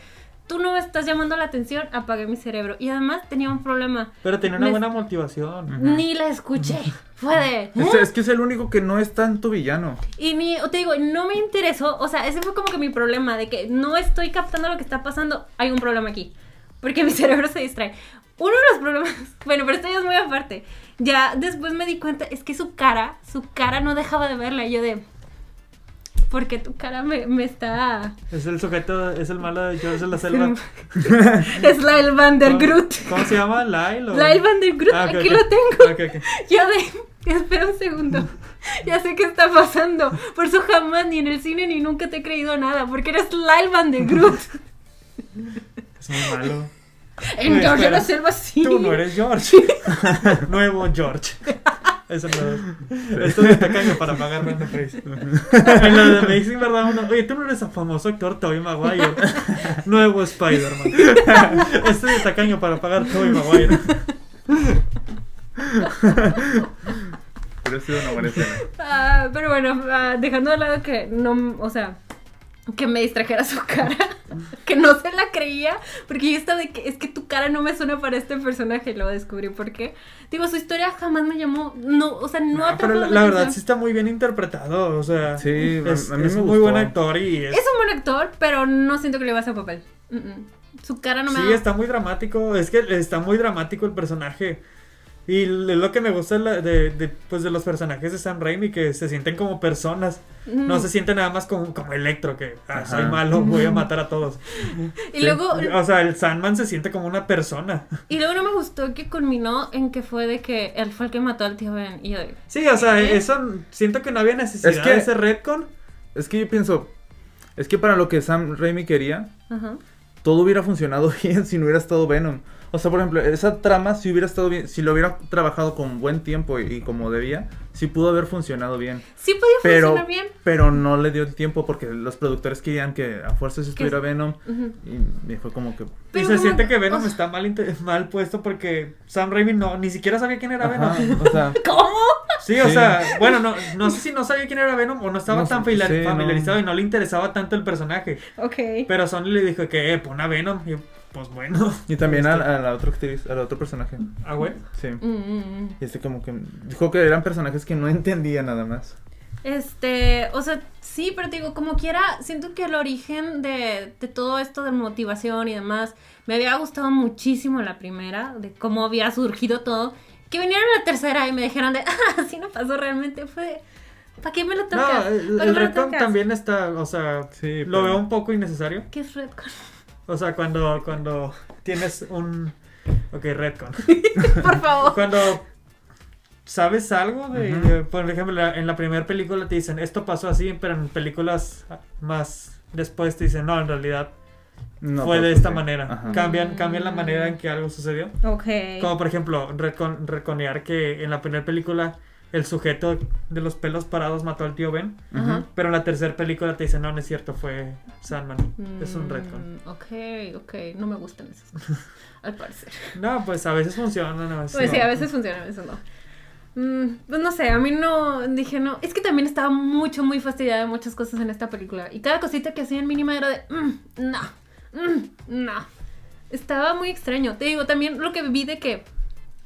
Speaker 1: tú no me estás llamando la atención, apagué mi cerebro y además tenía un problema,
Speaker 2: Pero tiene una
Speaker 1: Me-
Speaker 2: buena motivación.
Speaker 3: Ujú.
Speaker 1: ni la escuché, fue de ¿eh?
Speaker 3: Es, es que es el único que no es tanto villano.
Speaker 1: Y ni, o te digo, no me interesó. O sea, ese fue como que mi problema, de que no estoy captando lo que está pasando. Hay un problema aquí. Porque mi cerebro se distrae. Uno de los problemas, bueno, pero esto ya es muy aparte. Ya después me di cuenta, es que su cara, su cara no dejaba de verla. Y yo de, ¿por qué tu cara me, me está...
Speaker 2: Es el sujeto, es el malo de George de la Selva.
Speaker 1: es Lyle Van der Groot.
Speaker 2: ¿Cómo, cómo se llama? Lyle. o-
Speaker 1: Lyle Van der Groot,
Speaker 2: Ah, ok,
Speaker 1: aquí
Speaker 2: ok.
Speaker 1: lo tengo.
Speaker 2: Ah, ok, ok.
Speaker 1: Yo de, espera un segundo, ya sé qué está pasando. Por eso jamás ni en el cine ni nunca te he creído nada, porque eres Lyle Van de Groot.
Speaker 2: Es muy malo.
Speaker 1: En
Speaker 2: Espera.
Speaker 1: George de la Selva sí.
Speaker 2: Tú no eres George. Nuevo George. Eso no es. Esto me está cayendo para pagar renta Price. En lo de Amazing, ¿verdad? Uno, Oye, tú no eres el famoso actor Tobey Maguire. Nuevo Spider-Man. Este es tacaño para pagar Tobey Maguire.
Speaker 3: Pero ha sido una buena escena.
Speaker 1: Ah, pero bueno, ah, dejando de lado que no, o sea, que me distrajera su cara, que no se la creía, porque yo estaba de que es que tu cara no me suena para este personaje, y lo descubrí porque, digo, su historia jamás me llamó, no, o sea, no,
Speaker 2: Ah,
Speaker 1: atrapó
Speaker 2: pero la,
Speaker 1: mi
Speaker 2: la verdad
Speaker 1: atención.
Speaker 2: sí está muy bien interpretado. O sea,
Speaker 3: Sí, a-
Speaker 2: es,
Speaker 3: a mí
Speaker 2: es
Speaker 3: me
Speaker 2: muy
Speaker 3: gustó.
Speaker 2: buen actor y es-
Speaker 1: Es un buen actor, pero no siento que le va a hacer papel. Mm, mm. Su cara no me
Speaker 2: Sí,
Speaker 1: da-
Speaker 2: está muy dramático. Es que está muy dramático el personaje. Y l- lo que me gusta es la- de, de, pues de los personajes de Sam Raimi, que se sienten como personas.
Speaker 1: Mm.
Speaker 2: No se sienten nada más como, como Electro, que ah, soy
Speaker 3: Ajá.
Speaker 2: malo, voy a matar a todos.
Speaker 1: Y luego
Speaker 2: O sea, el Sandman se siente como una persona.
Speaker 1: y luego no me gustó que culminó en que fue de que él fue el que mató al tío Ben y yo de-
Speaker 2: Sí, o sea,
Speaker 1: ¿Eh?
Speaker 2: eso siento que no había necesidad
Speaker 3: Es que-
Speaker 2: de ese retcon.
Speaker 3: Es que yo pienso. Es que para lo que Sam Raimi quería,
Speaker 1: ajá.
Speaker 3: todo hubiera funcionado bien si no hubiera estado Venom. O sea, por ejemplo, esa trama, si hubiera estado bien, si lo hubiera trabajado con buen tiempo y, y como debía, sí pudo haber funcionado bien.
Speaker 1: Sí podía
Speaker 3: Pero,
Speaker 1: funcionar bien.
Speaker 3: pero no le dio el tiempo porque los productores querían que a fuerzas estuviera Venom.
Speaker 1: Ujú.
Speaker 3: Y, y fue como que.
Speaker 1: Pero
Speaker 2: y se
Speaker 1: como-
Speaker 2: siente que Venom
Speaker 1: o sea-
Speaker 2: está mal, inte- mal puesto porque Sam Raimi no, ni siquiera sabía quién era
Speaker 3: Ajá,
Speaker 2: Venom.
Speaker 3: o sea,
Speaker 1: ¿Cómo?
Speaker 2: Sí, o
Speaker 3: Sí.
Speaker 2: sea, bueno, no, no sé si no sabía quién era Venom o no estaba
Speaker 3: No,
Speaker 2: tan
Speaker 3: sí,
Speaker 2: fila-
Speaker 3: no.
Speaker 2: familiarizado y no le interesaba tanto el personaje.
Speaker 1: Ok.
Speaker 2: Pero Sony le dijo que eh, pon a Venom. Y yo, pues bueno.
Speaker 3: y también a,
Speaker 2: Este,
Speaker 3: a la otra actriz, al otro personaje.
Speaker 2: Ah, güey.
Speaker 3: Sí.
Speaker 1: Mm, mm, mm.
Speaker 3: Y este como que dijo que eran personajes que no entendía nada más.
Speaker 1: Este, o sea, sí, pero te digo, como quiera, siento que el origen de, de todo esto de motivación y demás, me había gustado muchísimo la primera, de cómo había surgido todo. Que vinieron a la tercera y me dijeron de, ah, así no pasó realmente, fue de, ¿para qué me lo
Speaker 2: No,
Speaker 1: tocas? ¿Para
Speaker 2: el,
Speaker 1: qué
Speaker 2: el
Speaker 1: me lo
Speaker 2: retcon
Speaker 1: tocas?"
Speaker 2: también está, o sea,
Speaker 3: Sí,
Speaker 2: lo
Speaker 3: pero-
Speaker 2: veo un poco innecesario.
Speaker 1: ¿Qué es Redcon?
Speaker 2: O sea, cuando, cuando tienes un... Ok, retcon.
Speaker 1: Por favor.
Speaker 2: Cuando sabes algo de,
Speaker 3: Ujú.
Speaker 2: de- por ejemplo, la- en la primera película te dicen, esto pasó así, pero en películas más después te dicen, no, en realidad
Speaker 3: No,
Speaker 2: fue
Speaker 3: pero
Speaker 2: de
Speaker 3: pues
Speaker 2: esta
Speaker 3: sí.
Speaker 2: manera.
Speaker 3: Ajá.
Speaker 2: Cambian, cambian la manera en que algo sucedió.
Speaker 1: Ok.
Speaker 2: Como por ejemplo, recon- reconear que en la primera película el sujeto de los pelos parados mató al tío Ben,
Speaker 1: Ajá.
Speaker 2: pero en la tercera película te dicen, no, no es cierto, fue Sandman. Es un retcon.
Speaker 1: Mm, Ok, ok, no me gustan esas cosas, al parecer.
Speaker 2: No, pues a veces funcionan, a veces
Speaker 1: Pues sí,
Speaker 2: no.
Speaker 1: a veces funciona, a veces no. Mm, pues no sé, a mí no, dije no. Es que también estaba mucho, muy fastidiada de muchas cosas en esta película. Y cada cosita que hacían mínima era de, "Mm, no, mm, no. Estaba muy extraño. Te digo, también lo que vi de que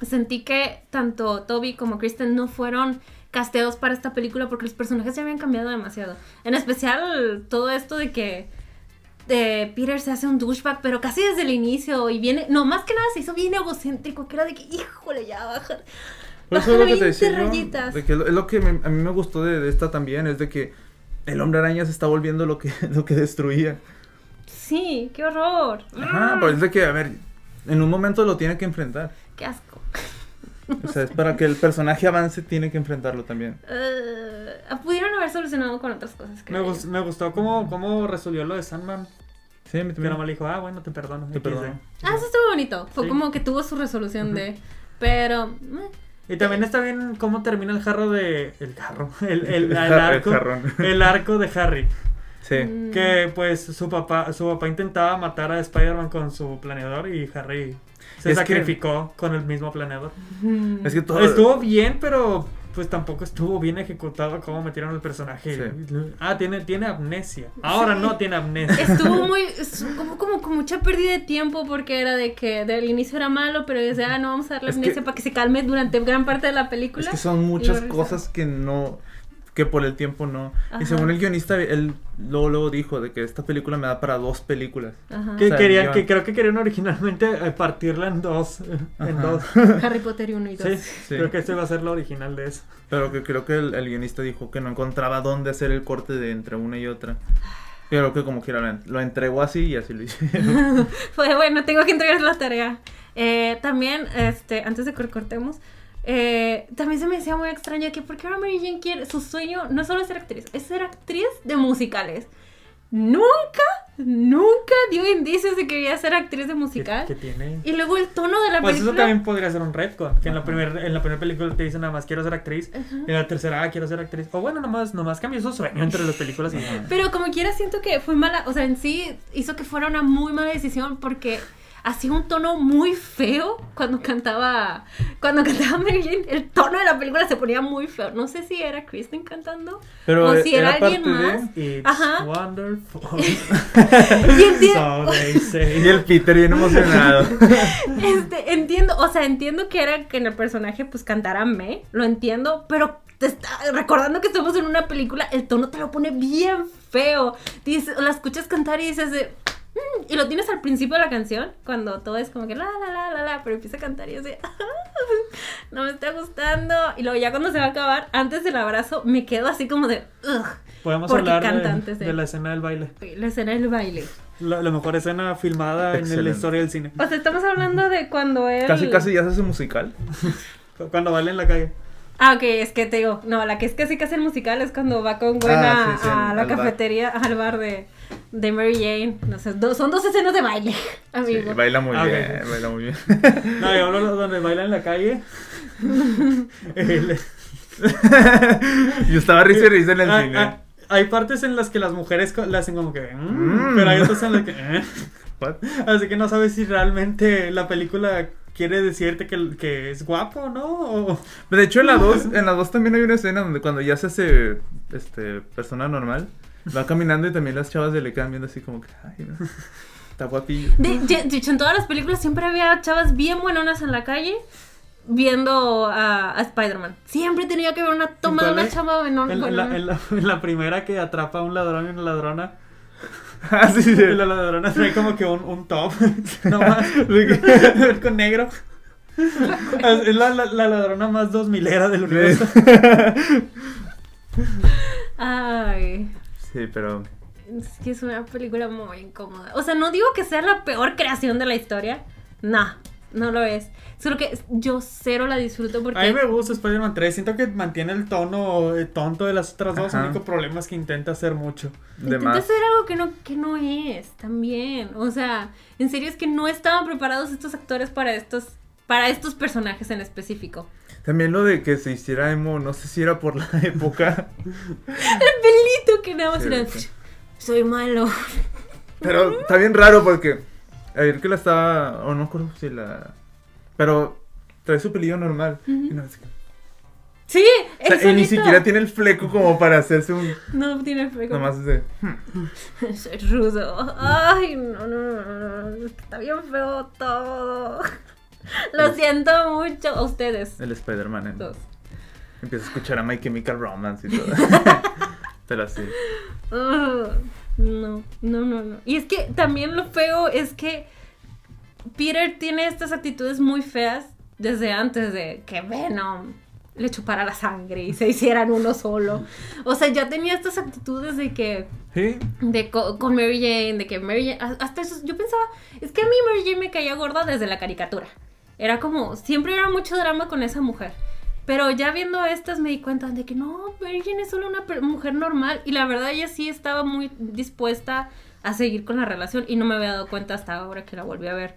Speaker 1: sentí que tanto Toby como Kristen no fueron casteados para esta película porque los personajes ya habían cambiado demasiado. En especial todo esto de que eh, Peter se hace un douchebag, pero casi desde el inicio y viene, no, más que nada se hizo bien egocéntrico, que era de que, híjole, ya bajar.
Speaker 3: Pues eso es lo que te
Speaker 1: 20
Speaker 3: decía. yo,
Speaker 1: rayitas.
Speaker 3: de que lo- es lo que me- a mí me gustó de, de esta también, es de que el hombre araña se está volviendo lo que, lo que destruía.
Speaker 1: Sí, qué horror.
Speaker 3: Ajá,
Speaker 1: Mm,
Speaker 3: pues es de que, a ver, en un momento lo tiene que enfrentar.
Speaker 1: Qué asco.
Speaker 3: O sea, es para que el personaje avance, tiene que enfrentarlo también.
Speaker 1: Eh, pudieron haber solucionado con otras cosas.
Speaker 2: Me,
Speaker 1: creo yo.
Speaker 2: gus- me gustó
Speaker 1: Mm.
Speaker 2: cómo, cómo resolvió lo de Sandman.
Speaker 3: Sí, a mí
Speaker 2: Que
Speaker 3: también.
Speaker 2: nomás le dijo, ah, bueno, te perdono.
Speaker 3: Te
Speaker 2: XD".
Speaker 3: perdono.
Speaker 1: Ah, eso estuvo bonito. Fue
Speaker 2: Sí.
Speaker 1: como que tuvo su resolución de... Pero... meh.
Speaker 2: Y también está bien cómo termina el jarro de... El jarro. El, el, el
Speaker 3: El jarro, el
Speaker 2: arco.
Speaker 3: jarrón.
Speaker 2: el arco de Harry.
Speaker 3: Sí.
Speaker 1: Mm.
Speaker 2: Que pues su papá, su papá intentaba matar a Spider-Man con su planeador y Harry se
Speaker 3: Es que-
Speaker 2: sacrificó con el mismo planeador.
Speaker 1: Mm.
Speaker 3: Es que todo...
Speaker 2: Estuvo bien, pero pues tampoco estuvo bien ejecutado cómo metieron el personaje. Ah, tiene, tiene amnesia. Ahora
Speaker 1: Sí.
Speaker 2: no tiene amnesia.
Speaker 1: Estuvo muy, estuvo como, como con mucha pérdida de tiempo porque era de que del inicio era malo, pero desde, ah, no vamos a darle
Speaker 3: Es que-
Speaker 1: amnesia para que se calme durante gran parte de la película.
Speaker 3: Es que son muchas
Speaker 1: regresar.
Speaker 3: cosas que no... Que por el tiempo no.
Speaker 1: Ajá.
Speaker 3: Y según el guionista, él luego, luego dijo de que esta película me da para dos películas.
Speaker 1: Ajá.
Speaker 2: Que
Speaker 3: O sea,
Speaker 2: querían,
Speaker 3: yo-
Speaker 2: que creo que querían originalmente eh, partirla en dos. En
Speaker 3: Ajá.
Speaker 2: dos.
Speaker 1: Harry Potter 1 y 2.
Speaker 2: Sí,
Speaker 3: Sí.
Speaker 2: creo que este va a ser lo original de eso.
Speaker 3: Pero que creo que el, el guionista dijo que no encontraba dónde hacer el corte de entre una y otra. Pero que como quiera lo en- lo entregó así y así lo hicieron.
Speaker 1: Pues bueno, tengo que entregar la tarea. Eh, también, este, antes de que cortemos, eh, también se me decía muy extraño que porque ahora Mary Jane quiere, su sueño no solo es ser actriz, es ser actriz de musicales. Nunca, nunca dio indicios de que quería ser actriz de
Speaker 2: ¿Qué,
Speaker 1: musical.
Speaker 2: qué tiene?
Speaker 1: Y luego el tono de la
Speaker 2: Pues eso
Speaker 1: película.
Speaker 2: también podría ser un retcon. Que en la,
Speaker 3: Ajá.
Speaker 2: primer, en la primera película te dicen nada más quiero ser actriz. Y en la tercera, ah, quiero ser actriz. O bueno, nomás, nomás cambió su sueño entre las películas. y-
Speaker 3: Ajá.
Speaker 1: Pero como quiera siento que fue mala, o sea, en sí hizo que fuera una muy mala decisión porque hacía un tono muy feo cuando cantaba, cuando cantaba Mary Jane, el tono de la película se ponía muy feo. No sé si era Kristen cantando
Speaker 3: Pero
Speaker 1: o si era, alguien
Speaker 3: parte de-
Speaker 1: más.
Speaker 2: It's
Speaker 1: Ajá.
Speaker 2: wonderful.
Speaker 1: Y entiendo,
Speaker 2: so they say.
Speaker 3: Y el Peter bien emocionado.
Speaker 1: este, entiendo, o sea, entiendo que era que en el personaje pues cantara May, lo entiendo, pero te está recordando que estamos en una película, el tono te lo pone bien feo. Dices, la escuchas cantar y dices de, "Mm", y lo tienes al principio de la canción, cuando todo es como que la la la la la, pero empieza a cantar y así, no me está gustando. Y luego ya cuando se va a acabar, antes del abrazo, me quedo así como de, "Ugh",
Speaker 2: Podemos
Speaker 1: Porque
Speaker 2: hablar de,
Speaker 1: canta antes de-
Speaker 2: de la escena del baile.
Speaker 1: la escena del baile.
Speaker 2: La, la mejor escena filmada en la
Speaker 3: Excelente.
Speaker 2: historia del cine.
Speaker 1: O sea, estamos hablando de cuando él...
Speaker 3: Casi, casi ya se hace musical.
Speaker 2: Cuando baila en la calle.
Speaker 1: Ah, ok, es que te digo, no, la que es casi casi el musical es cuando va con Gwen
Speaker 3: Ah,
Speaker 1: a,
Speaker 3: sí, sí,
Speaker 1: a
Speaker 3: al
Speaker 1: la
Speaker 3: bar.
Speaker 1: cafetería, al bar de, de Mary Jane. No sé, dos- son dos escenas de baile,
Speaker 3: Sí,
Speaker 1: amigo.
Speaker 3: baila muy
Speaker 2: Ah, ok.
Speaker 3: bien, baila muy bien.
Speaker 2: No, yo hablo donde baila en la calle. El-
Speaker 3: Yo estaba risa y risa en el
Speaker 2: Ah,
Speaker 3: cine.
Speaker 2: ah, hay partes en las que las mujeres co- le hacen como que. "Mm",
Speaker 3: Mm.
Speaker 2: Pero hay otras en las que. "Eh".
Speaker 3: What?
Speaker 2: Así que no sabes si realmente la película quiere decirte que, que es guapo, ¿no? O-
Speaker 3: De hecho, en la 2, en la 2 también hay una escena donde cuando ya se hace este, persona normal, va caminando y también las chavas se le quedan viendo así como que, ay, no, está guapillo.
Speaker 1: De, de- de hecho, en todas las películas siempre había chavas bien buenonas en la calle. viendo a, a Spider-Man. Siempre tenía que ver una toma de
Speaker 2: ¿Cuál
Speaker 1: una
Speaker 2: es?
Speaker 1: chamba menor.
Speaker 2: En,
Speaker 1: con
Speaker 2: la,
Speaker 1: una-
Speaker 2: en la- en la primera que atrapa a un ladrón y una ladrona.
Speaker 3: Ah, sí, sí.
Speaker 2: Y la ladrona trae como que un, un top. Nomás. con negro. Es la, la- la ladrona más dos milera del universo.
Speaker 1: Ay.
Speaker 3: Sí, pero.
Speaker 1: Es que es una película muy incómoda. O sea, no digo que sea la peor creación de la historia. Nah, no lo es. Solo que yo cero la disfruto porque.
Speaker 2: A mí me gusta Spider-Man 3. Siento que mantiene el tono eh, tonto de las otras dos.
Speaker 3: Ajá.
Speaker 2: El único problema es que intenta hacer mucho.
Speaker 3: De
Speaker 1: Intenta
Speaker 3: más.
Speaker 1: hacer algo que no, que no es también. O sea, en serio es que no estaban preparados estos actores para estos, para estos personajes en específico.
Speaker 3: También lo de que se hiciera emo, no sé si era por la época.
Speaker 1: El pelito que nada más
Speaker 3: Sí,
Speaker 1: era,
Speaker 3: sí.
Speaker 1: Soy malo.
Speaker 3: Pero está bien raro porque. Ayer que la estaba. O no me acuerdo si la. Pero trae su pelillo normal. y no, es que-
Speaker 1: Sí,
Speaker 3: o sea,
Speaker 1: él
Speaker 3: y ni
Speaker 1: solito.
Speaker 3: siquiera tiene el fleco como para hacerse un.
Speaker 1: No tiene fregón.
Speaker 3: Nomás es de.
Speaker 1: Soy rudo. Ay, no, no, no, no, no, Está bien feo todo. Lo siento mucho a ustedes.
Speaker 3: El Spider-Man. en-
Speaker 1: Dos.
Speaker 3: Empieza a escuchar a My Chemical Romance y todo. pero sí.
Speaker 1: Ugh, no, no, no, no. Y es que también lo feo es que Peter tiene estas actitudes muy feas desde antes de que Venom le chupara la sangre y se hicieran uno solo. O sea, ya tenía estas actitudes de que
Speaker 2: Sí.
Speaker 1: de co- con Mary Jane, de que Mary Jane, a- hasta eso, yo pensaba, es que a mí Mary Jane me caía gorda desde la caricatura. Era como, siempre era mucho drama con esa mujer. Pero ya viendo estas me di cuenta de que no, Mary Jane es solo una per- mujer normal. Y la verdad ella sí estaba muy dispuesta a seguir con la relación y no me había dado cuenta hasta ahora que la volví a ver.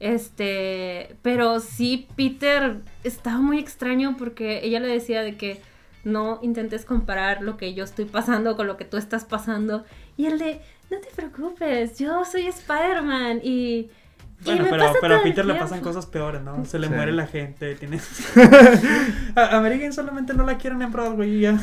Speaker 1: Este, pero sí, Peter estaba muy extraño porque ella le decía de que no intentes comparar lo que yo estoy pasando con lo que tú estás pasando. Y él de, no te preocupes, yo soy Spider-Man y... y
Speaker 2: Bueno,
Speaker 1: me
Speaker 2: pero,
Speaker 1: pasa
Speaker 2: pero a
Speaker 1: todo el
Speaker 2: Peter le
Speaker 1: tiempo".
Speaker 2: pasan cosas peores, ¿no? Se le
Speaker 3: Sí.
Speaker 2: muere la gente, tiene... a, a Mary Jane solamente no la quieren en Broadway y ya.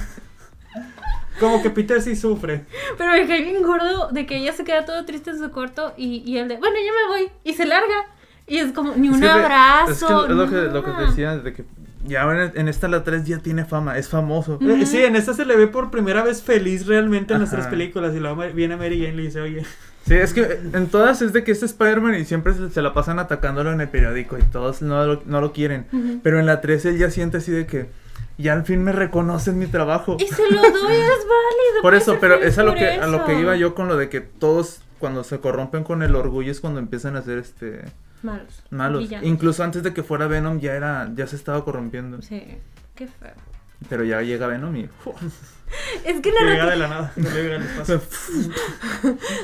Speaker 2: Como que Peter sí sufre.
Speaker 1: Pero me cae bien gordo de que ella se queda todo triste en su cuarto y, y él de, bueno, ya me voy. Y se larga. Y es como, ni un
Speaker 3: Es que ve-
Speaker 1: abrazo.
Speaker 3: Es, que es lo, que, lo que
Speaker 1: nada.
Speaker 3: te decía, de que ya en, en esta la 3 ya tiene fama, es famoso.
Speaker 2: Eh, Sí, en esta se le ve por primera vez feliz realmente en las
Speaker 3: Ajá.
Speaker 2: tres películas y luego ma- viene Mary Jane y le dice, oye,
Speaker 3: Sí, es que eh, en todas es de que es Spider-Man y siempre se, se la pasan atacándolo en el periódico y todos no lo, no lo quieren.
Speaker 1: Ujú.
Speaker 3: Pero en la 3 él ya siente así de que ya al fin me reconocen mi trabajo.
Speaker 1: Y se lo doy, es válido.
Speaker 3: Por
Speaker 1: puedes
Speaker 3: eso,
Speaker 1: ser
Speaker 3: pero
Speaker 1: feliz
Speaker 3: es a lo
Speaker 1: por
Speaker 3: que a lo que
Speaker 1: eso.
Speaker 3: iba yo con lo de que todos cuando se corrompen con el orgullo es cuando empiezan a ser este
Speaker 1: Malos.
Speaker 3: malos.
Speaker 1: Villanos.
Speaker 3: Incluso antes de que fuera Venom ya era ya se estaba corrompiendo,
Speaker 1: Sí, qué feo.
Speaker 3: pero ya llega Venom y ¡fua!
Speaker 1: Es que
Speaker 2: llega de
Speaker 1: narrati-
Speaker 2: la nada, no llega del espacio.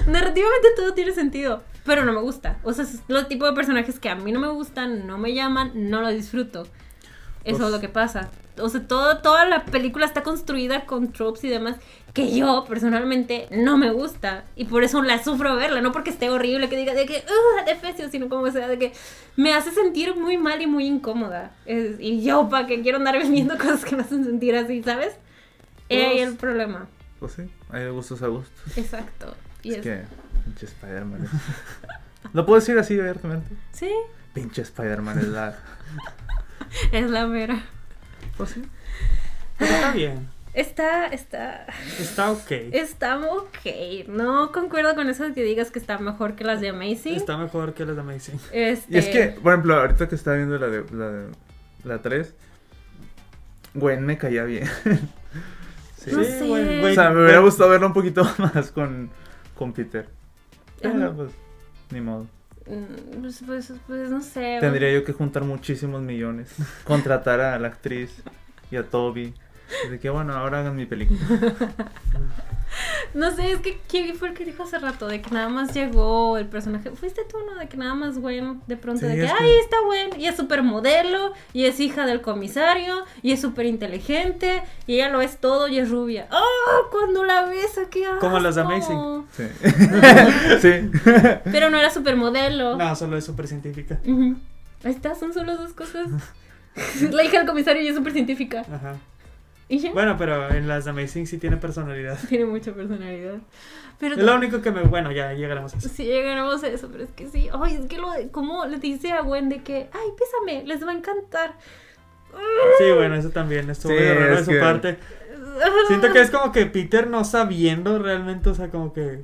Speaker 1: narrativamente todo tiene sentido, pero no me gusta. O sea, es los tipos de personajes que a mí no me gustan, no me llaman, no lo disfruto. Eso
Speaker 3: Pues-
Speaker 1: es lo que pasa. O sea, todo, toda la película está construida con tropes y demás que yo personalmente no me gusta. Y por eso la sufro verla, no porque esté horrible, que diga de que, ¡uh, defecio! Sino como sea, de que me hace sentir muy mal y muy incómoda. Es- y yo, ¿para que quiero andar viendo cosas que me hacen sentir así, ¿sabes? He ahí
Speaker 3: Pues-
Speaker 1: el problema.
Speaker 3: Pues sí, hay de gustos a gustos.
Speaker 1: Exacto. Y
Speaker 3: es
Speaker 1: es-
Speaker 3: que, pinche Spider-Man. es- Lo puedo decir así abiertamente.
Speaker 1: Sí,
Speaker 3: Pinche Spider-Man es la.
Speaker 1: es la mera.
Speaker 3: Pues sí.
Speaker 2: Pero está bien,
Speaker 1: Está, está,
Speaker 2: está ok.
Speaker 1: está ok. No concuerdo con eso de que digas que está mejor que las de Amazing.
Speaker 2: Está mejor que las de Amazing.
Speaker 1: Este,
Speaker 3: Y es que, por ejemplo, ahorita que estaba viendo la de la, de, la 3, Gwen me caía bien. sí.
Speaker 1: No sé.
Speaker 2: güey,
Speaker 3: O
Speaker 2: güey,
Speaker 3: sea, me hubiera
Speaker 2: güey.
Speaker 3: gustado verlo un poquito más con, con Peter. Pero
Speaker 1: Ajá.
Speaker 3: pues, ni modo.
Speaker 1: mm, Pues, pues, pues, no sé.
Speaker 3: Tendría yo que juntar muchísimos millones, contratar a la actriz y a Toby. Así que bueno, ahora hagan mi película.
Speaker 1: No sé, es que Kiwi fue el que dijo hace rato de que nada más llegó el personaje. Fuiste tú, ¿no? De que nada más Gwen, de pronto,
Speaker 3: Sí,
Speaker 1: de que,
Speaker 3: es que-
Speaker 1: ay, está Gwen, y es supermodelo, y es hija del comisario, y es súper inteligente, y ella lo es todo, y es rubia. ¡Oh! Cuando la besa, qué asco.
Speaker 2: Como las de Amazing.
Speaker 3: Sí. sí.
Speaker 1: Pero no era supermodelo.
Speaker 2: No, solo es súper científica.
Speaker 1: Ujú. Ahí está, son solo dos cosas. la hija del comisario y es súper científica.
Speaker 2: Ajá.
Speaker 1: Y ya,
Speaker 2: Bueno, pero en las de Amazing sí tiene personalidad.
Speaker 1: tiene mucha personalidad. Pero
Speaker 2: Es lo único que me. Bueno, ya llegaremos a eso.
Speaker 1: Si llegáramos a eso, pero es que sí. Ay, es que lo de, ¿cómo le dice a Gwen de que, ay, pésame, les va a encantar?
Speaker 2: Sí, bueno, eso también estuvo
Speaker 3: Sí,
Speaker 2: medio raro de
Speaker 3: es
Speaker 2: su
Speaker 3: que-
Speaker 2: parte. Siento que es como que Peter no sabiendo realmente, o sea, como que.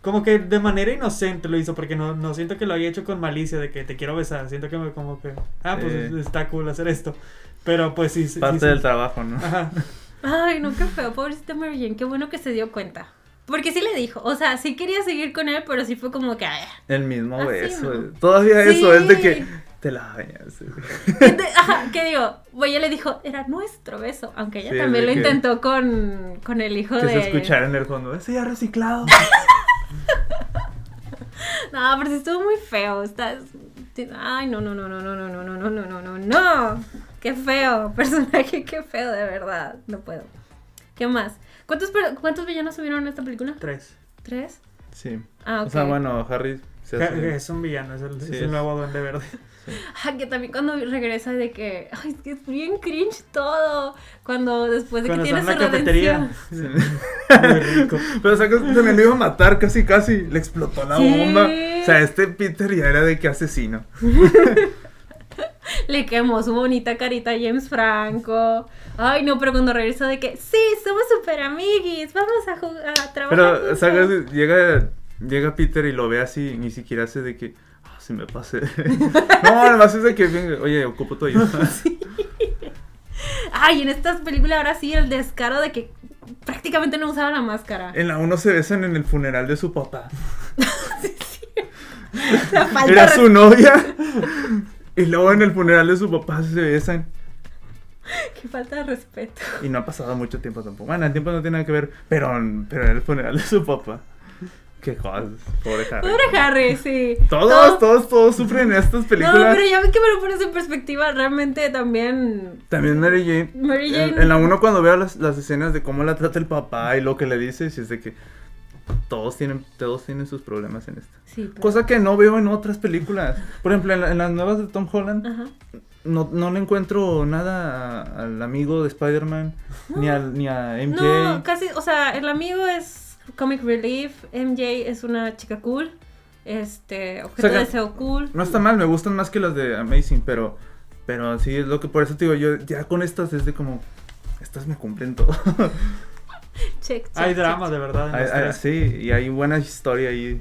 Speaker 2: Como que de manera inocente lo hizo, porque no, no siento que lo haya hecho con malicia de que te quiero besar. Siento que me como que. Ah, pues
Speaker 3: Sí.
Speaker 2: está cool hacer esto. Pero pues sí. sí,
Speaker 3: Parte
Speaker 2: sí, Ah.
Speaker 3: del
Speaker 2: sí.
Speaker 3: trabajo, ¿no?
Speaker 2: Ajá.
Speaker 1: Ay, no, qué feo, pobrecita Mary Jane, qué bueno que se dio cuenta. Porque sí le dijo, o sea, sí quería seguir con él, pero sí fue como que, ay,
Speaker 3: El mismo
Speaker 1: Así,
Speaker 3: beso.
Speaker 1: Ah, ¿no?
Speaker 3: Todavía
Speaker 1: Sí.
Speaker 3: eso es de que te la bañas.
Speaker 1: Ajá, ¿qué digo? Pues ella le dijo, era nuestro beso, aunque ella
Speaker 3: Sí,
Speaker 1: también
Speaker 3: de
Speaker 1: lo
Speaker 3: que-
Speaker 1: intentó con, con el hijo
Speaker 3: Que
Speaker 1: de...
Speaker 3: se escuchara en el fondo. Eso ya reciclado.
Speaker 1: No, pero sí estuvo muy feo. Está... Ay, no, no, no, no, no, no, no, no, no, no, no, no, no. Qué feo, personaje, qué feo, de verdad. No puedo. ¿Qué más? ¿Cuántos, per- ¿cuántos villanos subieron en esta película?
Speaker 2: Tres.
Speaker 1: ¿Tres?
Speaker 3: Sí.
Speaker 1: Ah, ok.
Speaker 3: O sea, bueno, Harry se
Speaker 2: Ja-
Speaker 3: hace.
Speaker 2: Es un villano, es el,
Speaker 3: Sí,
Speaker 2: es el
Speaker 3: es-
Speaker 2: nuevo duende verde.
Speaker 1: Ah, que también cuando regresa de que, ay, es que es bien cringe todo. Cuando después de
Speaker 2: Cuando
Speaker 1: que
Speaker 2: está
Speaker 1: tiene
Speaker 2: en
Speaker 1: su
Speaker 2: la
Speaker 1: redención.
Speaker 2: cafetería.
Speaker 3: Sí.
Speaker 2: Muy rico.
Speaker 3: Pero sacas se me lo iba a matar casi, casi. Le explotó la
Speaker 1: Sí.
Speaker 3: bomba. O sea, este Peter ya era de que asesino.
Speaker 1: Le quemó su bonita carita a James Franco. Ay, no, pero cuando regresó de que, sí, somos super amiguis, vamos a jugar, a trabajar.
Speaker 3: Pero,
Speaker 1: juntos".
Speaker 3: sacas, llega, llega Peter y lo ve así. Ni siquiera hace de que. "Ah, se me pase. no, además es de que. "Venga, Oye, ocupo tu ayuda.
Speaker 1: Ay, en estas películas ahora sí el descaro de que prácticamente no usaba la máscara.
Speaker 3: En la 1 se besan en el funeral de su papá.
Speaker 1: La falta
Speaker 3: Era
Speaker 1: de-
Speaker 3: su novia. Y luego en el funeral de su papá se besan.
Speaker 1: Qué falta de respeto.
Speaker 3: Y no ha pasado mucho tiempo tampoco. Bueno, el tiempo no tiene nada que ver, pero, pero en el funeral de su papá. Qué cosas. Pobre Harry.
Speaker 1: Pobre Harry, sí.
Speaker 3: Todos,
Speaker 1: No,
Speaker 3: todos, todos sufren en estas películas.
Speaker 1: No, pero ya ven que me lo pones en perspectiva, realmente también...
Speaker 3: También Mary Jane.
Speaker 1: Mary
Speaker 3: en- En,
Speaker 1: Jane.
Speaker 3: la 1 cuando veo las, las escenas de cómo la trata el papá y lo que le dice, sí es de que todos tienen, todos tienen sus problemas en esta.
Speaker 1: Sí, pues, pero-
Speaker 3: Cosa que no veo en otras películas. Por ejemplo, en, la- en las nuevas de Tom Holland,
Speaker 1: Ajá.
Speaker 3: no, no le encuentro nada a- al amigo de Spider-Man, ni, al, ni a MJ.
Speaker 1: No, casi, o sea, el amigo es Comic Relief, MJ es una chica cool, este, objeto
Speaker 3: O sea, que-
Speaker 1: de deseo cool.
Speaker 3: No está mal, me gustan más que las de Amazing, pero pero sí es lo que por eso te digo, yo ya con estas es de como estas me cumplen todo.
Speaker 1: Ah, Check, check,
Speaker 2: Hay
Speaker 1: check.
Speaker 2: drama, de verdad. En
Speaker 3: Ay,
Speaker 2: los
Speaker 3: ay,
Speaker 2: tres.
Speaker 3: sí, y hay buena historia ahí.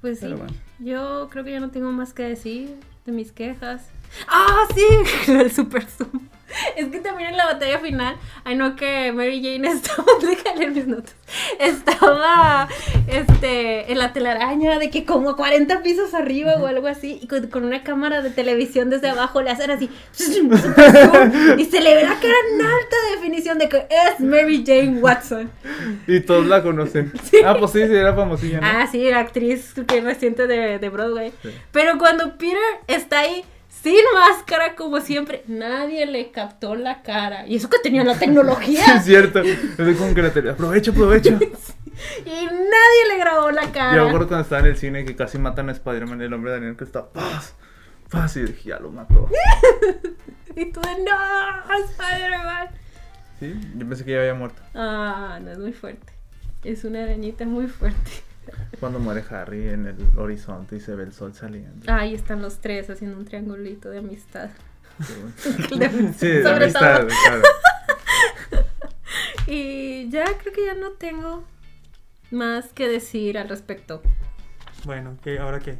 Speaker 1: Pues sí,
Speaker 3: Pero bueno.
Speaker 1: yo creo que ya no tengo más que decir de mis quejas. ¡Ah, sí! El super zoom. Es que también en la batalla final, ay no que Mary Jane estaba, déjale mis notas, estaba este, en la telaraña de que como a 40 pisos arriba o algo así, y con, con una cámara de televisión desde abajo le hacen así, super zoom, y se le ve la cara en alta definición de que es Mary Jane Watson.
Speaker 3: Y todos la conocen. Ah, pues sí, sí, era famosilla, ¿no?
Speaker 1: Ah, sí, la actriz que reciente de, de Broadway.
Speaker 3: Sí.
Speaker 1: Pero cuando Peter está ahí sin máscara, como siempre, nadie le captó la cara. Y eso que tenía la
Speaker 3: Sí, es
Speaker 1: tecnología.
Speaker 3: cierto. Es como que la tele, aprovecho, aprovecho.
Speaker 1: y nadie le grabó la cara.
Speaker 3: Yo me acuerdo cuando estaba en el cine que casi matan a Spider-Man, el hombre de Daniel que está paz. Paz y dije, ya lo mató.
Speaker 1: Y tú de no, Spider-Man.
Speaker 3: Sí, yo pensé que ya había muerto.
Speaker 1: Ah, no es muy fuerte. Es una arañita muy fuerte.
Speaker 3: Cuando muere Harry en el horizonte y se ve el sol saliendo.
Speaker 1: Ahí están los tres haciendo un triangulito de amistad.
Speaker 3: Qué bueno.
Speaker 1: De amistad,
Speaker 3: Sí, la
Speaker 1: sobre
Speaker 3: amistad,
Speaker 1: todo.
Speaker 3: claro.
Speaker 1: Y ya creo que ya no tengo más que decir al respecto.
Speaker 2: Bueno, ¿qué, ¿ahora qué?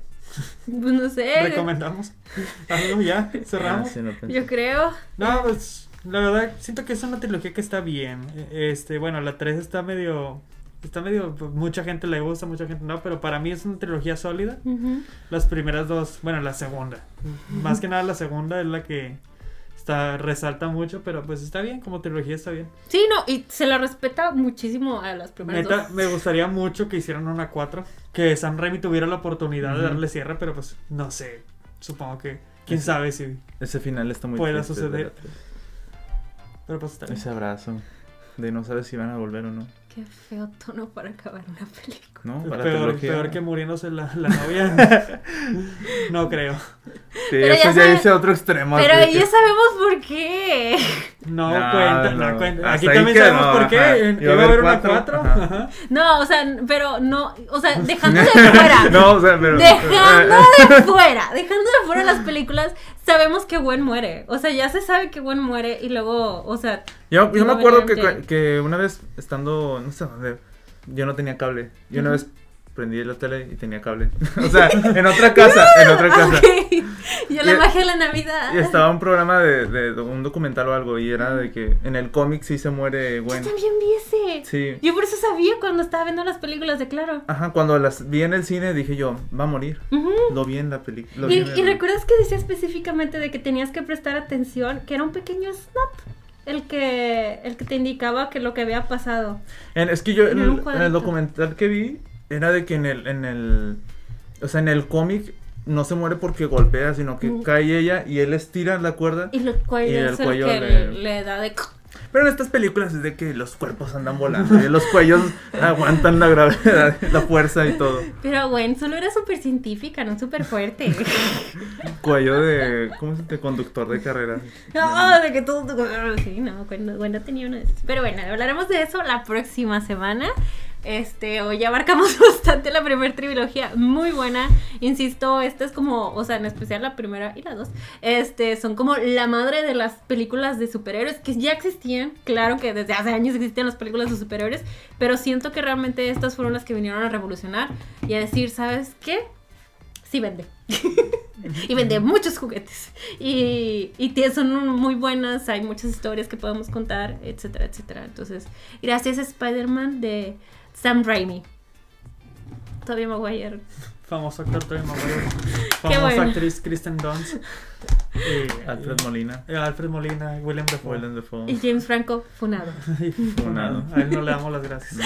Speaker 1: Pues no sé.
Speaker 2: ¿Recomendamos? ¿Algo ya?
Speaker 3: Ah,
Speaker 2: ¿Cerramos?
Speaker 3: sí, no pensé.
Speaker 1: Yo creo.
Speaker 2: No, pues la verdad siento que es una trilogía que está bien. Eh, Este, bueno, la 3 está medio está medio pues, mucha gente le gusta, mucha gente no, pero para mí es una trilogía sólida. Las primeras dos, bueno, la segunda. Más que nada la segunda es la que está resalta mucho, pero pues está bien, como trilogía está bien.
Speaker 1: Sí, no, y se la respeta muchísimo a las primeras
Speaker 2: Neta,
Speaker 1: dos.
Speaker 2: me gustaría mucho que hicieran una 4, que Sam Raimi tuviera la oportunidad de
Speaker 3: Ujú.
Speaker 2: darle cierre, pero pues no sé, supongo que quién
Speaker 3: Ujú.
Speaker 2: sabe si
Speaker 3: Ese final está muy
Speaker 2: Pueda
Speaker 3: triste,
Speaker 2: suceder.
Speaker 3: de la
Speaker 2: pero pues está
Speaker 3: tres.
Speaker 2: bien.
Speaker 3: Ese abrazo. De no sabes si van a volver o no.
Speaker 1: Qué feo tono para acabar una película.
Speaker 3: No,
Speaker 2: Es
Speaker 3: para
Speaker 2: Peor,
Speaker 3: trilogía.
Speaker 2: peor que muriéndose la, la novia. no creo.
Speaker 1: Pero
Speaker 3: eso
Speaker 1: ya
Speaker 3: ya,
Speaker 1: sabe-
Speaker 3: dice otro extremo.
Speaker 1: Pero
Speaker 3: así que-
Speaker 1: ahí ya sabemos por qué.
Speaker 2: No,
Speaker 3: No,
Speaker 2: cuenta, no,
Speaker 3: no.
Speaker 2: cuenta.
Speaker 3: Hasta
Speaker 2: Aquí
Speaker 3: ahí
Speaker 2: también
Speaker 3: quedó,
Speaker 2: sabemos por qué.
Speaker 3: ajá.
Speaker 2: en-
Speaker 3: Iba a
Speaker 2: Iba a
Speaker 3: haber
Speaker 2: haber una
Speaker 3: cuatro,
Speaker 2: 4.
Speaker 3: ajá.
Speaker 1: No, o sea, pero no, o sea, dejando de fuera.
Speaker 3: No, o sea, pero. eh,
Speaker 1: Dejando de fuera, dejando de fuera las películas, sabemos que Gwen muere. O sea, ya se sabe que Gwen muere y luego, o sea,
Speaker 3: Yo, yo
Speaker 1: No
Speaker 3: me acuerdo que,
Speaker 1: venían de-
Speaker 3: que una vez estando, no sé dónde, yo no tenía cable. Yo una vez prendí la tele y tenía cable. o sea, en otra casa, en otra casa.
Speaker 1: ok, yo la
Speaker 3: Y-
Speaker 1: magia de la Navidad.
Speaker 3: Y estaba un programa de, de un documental o algo y era de que en el cómic sí se muere
Speaker 1: Yo
Speaker 3: Gwen.
Speaker 1: también vi ese.
Speaker 3: Sí.
Speaker 1: Yo por eso sabía cuando estaba viendo las películas de Claro.
Speaker 3: Ajá, cuando las vi en el cine dije yo, va a morir.
Speaker 1: Ujú.
Speaker 3: Lo vi en la película.
Speaker 1: Y, y recuerdas que decía específicamente de que tenías que prestar atención, que era un pequeño snap el que el que te indicaba que lo que había pasado.
Speaker 3: En- es que yo en
Speaker 1: En
Speaker 3: el,
Speaker 1: un
Speaker 3: en el
Speaker 1: cuadrito.
Speaker 3: documental que vi era de que en el en el o sea, en el cómic no se muere porque golpea, sino que
Speaker 1: Mm.
Speaker 3: cae ella y él estira la cuerda.
Speaker 1: Y el cuello
Speaker 3: Y el
Speaker 1: es el
Speaker 3: cuello
Speaker 1: que
Speaker 3: le-
Speaker 1: le... le da de
Speaker 3: Pero en estas películas es de que los cuerpos andan volando y los cuellos aguantan la gravedad, la fuerza y todo.
Speaker 1: Pero Gwen solo era súper científica, no súper fuerte.
Speaker 3: Cuello de ¿cómo se dice? conductor de carreras.
Speaker 1: no, Ah, de que todo. Sí, no, Gwen no, Gwen no tenía uno de esos. Pero bueno, hablaremos de eso la próxima semana. Este, hoy ya abarcamos bastante la primera trilogía, muy buena. Insisto, esta es como, o sea, en especial la primera y la dos. Este, son como la madre de las películas de superhéroes que ya existían. Claro que desde hace años existían las películas de superhéroes, pero siento que realmente estas fueron las que vinieron a revolucionar y a decir, ¿sabes qué? Sí vende. y vende muchos juguetes. Y, y tie- son un- muy buenas, hay muchas historias que podemos contar, etcétera, etcétera. Entonces, gracias a Spider-Man de Sam Raimi. Todavía Maguire.
Speaker 2: Famoso actor Tobey Maguire.
Speaker 1: Qué
Speaker 2: Famosa
Speaker 1: bueno.
Speaker 2: actriz Kristen Dunst. y-
Speaker 3: Alfred Molina,
Speaker 2: y- y Alfred Molina, William Dafoe.
Speaker 3: Willem Dafoe.
Speaker 1: Y James Franco, funado.
Speaker 2: Y
Speaker 3: Funado.
Speaker 2: funado. A él no le damos las gracias.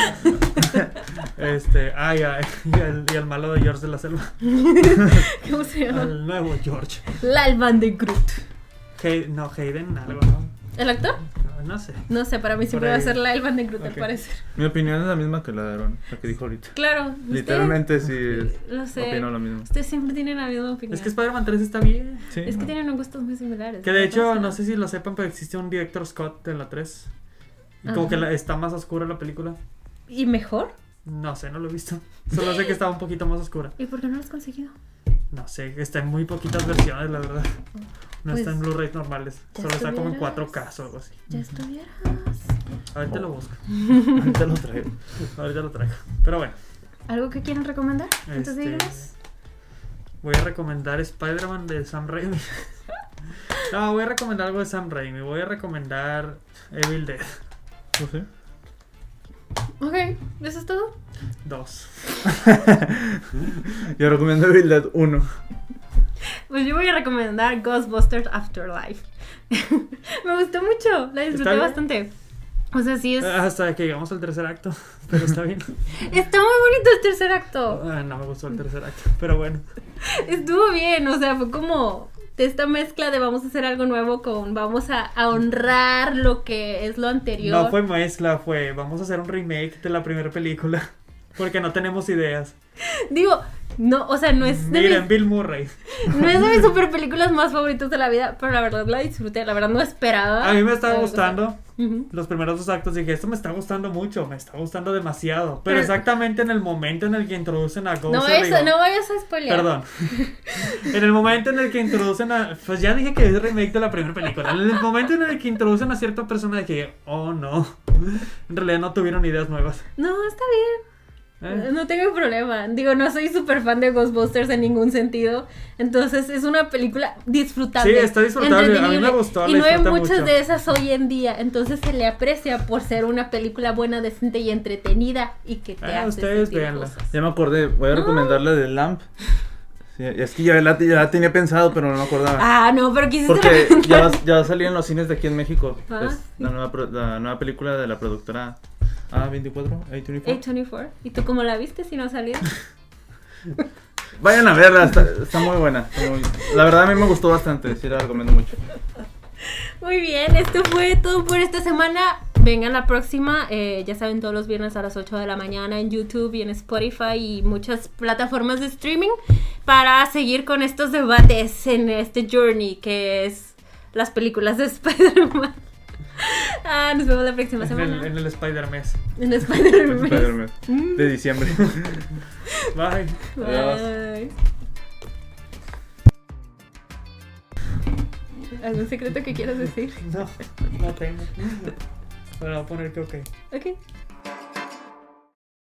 Speaker 2: Este, ah, y, a- y al, y al malo de George de la Selva.
Speaker 1: ¿Cómo se llama?
Speaker 2: Al nuevo George.
Speaker 1: Lal Van de Groot.
Speaker 2: Hay- no, Hayden, algo, ¿no?
Speaker 1: ¿El actor?
Speaker 2: No sé.
Speaker 1: No sé, para mí siempre
Speaker 2: Por
Speaker 1: va a
Speaker 2: ahí.
Speaker 1: ser Lal Van de Groot, al
Speaker 2: Ok.
Speaker 1: parecer.
Speaker 3: Mi opinión es la misma que la de Aaron, la que dijo ahorita.
Speaker 1: Claro. ustedes-
Speaker 3: Literalmente sí
Speaker 2: eh,
Speaker 1: Lo sé.
Speaker 3: opino lo mismo.
Speaker 1: Ustedes siempre tienen la misma opinión.
Speaker 2: Es que Spider-Man 3 está bien.
Speaker 3: Sí.
Speaker 1: Es que tienen gustos muy similares.
Speaker 2: Que de hecho,
Speaker 1: Entonces,
Speaker 2: no sé si lo sepan, pero existe un director Scott en la 3. Y
Speaker 1: Ajá.
Speaker 2: como que la- está más oscura la película.
Speaker 1: ¿Y mejor?
Speaker 2: No sé, no lo he visto. Solo sé que estaba un poquito más oscura.
Speaker 1: ¿Y por qué no lo has conseguido?
Speaker 2: No sé, está en muy poquitas versiones, la verdad. No
Speaker 1: Pues,
Speaker 2: está en Blu-rays normales.
Speaker 1: ya
Speaker 2: Solo está como en
Speaker 1: estuvieras.
Speaker 2: 4K o algo así.
Speaker 1: Ya estuvieras.
Speaker 2: Ahorita lo busco.
Speaker 3: Ahorita lo traigo.
Speaker 2: Ahorita lo traigo. Pero bueno.
Speaker 1: ¿Algo que quieran recomendar? Antes de
Speaker 2: Este,
Speaker 1: irnos.
Speaker 2: Voy a recomendar Spider-Man de Sam Raimi. No, voy a recomendar algo de Sam Raimi. Voy a recomendar Evil Dead
Speaker 3: Pues sí.
Speaker 1: Ok, ¿eso es todo?
Speaker 2: 2.
Speaker 3: Yo recomiendo Evil Dead 1.
Speaker 1: Pues yo voy a recomendar Ghostbusters Afterlife. Me gustó mucho, la disfruté
Speaker 2: bien? Ah.
Speaker 1: bastante. O sea, sí es.
Speaker 2: Hasta que llegamos al tercer acto. Pero está bien.
Speaker 1: Está muy bonito el tercer acto.
Speaker 2: Ah, no me gustó el tercer acto. Pero bueno.
Speaker 1: Estuvo bien, o sea, fue como de esta mezcla de vamos a hacer algo nuevo con vamos a, a honrar lo que es lo anterior.
Speaker 2: No fue mezcla, fue vamos a hacer un remake de la primera película. Porque no tenemos ideas.
Speaker 1: Digo, no, o sea, no es de mis
Speaker 2: Miren, Bill Murray.
Speaker 1: No es de mis super películas más favoritas de la vida, pero la verdad la disfruté, la verdad no esperaba.
Speaker 2: A mí me estaba
Speaker 1: Algo.
Speaker 2: gustando.
Speaker 1: Ujú.
Speaker 2: los primeros dos actos dije, esto me está gustando mucho, me está gustando demasiado.
Speaker 1: Pero-
Speaker 2: Pero exactamente en el momento en el que introducen a Ghost
Speaker 1: No
Speaker 2: Rider-
Speaker 1: vayas, no vayas a spoilear.
Speaker 2: Perdón. en el momento en el que introducen a... Pues ya dije que es remake de la primera película. En el momento en el que introducen a cierta persona dije, oh no. En realidad no tuvieron ideas nuevas.
Speaker 1: No, está
Speaker 2: ¿Eh?
Speaker 1: bien. No tengo problema. Digo, no soy super fan de Ghostbusters en ningún sentido. Entonces es una película disfrutable.
Speaker 2: Sí, está disfrutable.
Speaker 1: entretenible,
Speaker 2: A mí me gustó,
Speaker 1: Y
Speaker 2: la
Speaker 1: no hay
Speaker 2: disfruté
Speaker 1: muchas
Speaker 2: mucho.
Speaker 1: de esas hoy en día. Entonces se le aprecia por ser una película buena, decente y entretenida. Y que te
Speaker 2: Ah,
Speaker 1: hace
Speaker 2: ustedes
Speaker 1: sentir
Speaker 2: véanla.
Speaker 1: cosas.
Speaker 3: Ya me acordé, voy a recomendarle de Lamp. Sí, es que ya la, ya la tenía pensado, pero no me acordaba.
Speaker 1: Ah, no, pero quisiste
Speaker 3: Porque
Speaker 1: recomendar-
Speaker 3: ya va, ya va a salir en los cines de aquí en México.
Speaker 1: Ah,
Speaker 3: es la,
Speaker 1: sí.
Speaker 3: nueva, pro- la nueva película de la productora A24, A24.
Speaker 1: A24. ¿Y tú cómo la viste si no ha salido?
Speaker 3: Vayan a verla, está, está muy buena. está muy- la verdad a mí me gustó bastante, sí la recomiendo mucho.
Speaker 1: Muy bien, esto fue todo por esta semana. Vengan la próxima, eh, ya saben, todos los viernes a las 8 de la mañana en YouTube y en Spotify y muchas plataformas de streaming para seguir con estos debates en este journey que es las películas de Spider-Man. Ah, nos vemos la próxima
Speaker 2: En el,
Speaker 1: semana
Speaker 2: en el Spider-Mes.
Speaker 1: en Spider-Man.
Speaker 3: Spider-Man, De diciembre.
Speaker 2: Bye.
Speaker 1: Bye. ¿Algún secreto que quieras decir?
Speaker 2: No, no tengo. Pero voy a poner que ok.
Speaker 1: Ok.